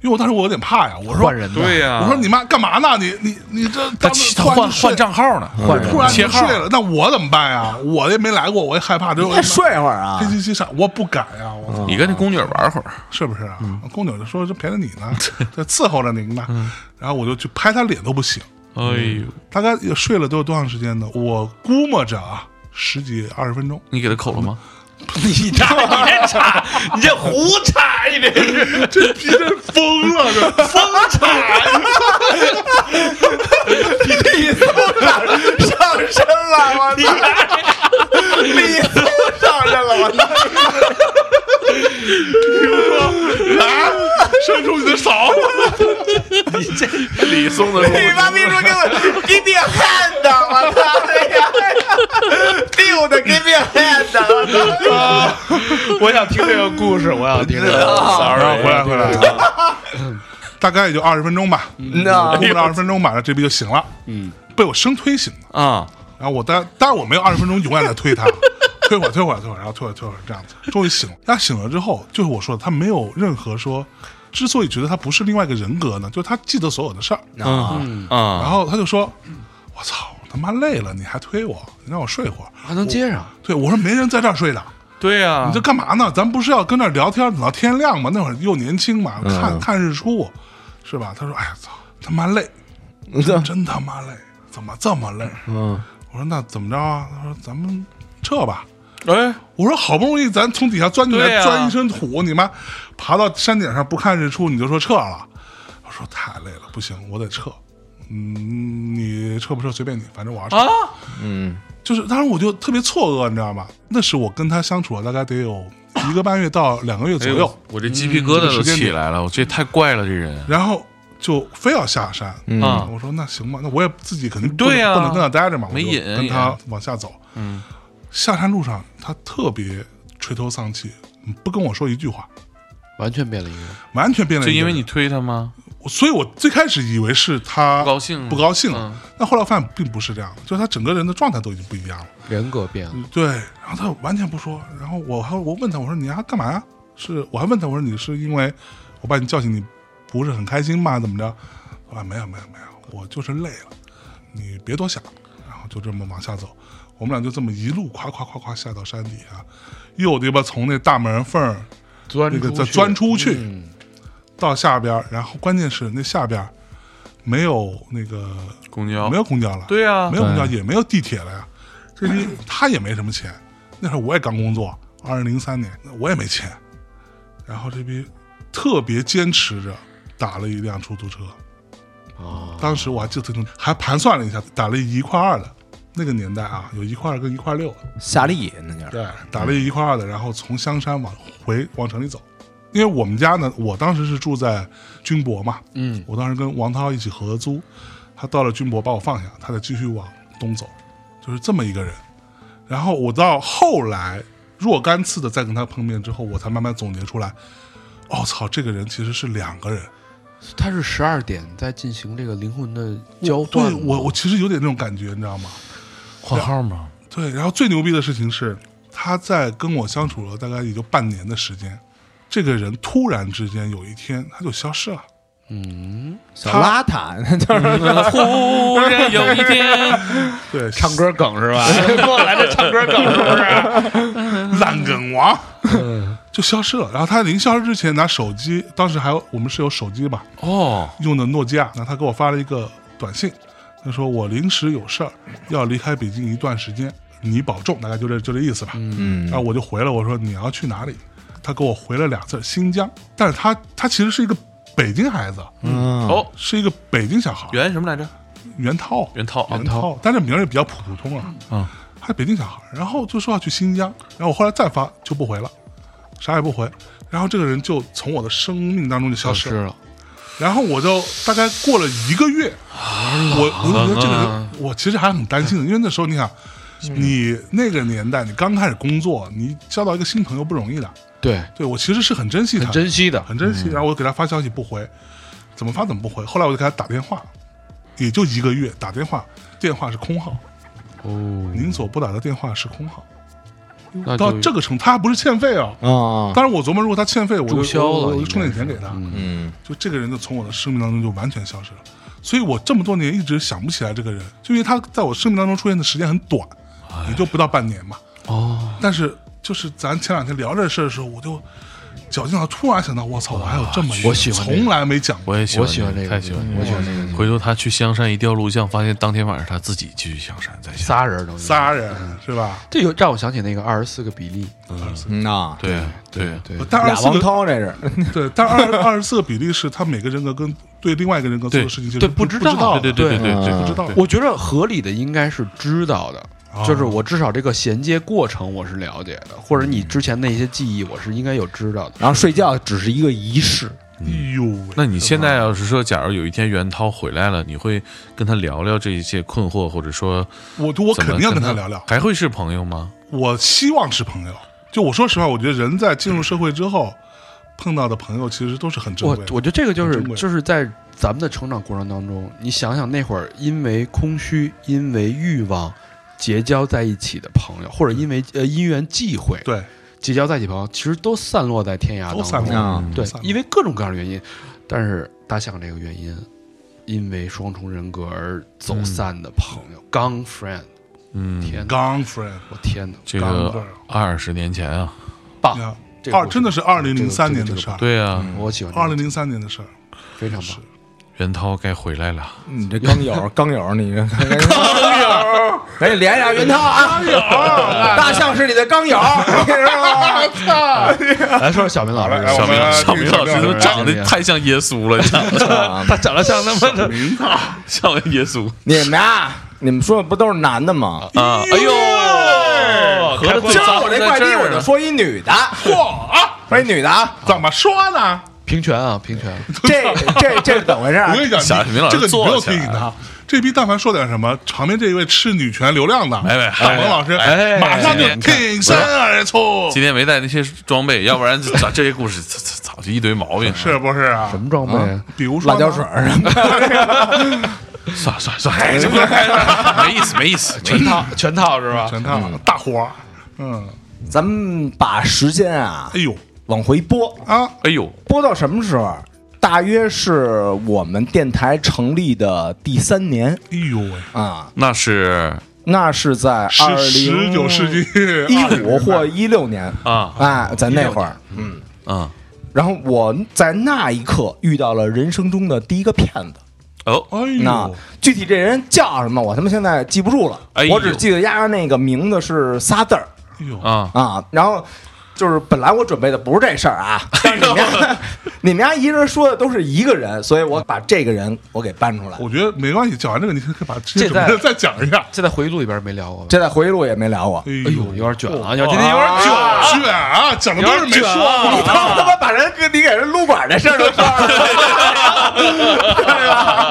Speaker 3: 因为我当时我有点怕呀，我说
Speaker 5: 换人的，
Speaker 4: 对呀，
Speaker 3: 我说你妈干嘛呢？你你你这
Speaker 4: 啊他
Speaker 3: 当着
Speaker 4: 他
Speaker 3: 突然就
Speaker 4: 换嗯
Speaker 3: 睡
Speaker 4: 换账号呢，
Speaker 5: 换人
Speaker 3: 突然
Speaker 4: 切
Speaker 3: 就
Speaker 4: 号
Speaker 3: 睡了，那我怎么办呀？我也没来过，我也害怕，这
Speaker 2: 再睡会儿啊
Speaker 3: 黑，漆漆闪，我不敢呀，我操！
Speaker 4: 你跟这宫女玩会儿，
Speaker 3: 是不是啊？宫女就说这陪着你呢，这伺候着您呢。然后我就去拍他脸都不醒，
Speaker 4: 哎呦，
Speaker 3: 大概也睡了都有多长时间呢？我估摸着啊，十几二十分钟。
Speaker 4: 你给他口了吗？
Speaker 5: 你这你这插，你这胡插，你 这
Speaker 3: 这逼真疯了，这
Speaker 2: 上身了，我操，你都上身了，我操，
Speaker 3: 伸出你的手，
Speaker 4: 李松的
Speaker 2: 你妈逼说给我 give me a hand，我 操，哎呀，dude give me a hand，我操。
Speaker 5: 我想听 这个故事，我想听这个。
Speaker 3: 然后回来回来，大概也就二十分钟吧，
Speaker 4: 嗯
Speaker 2: 那
Speaker 3: 估摸着二十分钟吧，这逼就醒了。嗯，被我生推醒的。
Speaker 4: 啊，
Speaker 3: 然后我但但是我没有二十分钟永远在推他， 推会儿推会儿推会儿，然后推会儿推会儿这样子，终于醒了。他醒了之后，就是我说的，他没有任何说，之所以觉得他不是另外一个人格呢，就是他记得所有的事儿。
Speaker 4: 嗯啊
Speaker 3: 然后他就说：“我操，他妈累了，你还推我，你让我睡会儿。
Speaker 5: 还能接上，”
Speaker 3: 对，我说没人在这儿睡的，
Speaker 4: 对呀
Speaker 3: 你，这干嘛呢？咱不是要跟这儿聊天，等到天亮吗？那会儿又年轻嘛，看看日出，是吧？他说：“哎呀，操，他妈累，真 真他妈累，怎么这么累？”嗯，我说：“那怎么着啊？”他说：“咱们撤吧。”
Speaker 4: 哎，
Speaker 3: 我说好不容易咱从底下钻进来，
Speaker 4: 对啊
Speaker 3: 钻一身土，你妈爬到山顶上不看日出，你就说撤了。我说太累了，不行，我得撤。嗯，你撤不撤随便你，反正我要撤。
Speaker 4: 啊，
Speaker 2: 嗯，
Speaker 3: 就是当时我就特别错愕，你知道吗？那是我跟他相处了大概得有一个半月到两个月左
Speaker 4: 哎
Speaker 3: 右
Speaker 4: 呦，，我这鸡皮疙瘩
Speaker 3: 这
Speaker 4: 都
Speaker 3: 个时间
Speaker 4: 起
Speaker 3: 点
Speaker 4: 来了，我这太怪了，这人
Speaker 3: 然后就非要下山。
Speaker 4: 啊，
Speaker 3: 我说那行吧，那我也自己肯定不
Speaker 4: 对呀
Speaker 3: 不能跟他待着嘛，我
Speaker 4: 没
Speaker 3: 就
Speaker 4: 瘾啊
Speaker 3: 跟他往下走。嗯，下山路上他特别垂头丧气，不跟我说一句话，
Speaker 5: 完全变了一个人。
Speaker 3: 完全变了
Speaker 4: 就
Speaker 3: 一个人。
Speaker 4: 因为你推他吗？
Speaker 3: 所以我最开始以为是他
Speaker 4: 不高兴
Speaker 3: 不高兴了
Speaker 4: 嗯
Speaker 3: 但后来发现并不是这样的，就是他整个人的状态都已经不一样了。
Speaker 5: 人格变了，
Speaker 3: 对，然后他完全不说，然后我还我问他，我说你还干嘛呀？是我还问他，我说你是因为我把你叫醒，你不是很开心吗？怎么着？啊，没有没有没有，我就是累了，你别多想。然后就这么往下走，我们俩就这么一路夸夸夸夸下到山底下，又对吧？从那大门缝儿
Speaker 5: 钻
Speaker 3: 那个
Speaker 5: 出
Speaker 3: 再
Speaker 5: 去
Speaker 3: 钻出去，
Speaker 5: 嗯
Speaker 3: 到下边儿，然后关键是那下边儿没有那个
Speaker 4: 公交
Speaker 3: 没有公交了，
Speaker 4: 哦对啊
Speaker 3: 没有公交也没有地铁了呀。这一他也没什么钱，那时候我也刚工作，二零零三年我也没钱，然后这边特别坚持着打了一辆出租车，
Speaker 5: 啊，
Speaker 3: 当时我还记得特清楚，还盘算了一下，打了一块二的。那个年代啊，有一块二跟一块六的，
Speaker 2: 夏利那叫
Speaker 3: 对，打了一块二的，然后从香山往回往城里走，因为我们家呢，我当时是住在军博嘛，
Speaker 5: 嗯，
Speaker 3: 我当时跟王涛一起合租，他到了军博把我放下，他再继续往东走，就是这么一个人。然后我到后来若干次的再跟他碰面之后，我才慢慢总结出来，哦操，这个人其实是两个人。
Speaker 5: 他是十二点在进行这个灵魂的交换
Speaker 3: 对
Speaker 5: 吗。
Speaker 3: 我，我其实有点那种感觉，你知道吗？
Speaker 4: 换号吗？
Speaker 3: 对，然后最牛逼的事情是，他在跟我相处了大概也就半年的时间，这个人突然之间有一天他就消失了。
Speaker 2: 小邋 遢，那就是
Speaker 4: 忽然有一天，
Speaker 3: 对，
Speaker 5: 唱歌梗是 吧？过来这唱歌梗是不是？
Speaker 3: 烂梗王，
Speaker 2: 嗯
Speaker 3: 就消失了。然后他临消失之前拿手机，当时还有我们是有手机吧，
Speaker 4: 哦，
Speaker 3: 用的诺基亚。然后他给我发了一个短信，他说我临时有事儿要离开北京一段时间，你保重，大概就这就这意思吧。
Speaker 2: 嗯
Speaker 3: 然后我就回了，我说你要去哪里？他给我回了俩字儿新疆，但是他他其实是一个北京孩子，
Speaker 2: 嗯
Speaker 4: 哦，
Speaker 3: 是一个北京小孩，
Speaker 4: 袁什么来着？
Speaker 3: 袁涛，
Speaker 4: 袁涛啊
Speaker 3: 袁，涛，但这名儿也比较普普通啊，
Speaker 4: 嗯，
Speaker 3: 还北京小孩儿，然后就说要去新疆，然后我后来再发就不回了，啥也不回，然后这个人就从我的生命当中就消
Speaker 5: 消
Speaker 3: 失
Speaker 5: 失
Speaker 3: 了，
Speaker 5: 了，
Speaker 3: 然后我就大概过了一个月，我我就觉得这个人，我其实还很担心的，因为那时候你想，你那个年代你刚开始工作，你交到一个新朋友不容易的，
Speaker 5: 对，
Speaker 3: 对我其实是很珍惜他
Speaker 5: 很
Speaker 3: 的，
Speaker 5: 珍惜的。嗯
Speaker 3: 很珍惜。然后我给他发消息不回，怎么发怎么不回。后来我就给他打电话，也就一个月打电话，电话是空号，
Speaker 5: 哦，
Speaker 3: 您所拨打的电话是空号。
Speaker 5: 那
Speaker 3: 到
Speaker 5: 就
Speaker 3: 这个程度，他还不是欠费啊。
Speaker 2: 啊，
Speaker 3: 当然，我琢磨，如果他欠费，我就
Speaker 5: 注销了
Speaker 3: 我我
Speaker 5: 应
Speaker 3: 就
Speaker 5: 该是
Speaker 3: 充点钱给他。
Speaker 2: 嗯
Speaker 3: 就这个人就从我的生命当中就完全消失了。所以我这么多年一直想不起来这个人，就因为他在我生命当中出现的时间很短，也就不到半年嘛。
Speaker 5: 哎哦，
Speaker 3: 但是就是咱前两天聊这事儿的时候，我就绞尽脑汁突然想到，我操，我还有这么一个
Speaker 5: 我喜欢这个
Speaker 3: 从来没讲过。
Speaker 4: 我也喜
Speaker 5: 我
Speaker 4: 欢，
Speaker 5: 喜欢这个，
Speaker 4: 太喜欢这个。
Speaker 5: 我喜欢这
Speaker 2: 嗯
Speaker 5: 个。
Speaker 4: 回头他去香山一调录像，发现当天晚上他自己继续香山再下。
Speaker 5: 仨人都是，
Speaker 3: 仨人是吧？
Speaker 5: 这有让我想起那个二十四个比例，
Speaker 2: 嗯呐，
Speaker 4: 对对，
Speaker 5: 对，
Speaker 3: 呃但二
Speaker 2: 俩
Speaker 3: 十四
Speaker 2: 王
Speaker 3: 个
Speaker 2: 涛这是，
Speaker 3: 对，但二二十四个比例是他每个人格跟对另外一个人格做的事情其实
Speaker 5: 对
Speaker 3: 不
Speaker 5: 不知
Speaker 3: 道
Speaker 5: 道
Speaker 3: 的，
Speaker 4: 对对对对对
Speaker 2: 嗯
Speaker 4: 对，
Speaker 3: 不知道的。
Speaker 5: 我觉得合理的应该是知道的，
Speaker 3: 哦
Speaker 5: 就是我至少这个衔接过程我是了解的，或者你之前的一些记忆我是应该有知道的。
Speaker 2: 然后睡觉只是一个仪式，
Speaker 3: 哎呦喂，
Speaker 4: 嗯那你现在要是说，假如有一天袁涛回来了，你会跟他聊聊这一些困惑，或者说
Speaker 3: 我我
Speaker 4: 怎么
Speaker 3: 肯定要
Speaker 4: 跟
Speaker 3: 跟他聊聊，
Speaker 4: 还会是朋友吗？
Speaker 3: 我希望是朋友。就我说实话，我觉得人在进入社会之后，碰到的朋友其实都是很珍
Speaker 5: 我
Speaker 3: 贵的。
Speaker 5: 我觉得这个就
Speaker 3: 很
Speaker 5: 是
Speaker 3: 珍贵
Speaker 5: 就是在咱们的成长过程当中，你想想那会儿因为空虚，因为欲望。结交在一起的朋友，或者因为呃因缘际会
Speaker 3: 对，
Speaker 5: 结交在一起朋友，其实都散落在天涯当
Speaker 3: 都
Speaker 5: 中。
Speaker 3: 散
Speaker 2: 啊
Speaker 3: 了，
Speaker 5: 对
Speaker 3: 散，了
Speaker 5: 因为各种各样的原因，但是大象这个原因，因为双重人格而走
Speaker 3: 嗯
Speaker 5: 散的朋友，刚 friend，
Speaker 4: 嗯，
Speaker 5: 天哪，
Speaker 3: Gone friend，
Speaker 5: 我天哪，
Speaker 4: 这
Speaker 3: 刚味
Speaker 4: 个
Speaker 3: 儿啊
Speaker 4: 二十年前啊，
Speaker 5: 棒
Speaker 3: 你，看
Speaker 5: 这个
Speaker 3: 二
Speaker 5: 故事
Speaker 3: 真的是二零零三年的事儿，嗯
Speaker 4: 对啊，
Speaker 5: 我喜欢这
Speaker 3: 二
Speaker 5: 个
Speaker 3: 零零三年的事儿，
Speaker 5: 非常棒，
Speaker 4: 袁涛该回来了。
Speaker 2: 你嗯这刚友，刚友，你这刚友， 哎，连一下袁涛啊，刚友，大象是你的 刚友，你知道吗？
Speaker 5: 来说说小明老师，
Speaker 3: 哎
Speaker 4: 小明，
Speaker 3: 我们
Speaker 4: 小明老师
Speaker 3: 小明
Speaker 4: 他
Speaker 3: 老师
Speaker 4: 妈长得太像耶稣了，你知道吗
Speaker 5: 他长得像他妈的，
Speaker 3: 啊
Speaker 4: 像耶稣
Speaker 2: 你们啊，你们说的不都是男的吗？
Speaker 4: 啊！哎呦，合着
Speaker 3: 啊
Speaker 2: 就我这怪地，我就说一女的，嚯，说一女的啊，
Speaker 3: 怎么说呢？
Speaker 5: 平权啊，平 权，
Speaker 2: 这这这是怎么回事啊
Speaker 3: 我？跟你讲，
Speaker 4: 小明老师
Speaker 3: 这个你
Speaker 4: 坐
Speaker 3: 没有
Speaker 4: 起
Speaker 3: 推
Speaker 4: 来啊
Speaker 3: 你的。这逼但凡说点什么，旁边这一位吃女权流量的，
Speaker 4: 哎哎
Speaker 3: 大萌老师
Speaker 5: 哎
Speaker 3: 马上就
Speaker 4: 哎哎
Speaker 3: 挺身而出，
Speaker 4: 今天没带那些装备，要不然这这些故事早早早就一堆毛病了。
Speaker 3: 是不是啊
Speaker 5: 什？么装备啊？
Speaker 3: 比如说
Speaker 2: 辣
Speaker 3: 呢
Speaker 2: 椒水儿什么的，
Speaker 4: 算了算了算了，哎这不没意思没意思，
Speaker 5: 全套 全套是吧？
Speaker 3: 全套大活儿，嗯，
Speaker 2: 咱们把时间啊
Speaker 3: 哎呦
Speaker 2: 往回拨，
Speaker 3: 啊，
Speaker 4: 哎呦，
Speaker 2: 播到什么时候？大约是我们电台成立的第三年
Speaker 3: 哎呦喂，
Speaker 2: 啊，
Speaker 4: 那是
Speaker 2: 那是在二
Speaker 3: 十十
Speaker 2: 零
Speaker 3: 九世纪
Speaker 2: 一五
Speaker 3: 20
Speaker 2: 或一六年
Speaker 4: 啊
Speaker 2: 啊，在那会儿，嗯，
Speaker 4: 嗯
Speaker 2: 然后我在那一刻遇到了人生中的第一个骗子。
Speaker 4: 哦，
Speaker 3: 哎
Speaker 2: 那
Speaker 3: 呦，
Speaker 2: 具体这人叫什么，我他妈现在记不住了，
Speaker 4: 哎呦
Speaker 2: 我只记得丫那个名字是仨字儿
Speaker 3: 哎呦，
Speaker 4: 啊
Speaker 2: 啊，然后。就是本来我准备的不是这事儿啊，但
Speaker 3: 哎
Speaker 2: 是你们家你们家一人说的都是一个人，所以我把这个人我给搬出来。
Speaker 3: 我觉得没关系，讲完这个你可以把之前
Speaker 5: 这
Speaker 3: 准备的
Speaker 5: 在
Speaker 3: 再讲一下。
Speaker 5: 这在回忆录里边没聊过吧？
Speaker 2: 这在回忆录也没聊过，
Speaker 3: 哎
Speaker 5: 哎呦，有点卷了，有今天有点
Speaker 3: 卷
Speaker 5: 卷啊。
Speaker 3: 卷啊，讲的都是没说
Speaker 2: 你
Speaker 3: 过
Speaker 2: 他妈他妈把人给你给人撸管这事儿都说 了，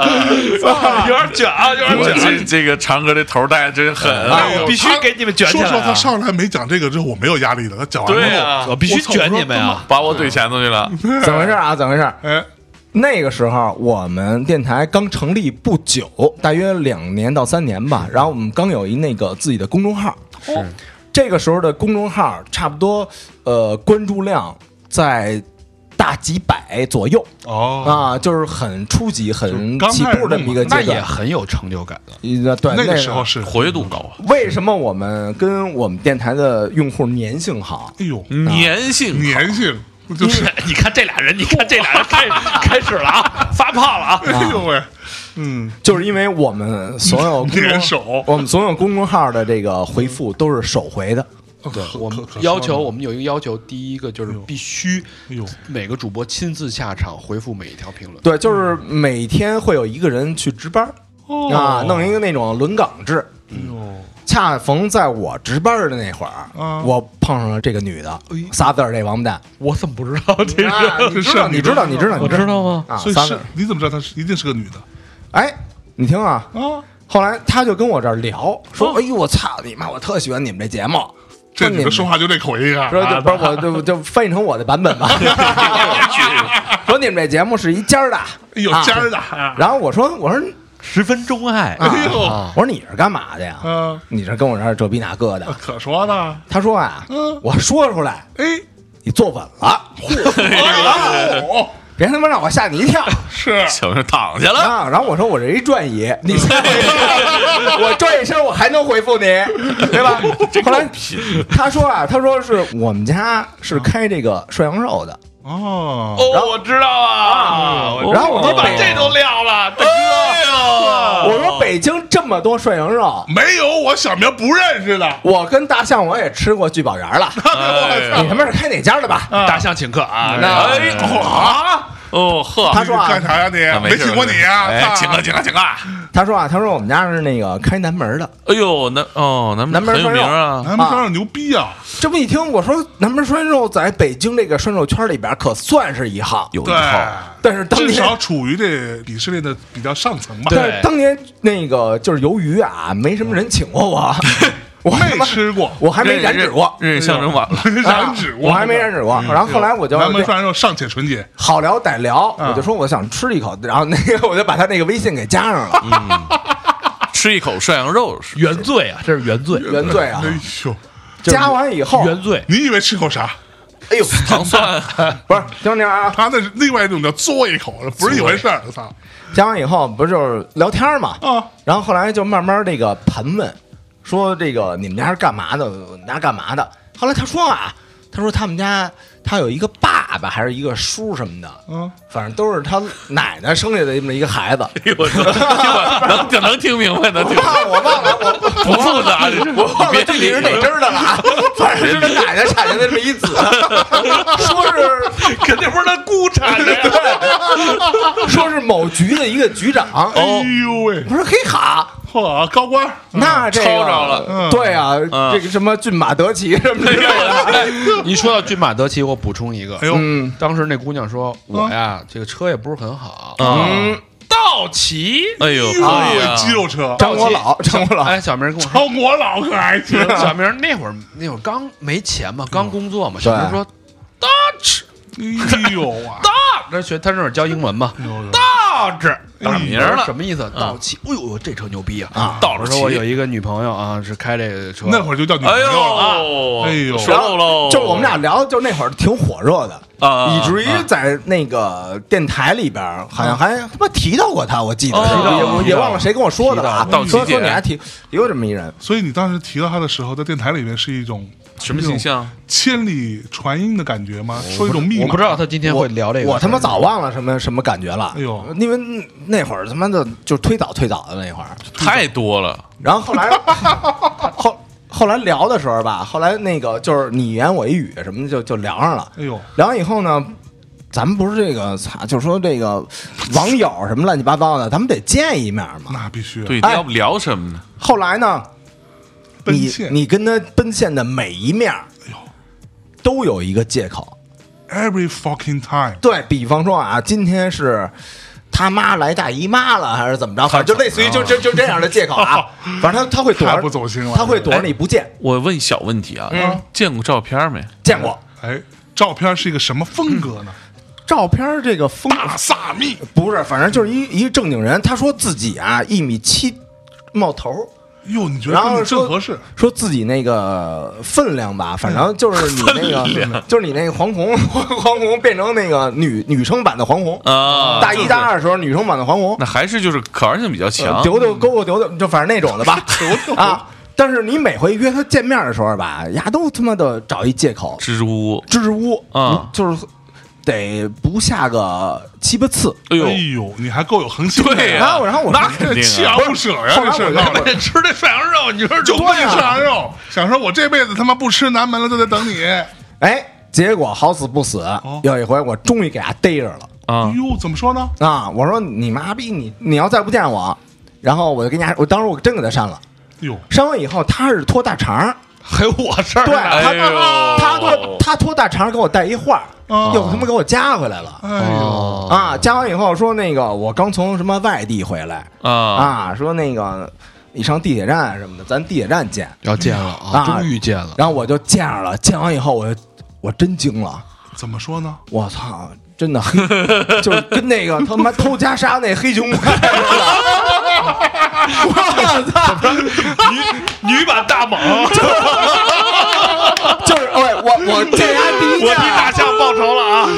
Speaker 2: 对吧？
Speaker 5: 有点卷啊，有
Speaker 4: 我这这个长哥这头带真狠啊！
Speaker 3: 哎呦
Speaker 5: 我必须给你们卷起
Speaker 3: 说
Speaker 5: 来
Speaker 3: 实
Speaker 5: 啊
Speaker 3: 话，他上来没讲这个之后，我没有压力的。他讲完
Speaker 4: 对
Speaker 3: 之
Speaker 4: 啊
Speaker 3: 后，
Speaker 5: 我必须卷你们啊呀！
Speaker 4: 把我怼前头去 了，
Speaker 2: 怎么回事啊？怎么回事？
Speaker 3: 哎，
Speaker 2: 那个时候啊我们电台刚成立不久，大约两年到三年吧。然后我们刚有一那个自己的公众号，是这个时候的公众号差不多呃关注量在大几百左右
Speaker 3: 哦，
Speaker 2: 啊，就是很初级、很
Speaker 3: 刚
Speaker 2: 起
Speaker 3: 开始
Speaker 2: 步这么一个
Speaker 5: 那
Speaker 2: 阶
Speaker 5: 也
Speaker 2: 段。
Speaker 5: 很有成就感的。
Speaker 2: 也对
Speaker 3: 那
Speaker 2: 个
Speaker 3: 个时候是，
Speaker 4: 活跃度高啊，
Speaker 2: 为什么我们跟我们电台的用户粘性好？
Speaker 3: 哎
Speaker 4: 嗯
Speaker 3: 呦，
Speaker 4: 粘性
Speaker 3: 粘性就是，
Speaker 5: 你看这俩人，你看这俩人开开始了啊，发胖了啊！
Speaker 3: 哎呦喂，嗯，
Speaker 2: 就是因为我们所有 公众
Speaker 3: 粘手
Speaker 2: 我们所有公众号的这个回复都是手回的。
Speaker 5: 我们
Speaker 3: 哦可可
Speaker 5: 要求我们有一个要求，第一个就是必须
Speaker 3: 哎呦
Speaker 5: 每个主播亲自下场回复每一条评论。
Speaker 2: 对，就是每天会有一个人去值班、啊，弄一个那种轮岗制。恰逢在我值班的那会儿，
Speaker 3: 啊
Speaker 2: 我碰上了这个女的，仨字儿这王八蛋。
Speaker 5: 我怎么不知道这个？
Speaker 2: 啊你知道，
Speaker 3: 是
Speaker 2: 你知道，你知道，
Speaker 5: 我
Speaker 2: 你
Speaker 5: 知道吗？
Speaker 2: 啊，
Speaker 3: 所以
Speaker 2: 仨字
Speaker 3: 是
Speaker 2: 儿。
Speaker 3: 你怎么知道她是一定是个女的
Speaker 2: 哎，你听啊，
Speaker 3: 啊？
Speaker 2: 后来他就跟我这儿聊，说：“哎呦，我操你妈，我特喜欢你们这节目。”
Speaker 3: 这
Speaker 2: 说你
Speaker 3: 女
Speaker 2: 们
Speaker 3: 的说话就那口音啊，
Speaker 2: 说就不是我就就翻译成我的版本吧。说你们这节目是一尖儿的，
Speaker 3: 有
Speaker 2: 啊
Speaker 3: 哎
Speaker 2: 啊
Speaker 3: 尖儿的，啊
Speaker 2: 然后我说我说
Speaker 5: 十分钟爱
Speaker 3: 哎呦，
Speaker 2: 我说你是干嘛的呀？
Speaker 3: 啊，
Speaker 2: 你这跟我这儿这逼那个的。
Speaker 3: 可说呢，
Speaker 2: 他说啊
Speaker 3: 嗯，
Speaker 2: 我说出来
Speaker 3: 哎，
Speaker 2: 你坐稳了，
Speaker 3: 哎呦，
Speaker 2: 别他妈让我吓你一跳
Speaker 3: 是
Speaker 4: 小明躺下了，
Speaker 2: 啊！然后我说我这一转椅，你 我转一身我还能回复你，对吧？后来他说啊，他说是我们家是开这个涮羊肉的，
Speaker 3: 哦，
Speaker 5: 哦，我知道啊。
Speaker 2: 然后我说北，
Speaker 5: 撂了，大
Speaker 4: 哎
Speaker 2: 我说北京这么多涮羊肉，
Speaker 3: 没有我小名不认识的，
Speaker 2: 我跟大象我也吃过聚宝园了，你他妈是开哪家的吧？
Speaker 5: 哥，大象请客 啊！
Speaker 4: 呦，
Speaker 5: 那
Speaker 4: 哎呦啊，哦呵，
Speaker 2: 他说啊
Speaker 3: 干啥呀你
Speaker 4: 啊？
Speaker 3: 没
Speaker 4: 事
Speaker 3: 听过你啊？
Speaker 4: 哎，
Speaker 3: 操
Speaker 4: 请了，请了，请了！
Speaker 2: 他说啊，他说我们家是那个开南门的，
Speaker 4: 哎呦，南哦，南
Speaker 2: 南门
Speaker 4: 很有
Speaker 2: 涮
Speaker 4: 名
Speaker 2: 肉
Speaker 4: 啊，
Speaker 3: 咱们这儿牛逼啊！
Speaker 2: 这么一听，我说南门涮肉在北京这个涮肉圈里边可算是一号，
Speaker 4: 有一
Speaker 3: 对，
Speaker 4: 套，
Speaker 2: 但是当
Speaker 3: 至少
Speaker 2: 年，
Speaker 3: 处于这鄙视链的比较上层吧。
Speaker 2: 但是当年那个就是由于啊，没什么人请过我，我他妈
Speaker 3: 没吃过，
Speaker 2: 我还没染指过，啊
Speaker 4: 认识象征晚了。
Speaker 3: 染指过，
Speaker 2: 我还没染指过。然后后来我就
Speaker 3: 南门涮肉尚且纯洁，
Speaker 2: 好聊歹聊，
Speaker 3: 嗯
Speaker 2: 我就说我想吃一口，然后那个我就把他那个微信给加上了，
Speaker 4: 吃一口涮羊肉，
Speaker 5: 原罪啊，这是原罪，
Speaker 2: 原罪啊
Speaker 3: 哎！呦，
Speaker 2: 加完以后，
Speaker 5: 原罪。
Speaker 3: 你以为吃口啥？
Speaker 2: 哎呦，
Speaker 4: 糖蒜，
Speaker 2: 不是听着啊，
Speaker 3: 他那是另外一种叫嘬一口，不是一回事儿。我操
Speaker 2: 加完以后不就是聊天嘛？
Speaker 3: 啊！
Speaker 2: 然后后来就慢慢这个盘问，说这个你们家是干嘛的？我们家干嘛的？后来他说啊，他说他们家他有一个爸爸爸还是一个叔什么的，
Speaker 3: 嗯，
Speaker 2: 反正都是他奶奶生下的这么一个孩子。
Speaker 4: 哎呦我操！能能能听明白，能听明白
Speaker 2: 啊， 我忘了，我
Speaker 4: 不复杂，这是
Speaker 2: 我忘
Speaker 4: 别
Speaker 2: 了具体
Speaker 4: 理
Speaker 2: 是哪
Speaker 4: 我
Speaker 2: 支儿的了 啊，反正是他奶奶产下的这么一 子，说是
Speaker 5: 肯定不是他姑产 的。
Speaker 2: 说是某局的一个局长。
Speaker 3: 哎呦喂，
Speaker 2: 我说嘿哈，
Speaker 3: 嚯，高官儿，
Speaker 2: 那这个
Speaker 4: 嗯抄着了
Speaker 3: 嗯
Speaker 2: 对啊，
Speaker 4: 嗯
Speaker 2: 这个什么骏马德骑什么之类的，
Speaker 5: 一说到骏马德骑，我补充一个
Speaker 3: 哎，呦，
Speaker 2: 嗯
Speaker 5: 当时那姑娘说：“我呀，这个车也不是很好，
Speaker 4: 啊！
Speaker 2: 嗯，
Speaker 5: 道奇。
Speaker 4: 哎呦，可
Speaker 3: 哎
Speaker 4: 以
Speaker 3: 呦
Speaker 4: 啊
Speaker 3: 喂，！肌肉车，
Speaker 2: 张国老，张国”老，
Speaker 5: 哎，小明 跟我说
Speaker 3: 超我老可还行，：“
Speaker 5: 小
Speaker 4: 啊
Speaker 5: 明那会儿那会儿刚没钱嘛，刚工作嘛。”
Speaker 2: 对
Speaker 5: 小明说：“Dodge
Speaker 3: 哎呦啊，
Speaker 5: Dodge，他学他那会儿教英文嘛，Dodge
Speaker 4: 打名儿了
Speaker 5: 什么意思？道奇。哎呦，这车牛逼啊
Speaker 2: 啊！
Speaker 4: 道
Speaker 5: 我
Speaker 4: 着
Speaker 5: 说我有
Speaker 4: 骑。
Speaker 5: 一个女朋友啊，是开这个车，
Speaker 3: 那会儿就叫女朋
Speaker 4: 哎
Speaker 3: 友了，
Speaker 4: 呦，
Speaker 3: 哎呦
Speaker 4: 说漏喽！
Speaker 2: 就我们俩聊，就那会儿挺火热的。
Speaker 4: 啊，嗯
Speaker 2: 以至于在那个电台里边儿，好像还他妈提到过他，我记得
Speaker 4: 哦提到
Speaker 2: 也
Speaker 4: 过
Speaker 2: 我也忘了谁跟我说的了啊
Speaker 4: 提到过。
Speaker 2: 说
Speaker 4: 道奇姐
Speaker 2: 说你还提有这么一人，
Speaker 3: 所以你当时提到他的时候，在电台里面是一种
Speaker 4: 什么形？象？
Speaker 3: 千里传音的感觉吗？说一种密码？
Speaker 5: 我不知道他今天会聊这个事儿。
Speaker 2: 我他妈早忘了什么什么感觉了。
Speaker 3: 哎呦
Speaker 2: 因为那会儿他妈的就推倒推倒的那会儿，
Speaker 4: 太多了，
Speaker 2: 然后后 来后后来聊的时候吧，后来那个就是你言我一语什么的就就聊上了。
Speaker 3: 哎呦，
Speaker 2: 聊完以后呢，咱们不是这个操，就说这个网友什么乱七八糟的，咱们得见一面嘛。
Speaker 3: 那必须啊
Speaker 4: 对，
Speaker 2: 哎
Speaker 4: 要不聊什么呢？
Speaker 2: 后来呢，
Speaker 3: 奔
Speaker 2: 你
Speaker 3: 现
Speaker 2: 你跟他奔现的每一面，都有一个借口。
Speaker 3: every fucking time，
Speaker 2: 对比方说啊，今天是他妈来大姨妈了，还是怎么着？反正就类似于就就就这样的借口 啊。反正他他会躲
Speaker 3: 太
Speaker 2: 着，
Speaker 3: 不走心了
Speaker 2: 他会躲着你不见。
Speaker 4: 我问小问题啊，
Speaker 2: 嗯
Speaker 4: 见过照片没？
Speaker 2: 见过
Speaker 3: 哎，照片是一个什么风格呢？
Speaker 2: 照片儿这个风
Speaker 3: 大萨密，
Speaker 2: 不是，反正就是一一个正经人。他说自己啊一米七冒头儿，
Speaker 3: 哟，你觉得
Speaker 2: 然后
Speaker 3: 跟你
Speaker 2: 说
Speaker 3: 正合适？
Speaker 2: 说自己那个分量吧，反正就是你那 个，就是你那个黄宏， 黄宏变成那个女女生版的黄宏
Speaker 4: 啊
Speaker 2: 大
Speaker 4: 就
Speaker 2: 一
Speaker 4: 是
Speaker 2: 大二的时候，女生版的黄宏，
Speaker 4: 那还是就是可玩性比较强
Speaker 2: 呃，丢丢勾勾丢丢，就反正那种的 吧啊。但是你每回约他见面的时候吧，丫都他妈的找一借口，
Speaker 4: 蜘蛛。
Speaker 2: 支支吾吾
Speaker 4: 啊
Speaker 2: 就是得不下个七八次。
Speaker 4: 哎呦
Speaker 3: 哎，呦，你还够有恒心的
Speaker 4: 对呀
Speaker 2: 然后然后我
Speaker 4: 那肯
Speaker 3: 这
Speaker 4: 定啊
Speaker 3: 锲而不舍呀，
Speaker 2: 后
Speaker 3: 这
Speaker 2: 来我
Speaker 3: 是
Speaker 2: 就
Speaker 3: 闹的。
Speaker 5: 吃这涮羊肉，你说
Speaker 3: 就不
Speaker 2: 对呀
Speaker 3: 吃羊肉，想说我这辈子他妈不吃南门了，就得等你。
Speaker 2: 哎，结果好死不死，
Speaker 4: 哦
Speaker 2: 有一回我终于给他逮着了。
Speaker 4: 啊，
Speaker 3: 哟，哎怎么说呢？
Speaker 2: 啊！我说你妈逼你，你要再不见我，然后我就跟家，我当时我真给他删了。
Speaker 3: 哟，
Speaker 2: 删完以后，他是托大肠儿，
Speaker 5: 还有我事儿
Speaker 2: 对
Speaker 5: 呢？
Speaker 2: 他、
Speaker 4: 哎呦
Speaker 2: 他托他托大肠儿给我带一画儿，
Speaker 3: 哦
Speaker 2: 又他妈给我加回来了、
Speaker 3: 哎呦，
Speaker 5: 哦
Speaker 2: 啊！加完以后说那个我刚从什么外地回来
Speaker 5: 哦
Speaker 4: 啊
Speaker 2: 啊，说那个你上地铁站什么的，咱地铁站见。
Speaker 5: 要见了啊，
Speaker 2: 啊
Speaker 5: 终于 见了。
Speaker 2: 然后我就见着了，见完以后我就我真惊了，
Speaker 3: 怎么说呢？
Speaker 2: 我操！真的 黑，就是跟那个他妈偷袈裟那黑熊怪似的，我操！
Speaker 4: 女版大蟒，
Speaker 2: 就是哎，我我见他第一面，
Speaker 4: 象报仇了啊！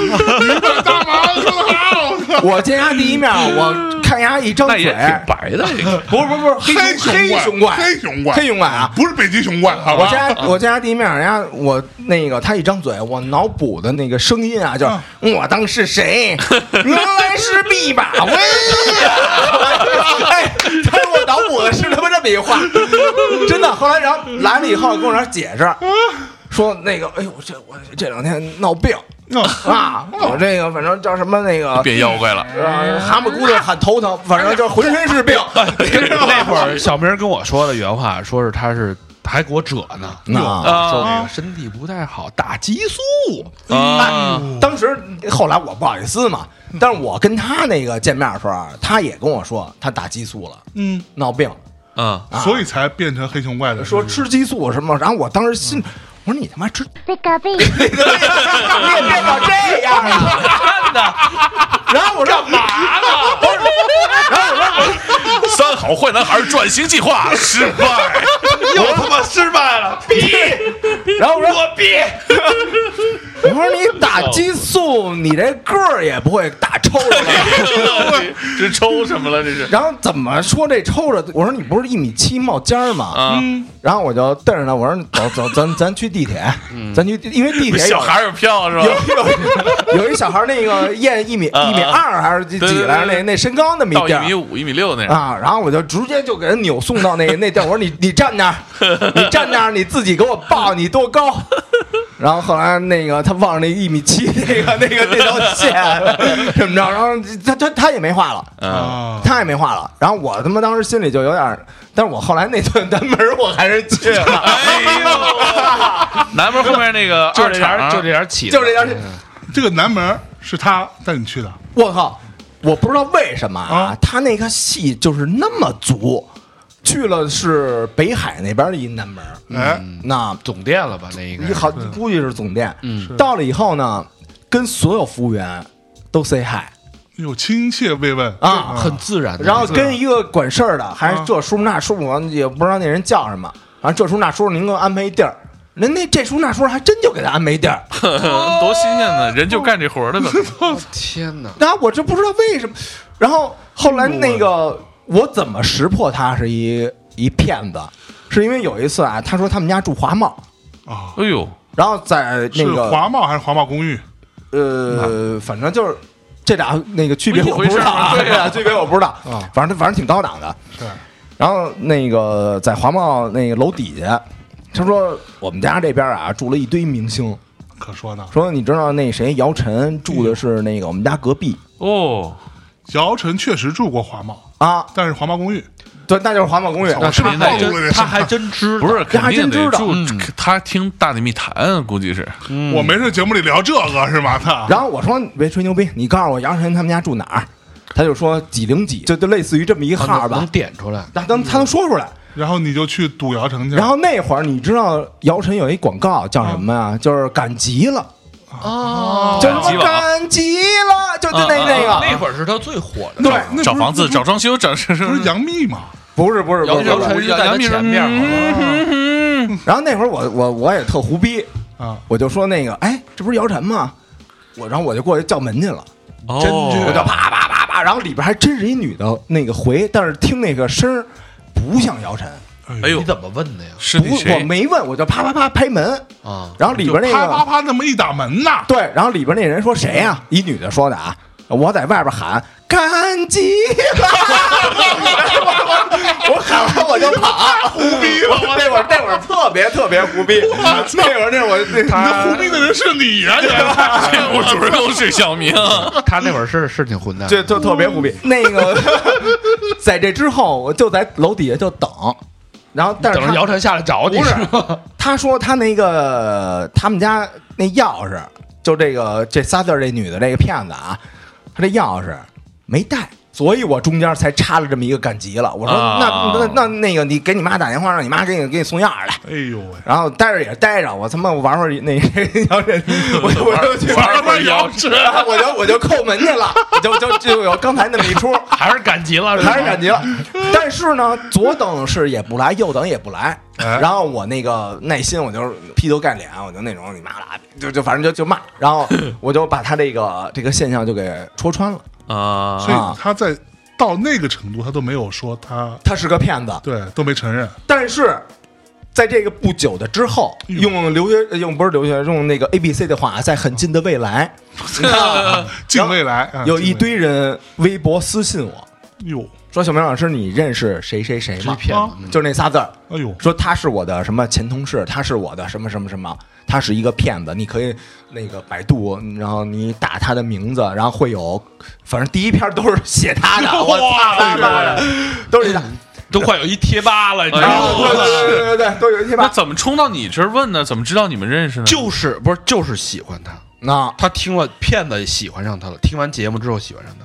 Speaker 3: 大麻说的好，
Speaker 2: 我见他第一面，我看人家一张
Speaker 4: 那
Speaker 2: 嘴
Speaker 4: 也，挺白的，这个
Speaker 2: 不是不是不是黑熊黑
Speaker 3: 熊
Speaker 2: 熊怪
Speaker 3: 黑熊怪，
Speaker 2: 黑熊怪啊！
Speaker 3: 不是北极熊怪，好
Speaker 2: 我
Speaker 3: 吧？嗯
Speaker 2: 见他我见他第一面，人家我那个他一张嘴，我脑补的那个声音啊，就是、
Speaker 3: 嗯
Speaker 2: 我当是 谁，原来是毕马威呀！哎，他说我脑补的是他妈这么一话，真的。后来然后来了以后跟我这儿解释，
Speaker 3: 嗯
Speaker 2: 说那个哎呦这我这两天闹病啊，
Speaker 3: 嗯
Speaker 2: 我这个反正叫什么那个
Speaker 4: 变妖怪了。
Speaker 2: 呃，蛤蟆姑娘喊头疼，反正就是浑身 是病。
Speaker 5: 那会儿小明跟我说的原话，说是他是还给我褶呢，
Speaker 2: 那
Speaker 4: 啊
Speaker 5: 说那个身体不太好，打激素。
Speaker 4: 啊！
Speaker 2: 当时后来我不好意思嘛，但是我跟他那个见面的时候，啊他也跟我说他打激素了，
Speaker 3: 嗯，
Speaker 2: 闹病，
Speaker 4: 嗯，
Speaker 2: 啊
Speaker 3: 所以才变成黑熊怪的。
Speaker 2: 说吃激素什么。然后我当时心，我说你他妈 吃，
Speaker 6: Picaboo.
Speaker 2: 你怎么也变到这样了？然后我说干嘛呢？不是，然后我说
Speaker 4: 三好坏男孩转型计划失败，
Speaker 5: 又他妈失败了！
Speaker 2: 然后我说
Speaker 5: 逼！
Speaker 2: 我说你打激素，你这个儿也不会打抽着 了。
Speaker 4: 这抽什么了？这是
Speaker 2: 然后怎么说这抽着？我说你不是一米七冒尖儿吗？
Speaker 4: 啊，
Speaker 2: 然后我就瞪着他，我说走走，咱咱去地铁，咱去地，因为地铁有
Speaker 4: 小孩有票是
Speaker 2: 有
Speaker 4: 吧？
Speaker 2: 有有一小孩那个验一米
Speaker 4: 啊
Speaker 2: 一米二还是几
Speaker 4: 对对
Speaker 2: 几
Speaker 4: 对
Speaker 2: 来着
Speaker 4: 对
Speaker 2: 那那身高那么
Speaker 4: 到
Speaker 2: 一
Speaker 4: 一
Speaker 2: 点
Speaker 4: 米
Speaker 2: 儿
Speaker 4: 五、一米六那样，
Speaker 2: 啊，然后我就直接就给人扭送到 那那地儿，我说你你站那儿，你站那儿，你自己给我报你多高。然后后来那个他忘了那一米七那个那个那条线怎么着，然后他他他也没话了。
Speaker 4: 嗯，
Speaker 3: 啊，
Speaker 2: 他也没话了，然后我他妈当时心里就有点儿，但是我后来那顿 单门儿我还是去了，
Speaker 4: 哎南门后面那个
Speaker 5: 就
Speaker 4: 二
Speaker 5: 这点
Speaker 4: 厂
Speaker 5: 儿，啊就这点儿起，
Speaker 2: 就这条线。
Speaker 3: 这个南门是他带你去的，
Speaker 2: 我靠，我不知道为什么啊
Speaker 3: 啊，
Speaker 2: 他那个戏就是那么足。去了是北海那边的一南门儿，
Speaker 3: 哎，
Speaker 2: 那
Speaker 5: 总店了吧？那应该
Speaker 2: 一好估计是总店。到了以后呢，跟所有服务员都 say hi
Speaker 3: 有亲切慰问
Speaker 2: 啊，
Speaker 5: 很自然的。
Speaker 2: 然后跟一个管事儿的，还是这叔那叔，我也不知道那人叫什么。然后这叔那叔，您给我安排一地儿。人那这叔那叔还真就给他安排一地儿，
Speaker 4: 多新鲜呢！人就干这活儿的，可能
Speaker 5: 天哪，
Speaker 2: 然后我就不知道为什么。然后后来那个我怎么识破他是一一骗子，是因为有一次啊，他说他们家住华贸，
Speaker 3: 啊，
Speaker 4: 哎呦，
Speaker 2: 然后在那
Speaker 3: 是
Speaker 2: 个
Speaker 3: 华贸还是华贸公寓？
Speaker 2: 呃，反正就是。这俩那个区别
Speaker 4: 不一
Speaker 2: 我不知道啊，
Speaker 4: 回事儿嘛对啊
Speaker 2: 啊，区别我不知道，反正反正挺高档的。
Speaker 3: 是
Speaker 2: 然后那个在华贸那个楼底下，他说我们家这边啊住了一堆明星，
Speaker 3: 可说呢，
Speaker 2: 说你知道那谁姚晨住的是那个我们家隔壁
Speaker 4: 哦，
Speaker 3: 姚晨确实住过华贸，
Speaker 2: 啊，
Speaker 3: 但是华贸公寓
Speaker 2: 对，那就是华贸公寓，
Speaker 3: 我是
Speaker 5: 他
Speaker 3: 林
Speaker 5: 还
Speaker 3: 黛玉
Speaker 5: 真他还真知道
Speaker 4: 不是，
Speaker 2: 这
Speaker 4: 肯
Speaker 2: 还真
Speaker 4: 定得
Speaker 2: 知道
Speaker 4: 住。他听《大内密谈》，估计是
Speaker 3: 我没事节目里聊这个是吗？他
Speaker 2: 嗯然后我说你别吹牛逼，你告诉我杨晨他们家住哪儿？他就说几零几，就就类似于这么一个号
Speaker 5: 能
Speaker 2: 儿吧
Speaker 5: 啊能。点出来。
Speaker 2: 他能他能说出来。
Speaker 3: 然后你就去赌姚晨去了，
Speaker 2: 然后那会儿你知道姚晨有一广告叫什么呀？就是赶集了，
Speaker 5: 哦
Speaker 2: 就
Speaker 4: 赶
Speaker 2: 什
Speaker 4: 集
Speaker 2: 么
Speaker 4: 网
Speaker 2: 赶集了，就就
Speaker 5: 嗯
Speaker 2: 那
Speaker 4: 啊
Speaker 2: 那
Speaker 4: 啊
Speaker 2: 个
Speaker 5: 那会儿是他最火的，
Speaker 2: 对，
Speaker 3: 那
Speaker 4: 找
Speaker 3: 不是
Speaker 4: 房子、找装修、找什
Speaker 3: 不
Speaker 4: 么
Speaker 3: 是杨幂吗？
Speaker 2: 不是不是不
Speaker 5: 姚
Speaker 2: 是。
Speaker 5: 姚
Speaker 2: 不是
Speaker 5: 晨是在他前面嘛，
Speaker 2: 然后那会儿我我我也特胡逼，
Speaker 3: 啊，
Speaker 2: 我就说那个哎，这不是姚晨吗？我然后我就过去叫门去了，
Speaker 4: 哦
Speaker 2: 真我就啪啪啪啪，然后里边还真是一女的那个回，但是听那个声儿不像姚晨。
Speaker 4: 哎呦
Speaker 5: 你怎么问的呀？
Speaker 4: 是那
Speaker 2: 不，我
Speaker 4: 谁？
Speaker 2: 没问，我就啪啪啪拍门，
Speaker 5: 啊，
Speaker 2: 然后里边那
Speaker 3: 就啪啪
Speaker 2: 个
Speaker 3: 啪那么一打门呐，
Speaker 2: 对，然后里边那人说谁呀、一女的说的啊，我在外边喊干鸡 了，我喊完我就跑，胡逼了，我那会儿那会儿特别特别胡逼，那会儿那会儿我
Speaker 3: 那
Speaker 2: 那
Speaker 3: 胡逼的人是你呀，原来
Speaker 4: 我主人公是小明，
Speaker 5: 他那会儿是是挺混蛋的，
Speaker 2: 就就特别胡逼。那个 在这之后，我就在楼底下就等，然后但是
Speaker 5: 等着
Speaker 2: 他
Speaker 5: 姚晨下来找你
Speaker 2: 不是
Speaker 5: 吧？
Speaker 2: 他说他那个他们家那钥匙，就这个这仨字儿这女的这个骗子啊，她这钥匙没带，所以我中间才插了这么一个赶集了。我说、
Speaker 4: 啊
Speaker 2: 那那那那个你给你妈打电话，让你妈给你给你送钥匙来。
Speaker 3: 哎呦喂，
Speaker 2: 然后待着也待着，我他妈玩会儿那 摇人，我我就去
Speaker 4: 玩
Speaker 2: 会
Speaker 4: 会
Speaker 2: 儿
Speaker 4: 儿
Speaker 2: 摇
Speaker 4: 摇尺
Speaker 2: 然 后 我就我就扣门去了，就就就有刚才那么一出，
Speaker 5: 还是赶集 了，
Speaker 2: 还是赶集了。但是呢，左等是也不来，右等也不来。
Speaker 3: 哎
Speaker 2: 然后我那个耐心，我就是劈头盖脸，啊我就那种你妈啦，就就反正就就骂。然后我就把他这个这个现象就给戳穿了，
Speaker 4: 啊
Speaker 3: 所以他在到那个程度，他都没有说他
Speaker 2: 他是个骗子。
Speaker 3: 对都没承认，
Speaker 2: 但是在这个不久的之后，
Speaker 3: 哎呦
Speaker 2: 用留学呃用不是留学，用那个 A B C 的话，在很近的未来，你看啊
Speaker 3: 近未来啊
Speaker 2: 有一
Speaker 3: 敬畏
Speaker 2: 堆人微博私信我
Speaker 3: 哟，
Speaker 2: 说：“小明老师，你认识谁谁谁
Speaker 5: 是
Speaker 2: 吗？”
Speaker 5: 骗
Speaker 3: 啊
Speaker 5: 子，
Speaker 2: 就那仨字儿。
Speaker 3: 哎呦，
Speaker 2: 说他是我的什么前同事，他是我的什么什么什么，他是一个骗子，你可以那个百度，然后你打他的名字，然后会有，反正第一篇都是写他的，我操他妈的，都是他，
Speaker 5: 都快有一贴吧了，你知
Speaker 4: 哎
Speaker 2: 然
Speaker 5: 道
Speaker 4: 呦
Speaker 5: 吗？
Speaker 2: 后对对对对对，都有一贴
Speaker 4: 那
Speaker 2: 吧，
Speaker 4: 怎么冲到你这儿问呢？怎么知道你们认识呢？
Speaker 5: 就是不是就是喜欢他，
Speaker 2: 那
Speaker 5: 他听了骗子喜欢上他了，听完节目之后喜欢上他，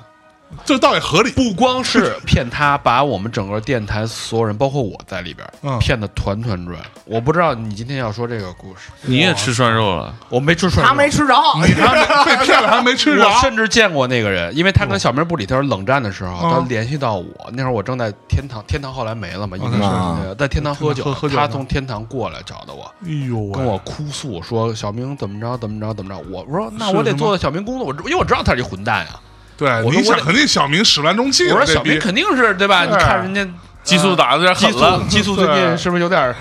Speaker 3: 这倒也合理。
Speaker 5: 不光是骗他，把我们整个电台所有人，包括我在里边，
Speaker 3: 嗯
Speaker 5: 骗得团团转。我不知道你今天要说这个故事，
Speaker 4: 你也吃涮肉了？
Speaker 5: 我没吃出来，
Speaker 7: 他没吃着，
Speaker 3: 他被骗了还没吃着
Speaker 5: 我，甚至见过那个人，因为他跟小明不理，他说冷战的时候，
Speaker 3: 嗯
Speaker 5: 他联系到我。那会儿我正在天堂，天堂后来没了嘛，因为
Speaker 3: 嗯
Speaker 5: 是呃
Speaker 8: 啊
Speaker 5: 对在天堂喝酒
Speaker 3: 喝喝，酒呢
Speaker 5: 他从天堂过来找的我，
Speaker 3: 哎呦喂，
Speaker 5: 跟我哭诉说小明怎么着怎么着怎么着。我我说那
Speaker 3: 是
Speaker 5: 我得
Speaker 3: 什么
Speaker 5: 做到小明工作，我知因为我知道他是一混蛋呀。
Speaker 3: 对，
Speaker 5: 我说
Speaker 3: 你想
Speaker 5: 我得
Speaker 3: 肯定小明始乱终弃
Speaker 5: 我
Speaker 3: 了，
Speaker 5: 说
Speaker 3: 这
Speaker 5: 小明
Speaker 3: 逼
Speaker 5: 肯定是对吧？
Speaker 3: 是
Speaker 5: 你看人家
Speaker 4: 激素打的有点
Speaker 5: 激
Speaker 4: 狠
Speaker 5: 素
Speaker 4: 了，
Speaker 5: 激素最近是不是有点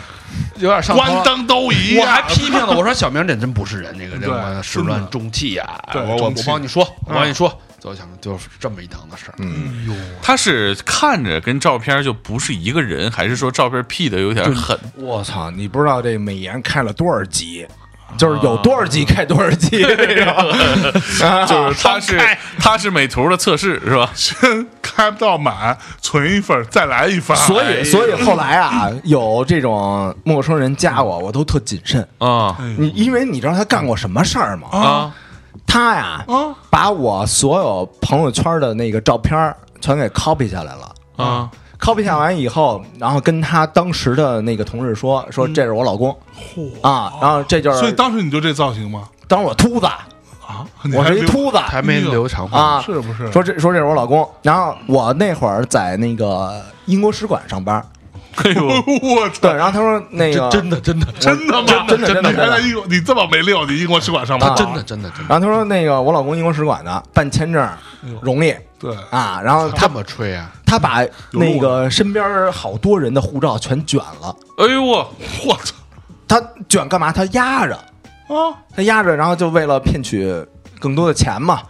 Speaker 5: 有点上头
Speaker 3: 关
Speaker 5: 了？
Speaker 3: 灯都一
Speaker 5: 我
Speaker 3: 样，
Speaker 5: 还批评了，我说小明这真不是人，这个
Speaker 3: 对
Speaker 5: 人始乱终弃呀！
Speaker 3: 对
Speaker 5: 我我
Speaker 3: 中
Speaker 5: 我
Speaker 3: 气
Speaker 5: 帮你说，我
Speaker 3: 嗯
Speaker 5: 帮你说，最后想就是这么一档子事儿。
Speaker 3: 哎
Speaker 4: 他是看着跟照片就不是一个人，还是说照片 P 的有点狠？
Speaker 2: 我操，你不知道这美颜开了多少集，就是有多少集开多少集那种，啊
Speaker 4: 就是他是他是美图的测试是吧？
Speaker 3: 先开不到满，存一份儿再来一份儿，哎
Speaker 2: 所以，所以后来啊，有这种陌生人加我，我都特谨慎。
Speaker 4: 啊
Speaker 2: 你因为你知道他干过什么事儿吗？
Speaker 3: 嗯
Speaker 4: 啊
Speaker 2: 他呀，
Speaker 3: 啊
Speaker 2: 把我所有朋友圈的那个照片儿全给 copy 下来了。
Speaker 4: 啊！
Speaker 2: copy 下完以后，然后跟他当时的那个同事说，说这是我老公、啊，然后这就是，
Speaker 3: 嗯所以当时你就这造型吗？
Speaker 2: 当时我秃子，
Speaker 3: 啊，你
Speaker 2: 我
Speaker 3: 还
Speaker 2: 是一
Speaker 3: 留
Speaker 2: 秃子
Speaker 5: 还没留长发
Speaker 2: 啊，
Speaker 3: 是不是？
Speaker 2: 说这说这是我老公，然后我那会儿在那个英国使馆上班，
Speaker 4: 哎 呦，
Speaker 3: 我操，
Speaker 2: 对，然后他说那个
Speaker 5: 真的真的
Speaker 3: 真的吗？
Speaker 2: 真的真的
Speaker 3: 你还在英国，你这么没溜，你英国使馆上班
Speaker 2: 啊？
Speaker 5: 真的真的真的
Speaker 2: 然后他说那个我老公英国使馆的办签证
Speaker 3: 哎
Speaker 2: 容易
Speaker 3: 对，
Speaker 2: 啊，然后他
Speaker 5: 这么吹啊！
Speaker 2: 他把那个身边好多人的护照全卷了，
Speaker 4: 哎呦我
Speaker 3: 我操
Speaker 2: 他卷干嘛？他压着，
Speaker 3: 啊！
Speaker 2: 他压着，然后就为了骗取更多的钱嘛。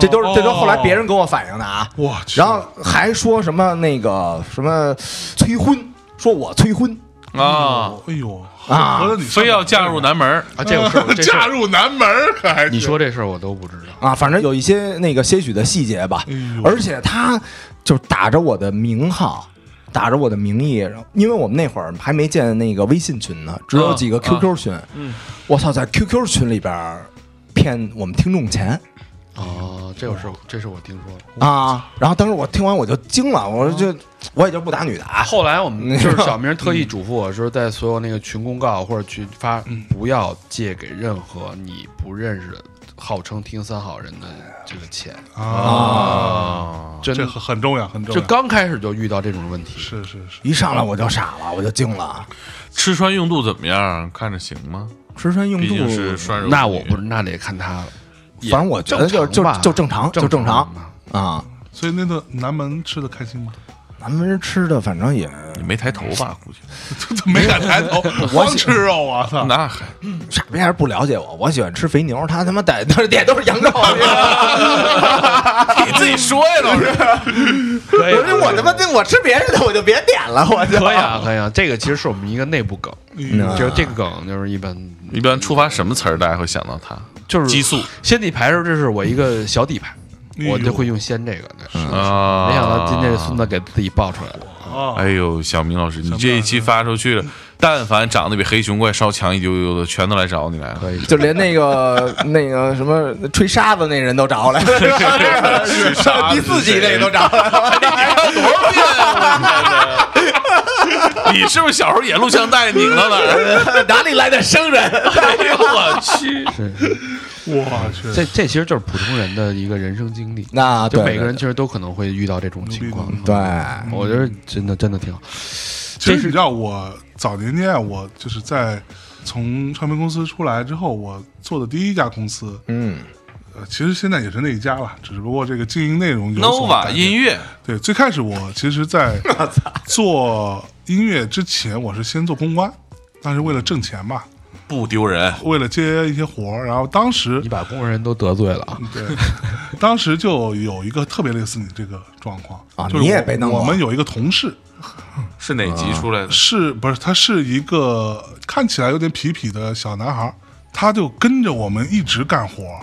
Speaker 2: 这都是这都是后来别人跟我反映的啊。
Speaker 3: 我去，
Speaker 2: 然后还说什么那个什么催婚，说我催婚
Speaker 4: 啊，
Speaker 3: 哎呦，
Speaker 2: 啊
Speaker 3: 合着你
Speaker 4: 非要嫁入南门儿
Speaker 5: 啊，这个事 儿，这事
Speaker 3: 嫁
Speaker 5: 儿
Speaker 3: 入南门儿，可还
Speaker 5: 你说这事儿我都不知 道。
Speaker 2: 啊，反正有一些那个些许的细节吧
Speaker 3: 哎。呦
Speaker 2: 而且他就是打着我的名号。打着我的名义，然后因为我们那会儿还没建那个微信群呢，只有几个
Speaker 4: 啊
Speaker 2: QQ 群。嗯，我操，在 QQ 群里边儿骗我们听众钱
Speaker 5: 哦，这个事儿这是我听说的。
Speaker 2: 啊！然后当时我听完我就惊了，我说就我也就不打女的啊，
Speaker 5: 后来 我们就是小明特意嘱咐我说，在所有那个群公告或者群发，不要借给任何你不认识的号称听三好人的这个钱。
Speaker 4: 啊，
Speaker 5: 真
Speaker 3: 这
Speaker 5: 的，
Speaker 3: 很很重要，很重
Speaker 5: 哦这
Speaker 3: 要。
Speaker 5: 刚开始就遇到这种问题。
Speaker 3: 是是是，
Speaker 2: 一上来我就傻了，我就惊了。啊
Speaker 4: 吃穿用度怎么样？看着行吗？
Speaker 2: 吃穿用
Speaker 4: 毕
Speaker 2: 度
Speaker 4: 竟，是涮肉女，
Speaker 5: 那我不，那得看他了。
Speaker 2: 反正我觉得就就
Speaker 5: 正常吧
Speaker 2: 就正常，就正常
Speaker 5: 嘛
Speaker 2: 啊。
Speaker 3: 所以那顿南门吃的开心吗？
Speaker 2: 咱们吃的反正也
Speaker 4: 你没抬头 吧？估计
Speaker 3: 这这没敢抬头， 光吃肉啊！操，
Speaker 4: 那还
Speaker 2: 傻逼还是不了解我，我喜欢吃肥牛，他他妈 带他点都是羊肉，啊
Speaker 4: 你自己说呀，老师。
Speaker 5: 可以
Speaker 2: 我说我他妈我吃别人的我就别点了，我就
Speaker 5: 可以啊，可以啊。这个其实是我们一个内部梗，
Speaker 2: 嗯
Speaker 5: 就是这个梗就是一般
Speaker 4: 一般触发什么词儿，大家会想到他？
Speaker 5: 就是
Speaker 4: 激素
Speaker 5: 掀底牌的时候，这是我一个小底牌，
Speaker 3: 哎呦
Speaker 5: 我就会用掀这个的。
Speaker 2: 嗯
Speaker 4: 啊！
Speaker 5: 没想到今天这孙子给自己爆出来了。
Speaker 3: 啊，
Speaker 4: 哎呦，小明老师，你这一期发出去了，但凡长得比黑熊怪稍强一丢丢的，全都来找你来了。
Speaker 5: 可以，
Speaker 2: 就连那个那个什么吹沙子那人都找我来了，第四集那都找我来了，
Speaker 4: 哎 你是不是小时候也录像带拧到哪儿？
Speaker 2: 哪里来的生人？
Speaker 4: 哎呦我去！
Speaker 5: 是是
Speaker 3: 我去，
Speaker 5: 这这其实就是普通人的一个人生经历，
Speaker 2: 那
Speaker 5: 就
Speaker 2: 啊对
Speaker 5: 每个人其实都可能会遇到这种情况。
Speaker 2: 对，
Speaker 5: 我觉得真的真的挺好。
Speaker 3: 其
Speaker 5: 这
Speaker 3: 实
Speaker 5: 是
Speaker 3: 你知道，我早年间啊我就是在从唱片公司出来之后，我做的第一家公司，
Speaker 2: 嗯，
Speaker 3: 呃，其实现在也是那一家了，只不过这个经营内容有所
Speaker 4: nova
Speaker 3: 改变
Speaker 4: 音乐
Speaker 3: 对，最开始我其实， 在做音乐之前，我是先做公关，但是为了挣钱嘛，
Speaker 4: 不丢人，
Speaker 3: 为了接一些活儿，然后当时
Speaker 5: 你把工人都得罪了啊！
Speaker 2: 嗯
Speaker 3: 对，当时就有一个特别类似你这个状况
Speaker 2: 啊
Speaker 3: 就是
Speaker 2: 你也
Speaker 3: 我
Speaker 2: 被弄
Speaker 3: 我
Speaker 2: 过
Speaker 3: 们有一个同事，
Speaker 4: 是哪集出来的？
Speaker 3: 是不是？他是一个看起来有点痞痞的小男孩儿，他就跟着我们一直干活儿，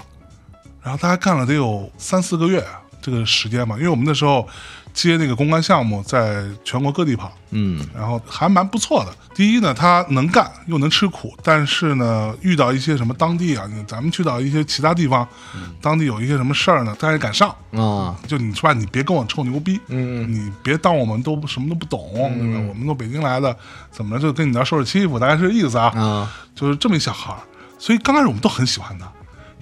Speaker 3: 然后大家干了得有三四个月这个时间嘛，因为我们那时候接那个公关项目，在全国各地跑，
Speaker 6: 嗯，
Speaker 3: 然后还蛮不错的。第一呢，他能干又能吃苦，但是呢，遇到一些什么当地啊，你咱们去到一些其他地方，当地有一些什么事儿呢，他也敢上。
Speaker 6: 啊，
Speaker 3: 就你说吧，你别跟我臭牛逼，
Speaker 6: 嗯，
Speaker 3: 你别当我们都什么都不懂，对吧？我们都北京来的，怎么就跟你那儿受着欺负，大概是这意思
Speaker 2: 嗯
Speaker 3: 啊。
Speaker 6: 啊，
Speaker 3: 就是这么一小孩儿，所以刚开始我们都很喜欢他，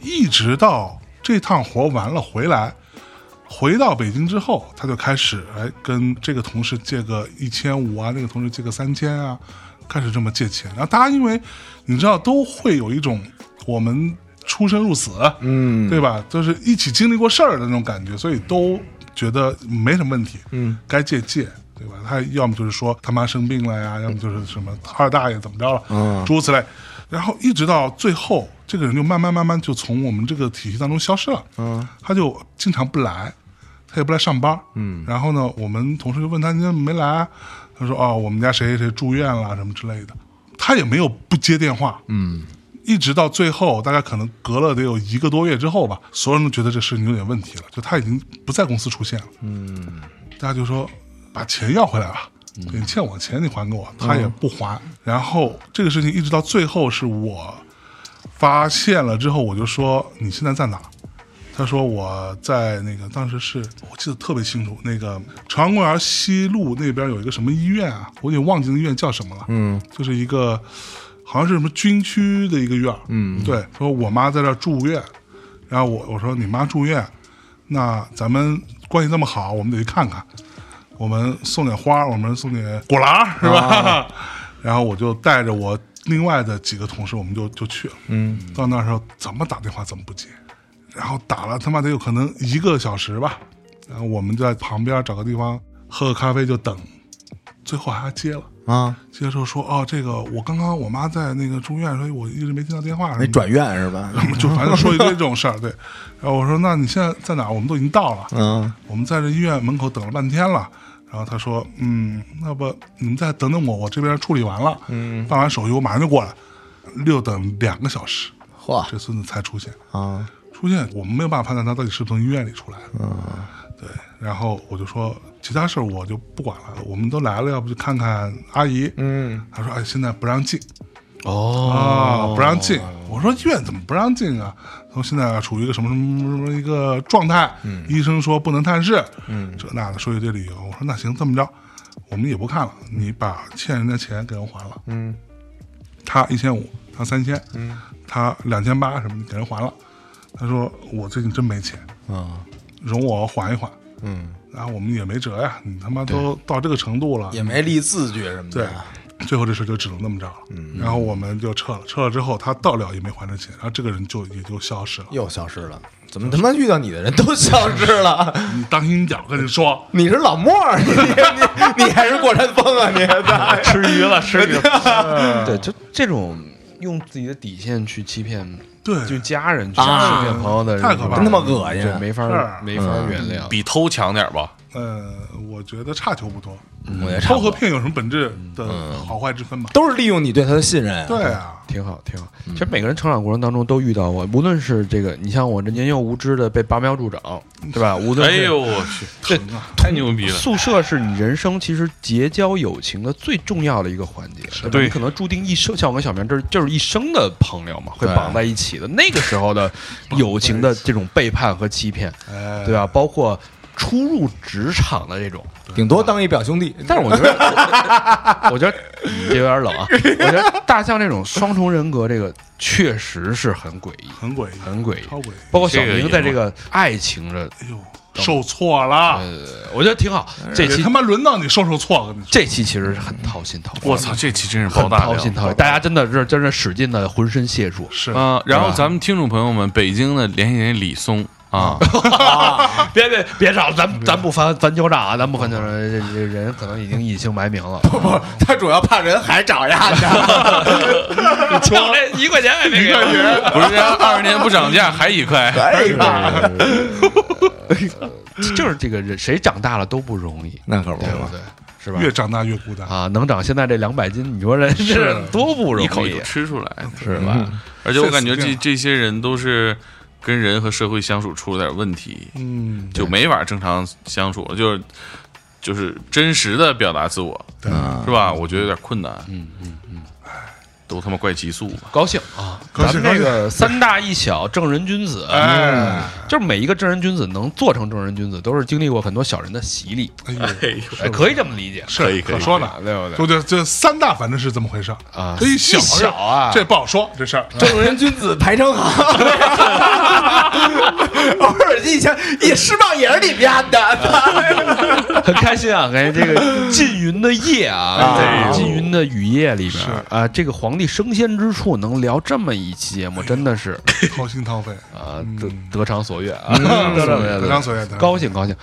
Speaker 3: 一直到这趟活完了回来，回到北京之后，他就开始哎跟这个同事借个一千五啊，那个同事借个三千啊，开始这么借钱。然后大家因为你知道都会有一种我们出生入死，
Speaker 6: 嗯，
Speaker 3: 对吧？就是一起经历过事儿的那种感觉，所以都觉得没什么问题。
Speaker 6: 嗯，
Speaker 3: 该借借，对吧？他要么就是说他妈生病了呀，要么就是什么二大爷怎么着了，
Speaker 6: 嗯
Speaker 3: 诸如此类。然后一直到最后，这个人就慢慢慢慢就从我们这个体系当中消失了。
Speaker 6: 嗯，
Speaker 3: 他就经常不来，他也不来上班。
Speaker 6: 嗯，
Speaker 3: 然后呢，我们同事就问他你怎么没来啊？他说哦，我们家谁谁谁住院了啊什么之类的。他也没有不接电话，
Speaker 6: 嗯，
Speaker 3: 一直到最后，大概可能隔了得有一个多月之后吧，所有人都觉得这事情有点问题了，就他已经不在公司出现了。嗯，大家就说把钱要回来吧，
Speaker 6: 嗯
Speaker 3: 你欠我钱你还给我，他也不还。然后这个事情一直到最后是我发现了之后，我就说你现在在哪？他说我在那个当时是我记得特别清楚，那个朝阳公园西路那边有一个什么医院啊，我有点忘记那医院叫什么了。
Speaker 6: 嗯，
Speaker 3: 就是一个好像是什么军区的一个院儿，
Speaker 6: 嗯
Speaker 3: 对，说我妈在这儿住院，然后我我说你妈住院，那咱们关系那么好，我们得去看看，我们送点花，我们送点果篮儿是吧？
Speaker 6: 啊
Speaker 3: 然后我就带着我另外的几个同事，我们就就去了，
Speaker 6: 嗯，
Speaker 3: 到那时候怎么打电话怎么不接，然后打了他妈得有可能一个小时吧，然后我们就在旁边找个地方喝个咖啡就等，最后还接了。
Speaker 6: 啊，
Speaker 3: 接着说哦，这个我刚刚我妈在那个住院，所以我一直没听到电话。
Speaker 6: 那转院是吧？
Speaker 3: 就反正说一堆这种事儿，对。然后我说那你现在在哪儿？我们都已经到了，
Speaker 6: 嗯，
Speaker 3: 我们在这医院门口等了半天了。然后他说嗯，那不你们再等等我，我这边处理完了，嗯，办完手续我马上就过来。六等两个小时，
Speaker 6: 嚯
Speaker 3: 这孙子才出现。
Speaker 6: 啊，
Speaker 3: 出现，我们没有办法判断他到底是不是从医院里出来的。对。然后我就说其他事儿我就不管了，我们都来了，要不就看看阿姨。
Speaker 6: 嗯，
Speaker 3: 他说哎，现在不让进。
Speaker 5: 哦
Speaker 6: 哦
Speaker 3: 啊，不让进。我说医院怎么不让进啊？他说现在处于一个什么什么什么一个状态，
Speaker 6: 嗯
Speaker 3: 医生说不能探视，嗯，这那的说一堆理由。我说那行这么着，我们也不看了，你把欠人家钱给人还了，
Speaker 6: 嗯，
Speaker 3: 他一千五，他三千，嗯，他两千八什么，你给人还了。他说我最近真没钱，
Speaker 6: 啊，
Speaker 3: 容我缓一缓。
Speaker 6: 嗯，
Speaker 3: 然后我们也没辙呀，你他妈都到这个程度了，
Speaker 6: 也没立字据什么
Speaker 3: 对
Speaker 6: 的，，
Speaker 5: 嗯
Speaker 3: 最后这事就只能那么着了。然后我们就撤了，撤了之后他到了也没还这钱，然后这个人就也就消失了。
Speaker 6: 又消失了。怎么他妈遇到你的人都消失 了？
Speaker 3: 你当心点，我跟你说，
Speaker 6: 你是老莫儿，你 你你还是过山峰啊？你还
Speaker 4: 吃鱼了，吃鱼了。
Speaker 5: 对，就这种用自己的底线去欺骗，
Speaker 3: 对
Speaker 5: 就家人去
Speaker 6: 啊
Speaker 5: 欺骗朋友的人，
Speaker 3: 太可怕了
Speaker 6: 真他妈恶心
Speaker 5: 啊对，没法儿
Speaker 3: 是
Speaker 5: 没法儿原
Speaker 2: 嗯
Speaker 5: 谅。
Speaker 4: 比偷强点吧，
Speaker 3: 呃，我觉得差球不多，
Speaker 5: 嗯
Speaker 6: 我也差
Speaker 3: 偷
Speaker 6: 不
Speaker 3: 和
Speaker 6: 多
Speaker 3: 骗有什么本质的好坏之分吧？
Speaker 6: 都是利用你对他的信任。
Speaker 3: 对，啊，
Speaker 5: 挺好，挺好。
Speaker 4: 嗯
Speaker 5: 其实每个人成长过程当中都遇到过，无论是这个，你像我这年幼无知的被拔 苗助长，对吧？无论
Speaker 4: 哎
Speaker 5: 是
Speaker 4: 呦我去，
Speaker 5: 这
Speaker 4: 太牛逼了！
Speaker 5: 宿舍是你人生其实结交友情的最重要的一个环节，吧
Speaker 4: 对
Speaker 5: 你可能注定一生，像我跟小明，这是就是一生的朋友嘛，会
Speaker 6: 对
Speaker 5: 绑在一起的。那个时候的友情的这种背叛和欺骗，
Speaker 3: 哎，
Speaker 5: 对吧？包括初入职场的这种，
Speaker 6: 顶多当一表兄弟。
Speaker 5: 但是我觉得，我觉得 这有点冷啊。我觉得大象这种双重人格，这个确实是很诡异，
Speaker 3: 很诡异，
Speaker 5: 很诡异。
Speaker 3: 超诡异。
Speaker 5: 包括小
Speaker 4: 这个
Speaker 5: 明
Speaker 4: 也
Speaker 5: 在这个爱情的，
Speaker 3: 哎呦，受挫了，
Speaker 5: 呃，我觉得挺好。这
Speaker 3: 也
Speaker 5: 期
Speaker 3: 他妈轮到你受受挫，我跟你说，
Speaker 5: 这期其实是很掏心掏肺的，
Speaker 4: 我操，这期真是
Speaker 5: 很
Speaker 4: 爆大
Speaker 5: 掏
Speaker 4: 料
Speaker 5: 心掏肺，大家真的是真是使劲的浑身解数。
Speaker 3: 是
Speaker 4: 啊！然后咱们听众朋友们，北京的联系人李松啊，
Speaker 5: 别别别吵，咱咱不翻翻旧账啊，咱不翻旧账，这这人可能已经隐姓埋名了。
Speaker 6: 不不，他主要怕人还找呀，你知道吗
Speaker 5: 就这一块钱也没给我。
Speaker 4: 不是人家二十年不涨价还一块，
Speaker 6: 哎呀，
Speaker 5: 就是这个人，谁长大了都不容易，
Speaker 6: 那可不
Speaker 5: 对不
Speaker 6: 嘛，
Speaker 5: 对？是吧？
Speaker 3: 越长大越孤单。
Speaker 5: 啊，能长现在这两百斤，你说人是 多不容易，
Speaker 4: 一口一口吃出来。
Speaker 3: 嗯
Speaker 6: 是吧？
Speaker 4: 而且我感觉
Speaker 3: 确实
Speaker 4: 这
Speaker 3: 是
Speaker 4: 这些人都是跟人和社会相处出了点问题，
Speaker 3: 嗯，
Speaker 4: 就没法正常相处了，就是就是真实的表达自我，
Speaker 3: 对，
Speaker 5: 嗯
Speaker 4: 是吧？我觉得有点困难。嗯嗯嗯，都他妈怪极速吧？
Speaker 5: 高兴啊！
Speaker 3: 高
Speaker 5: 咱
Speaker 3: 兴
Speaker 5: 们这个三大一小正人君子，嗯
Speaker 3: 哎，
Speaker 5: 就是每一个正人君子能做成正人君子，都是经历过很多小人的洗礼，
Speaker 3: 哎呦，
Speaker 4: 哎呦，
Speaker 5: 哎， 可以这么理解
Speaker 3: 是可说呢，
Speaker 5: 对不对？
Speaker 3: 就这这三大反正是这么回事
Speaker 5: 啊
Speaker 3: 这一小事
Speaker 5: 一小啊
Speaker 3: 这不好说这事 儿。
Speaker 6: 正人君 子排成行。
Speaker 2: 偶尔一枪，也施暴也是你们家 的，
Speaker 5: 很开心啊！感觉这个缙云的夜啊，在缙云的雨夜里边啊，这个皇帝升仙之处能聊这么一期节目，真的是
Speaker 3: 掏心掏肺，
Speaker 5: 啊，得得偿所愿 啊，得偿所愿
Speaker 3: 嗯得偿所愿得偿所愿
Speaker 5: 高兴高兴。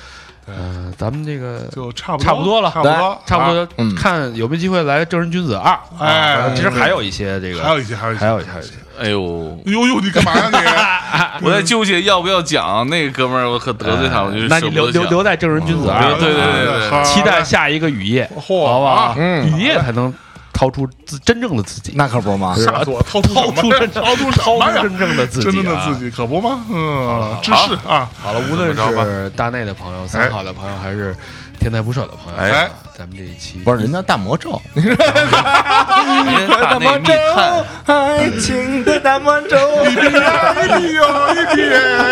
Speaker 5: 嗯，咱们这个
Speaker 3: 就差不
Speaker 5: 差不多了
Speaker 3: 差不多，
Speaker 5: 差不
Speaker 3: 啊。
Speaker 5: 多，
Speaker 6: 嗯
Speaker 5: 看有没有机会来《正人君子二》啊。
Speaker 3: 哎
Speaker 5: 其实还有一些这个，
Speaker 3: 还有一些，还有一些
Speaker 5: 还，有一些，还有一些。
Speaker 4: 哎呦，
Speaker 3: 呦呦，你干嘛 呀
Speaker 4: 我在纠结要不要讲那个哥们儿，我可得罪他，我就
Speaker 5: 哎那你留
Speaker 4: 舍不
Speaker 5: 留
Speaker 4: 得讲
Speaker 5: 留在《正人君子
Speaker 3: 你？
Speaker 5: 二》
Speaker 4: 啊
Speaker 5: 吧，
Speaker 4: 对对对对
Speaker 3: 好嘞
Speaker 5: 期待下一个雨夜，
Speaker 3: 嚯
Speaker 5: 好不好
Speaker 3: 啊？
Speaker 6: 嗯
Speaker 5: 雨夜才能掏出自真正的自己，
Speaker 6: 那可不嘛，
Speaker 3: 吓死我！掏出
Speaker 5: 掏出真
Speaker 3: 什 么呀掏出什么
Speaker 5: 掏
Speaker 3: 呀？
Speaker 5: 出真正的自己啊
Speaker 3: 真正的自己，可不吗？嗯，知识啊，
Speaker 5: 好了，无论
Speaker 4: 怎么着吧
Speaker 5: 是大内的朋友、三好的朋友，还是天才捕手的朋友，
Speaker 3: 哎
Speaker 5: 啊咱们这一期
Speaker 6: 不是人家大魔咒，
Speaker 4: 人家大内密探，
Speaker 6: 爱情的大魔咒。
Speaker 3: 哎呦，一比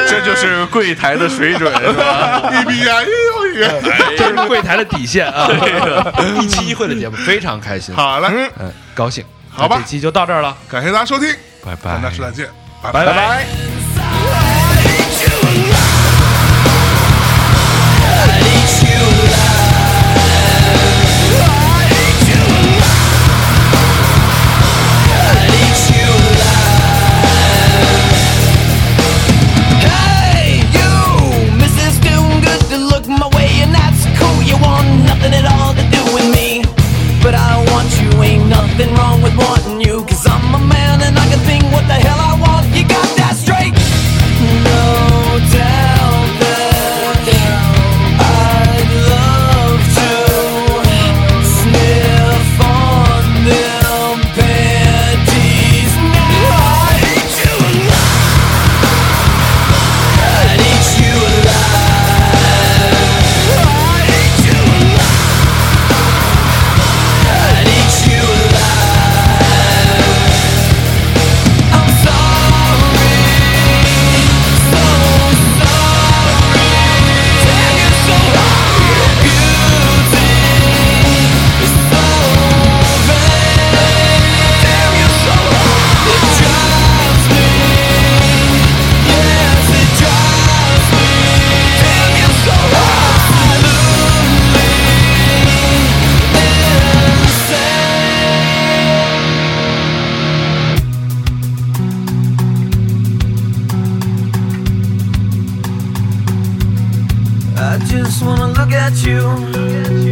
Speaker 4: 这就是柜台的水准，是吧？
Speaker 3: 一比哎呦一，
Speaker 5: 这是柜台的底线啊！ 一期一会的节目非常开心，
Speaker 3: 好嘞，
Speaker 5: 嗯，高兴，
Speaker 3: 好吧
Speaker 5: 那这期就到这儿了，
Speaker 3: 感谢大家收听，
Speaker 5: 拜拜
Speaker 3: 咱们下次再见，拜
Speaker 5: 哎拜拜。
Speaker 9: Hey, you, Mrs. Doom, good to look my way, and that's cool. You want nothing at all to do with me. But I want you, ain't nothing wrong with wanting you. Cause I'm a man and I can think what the hell I want. You got that straight? No doubt that I'd love to sniff on them panties. Now I hate you alive. I hate you alive. I hate you alive. I hate you alive. I'm sorry, so sorry. Tell you so long, your beauty is so vain. Tell you so long, it drives me. Yes, it drives me. Tell you so absolutely insane. I just wanna look at you.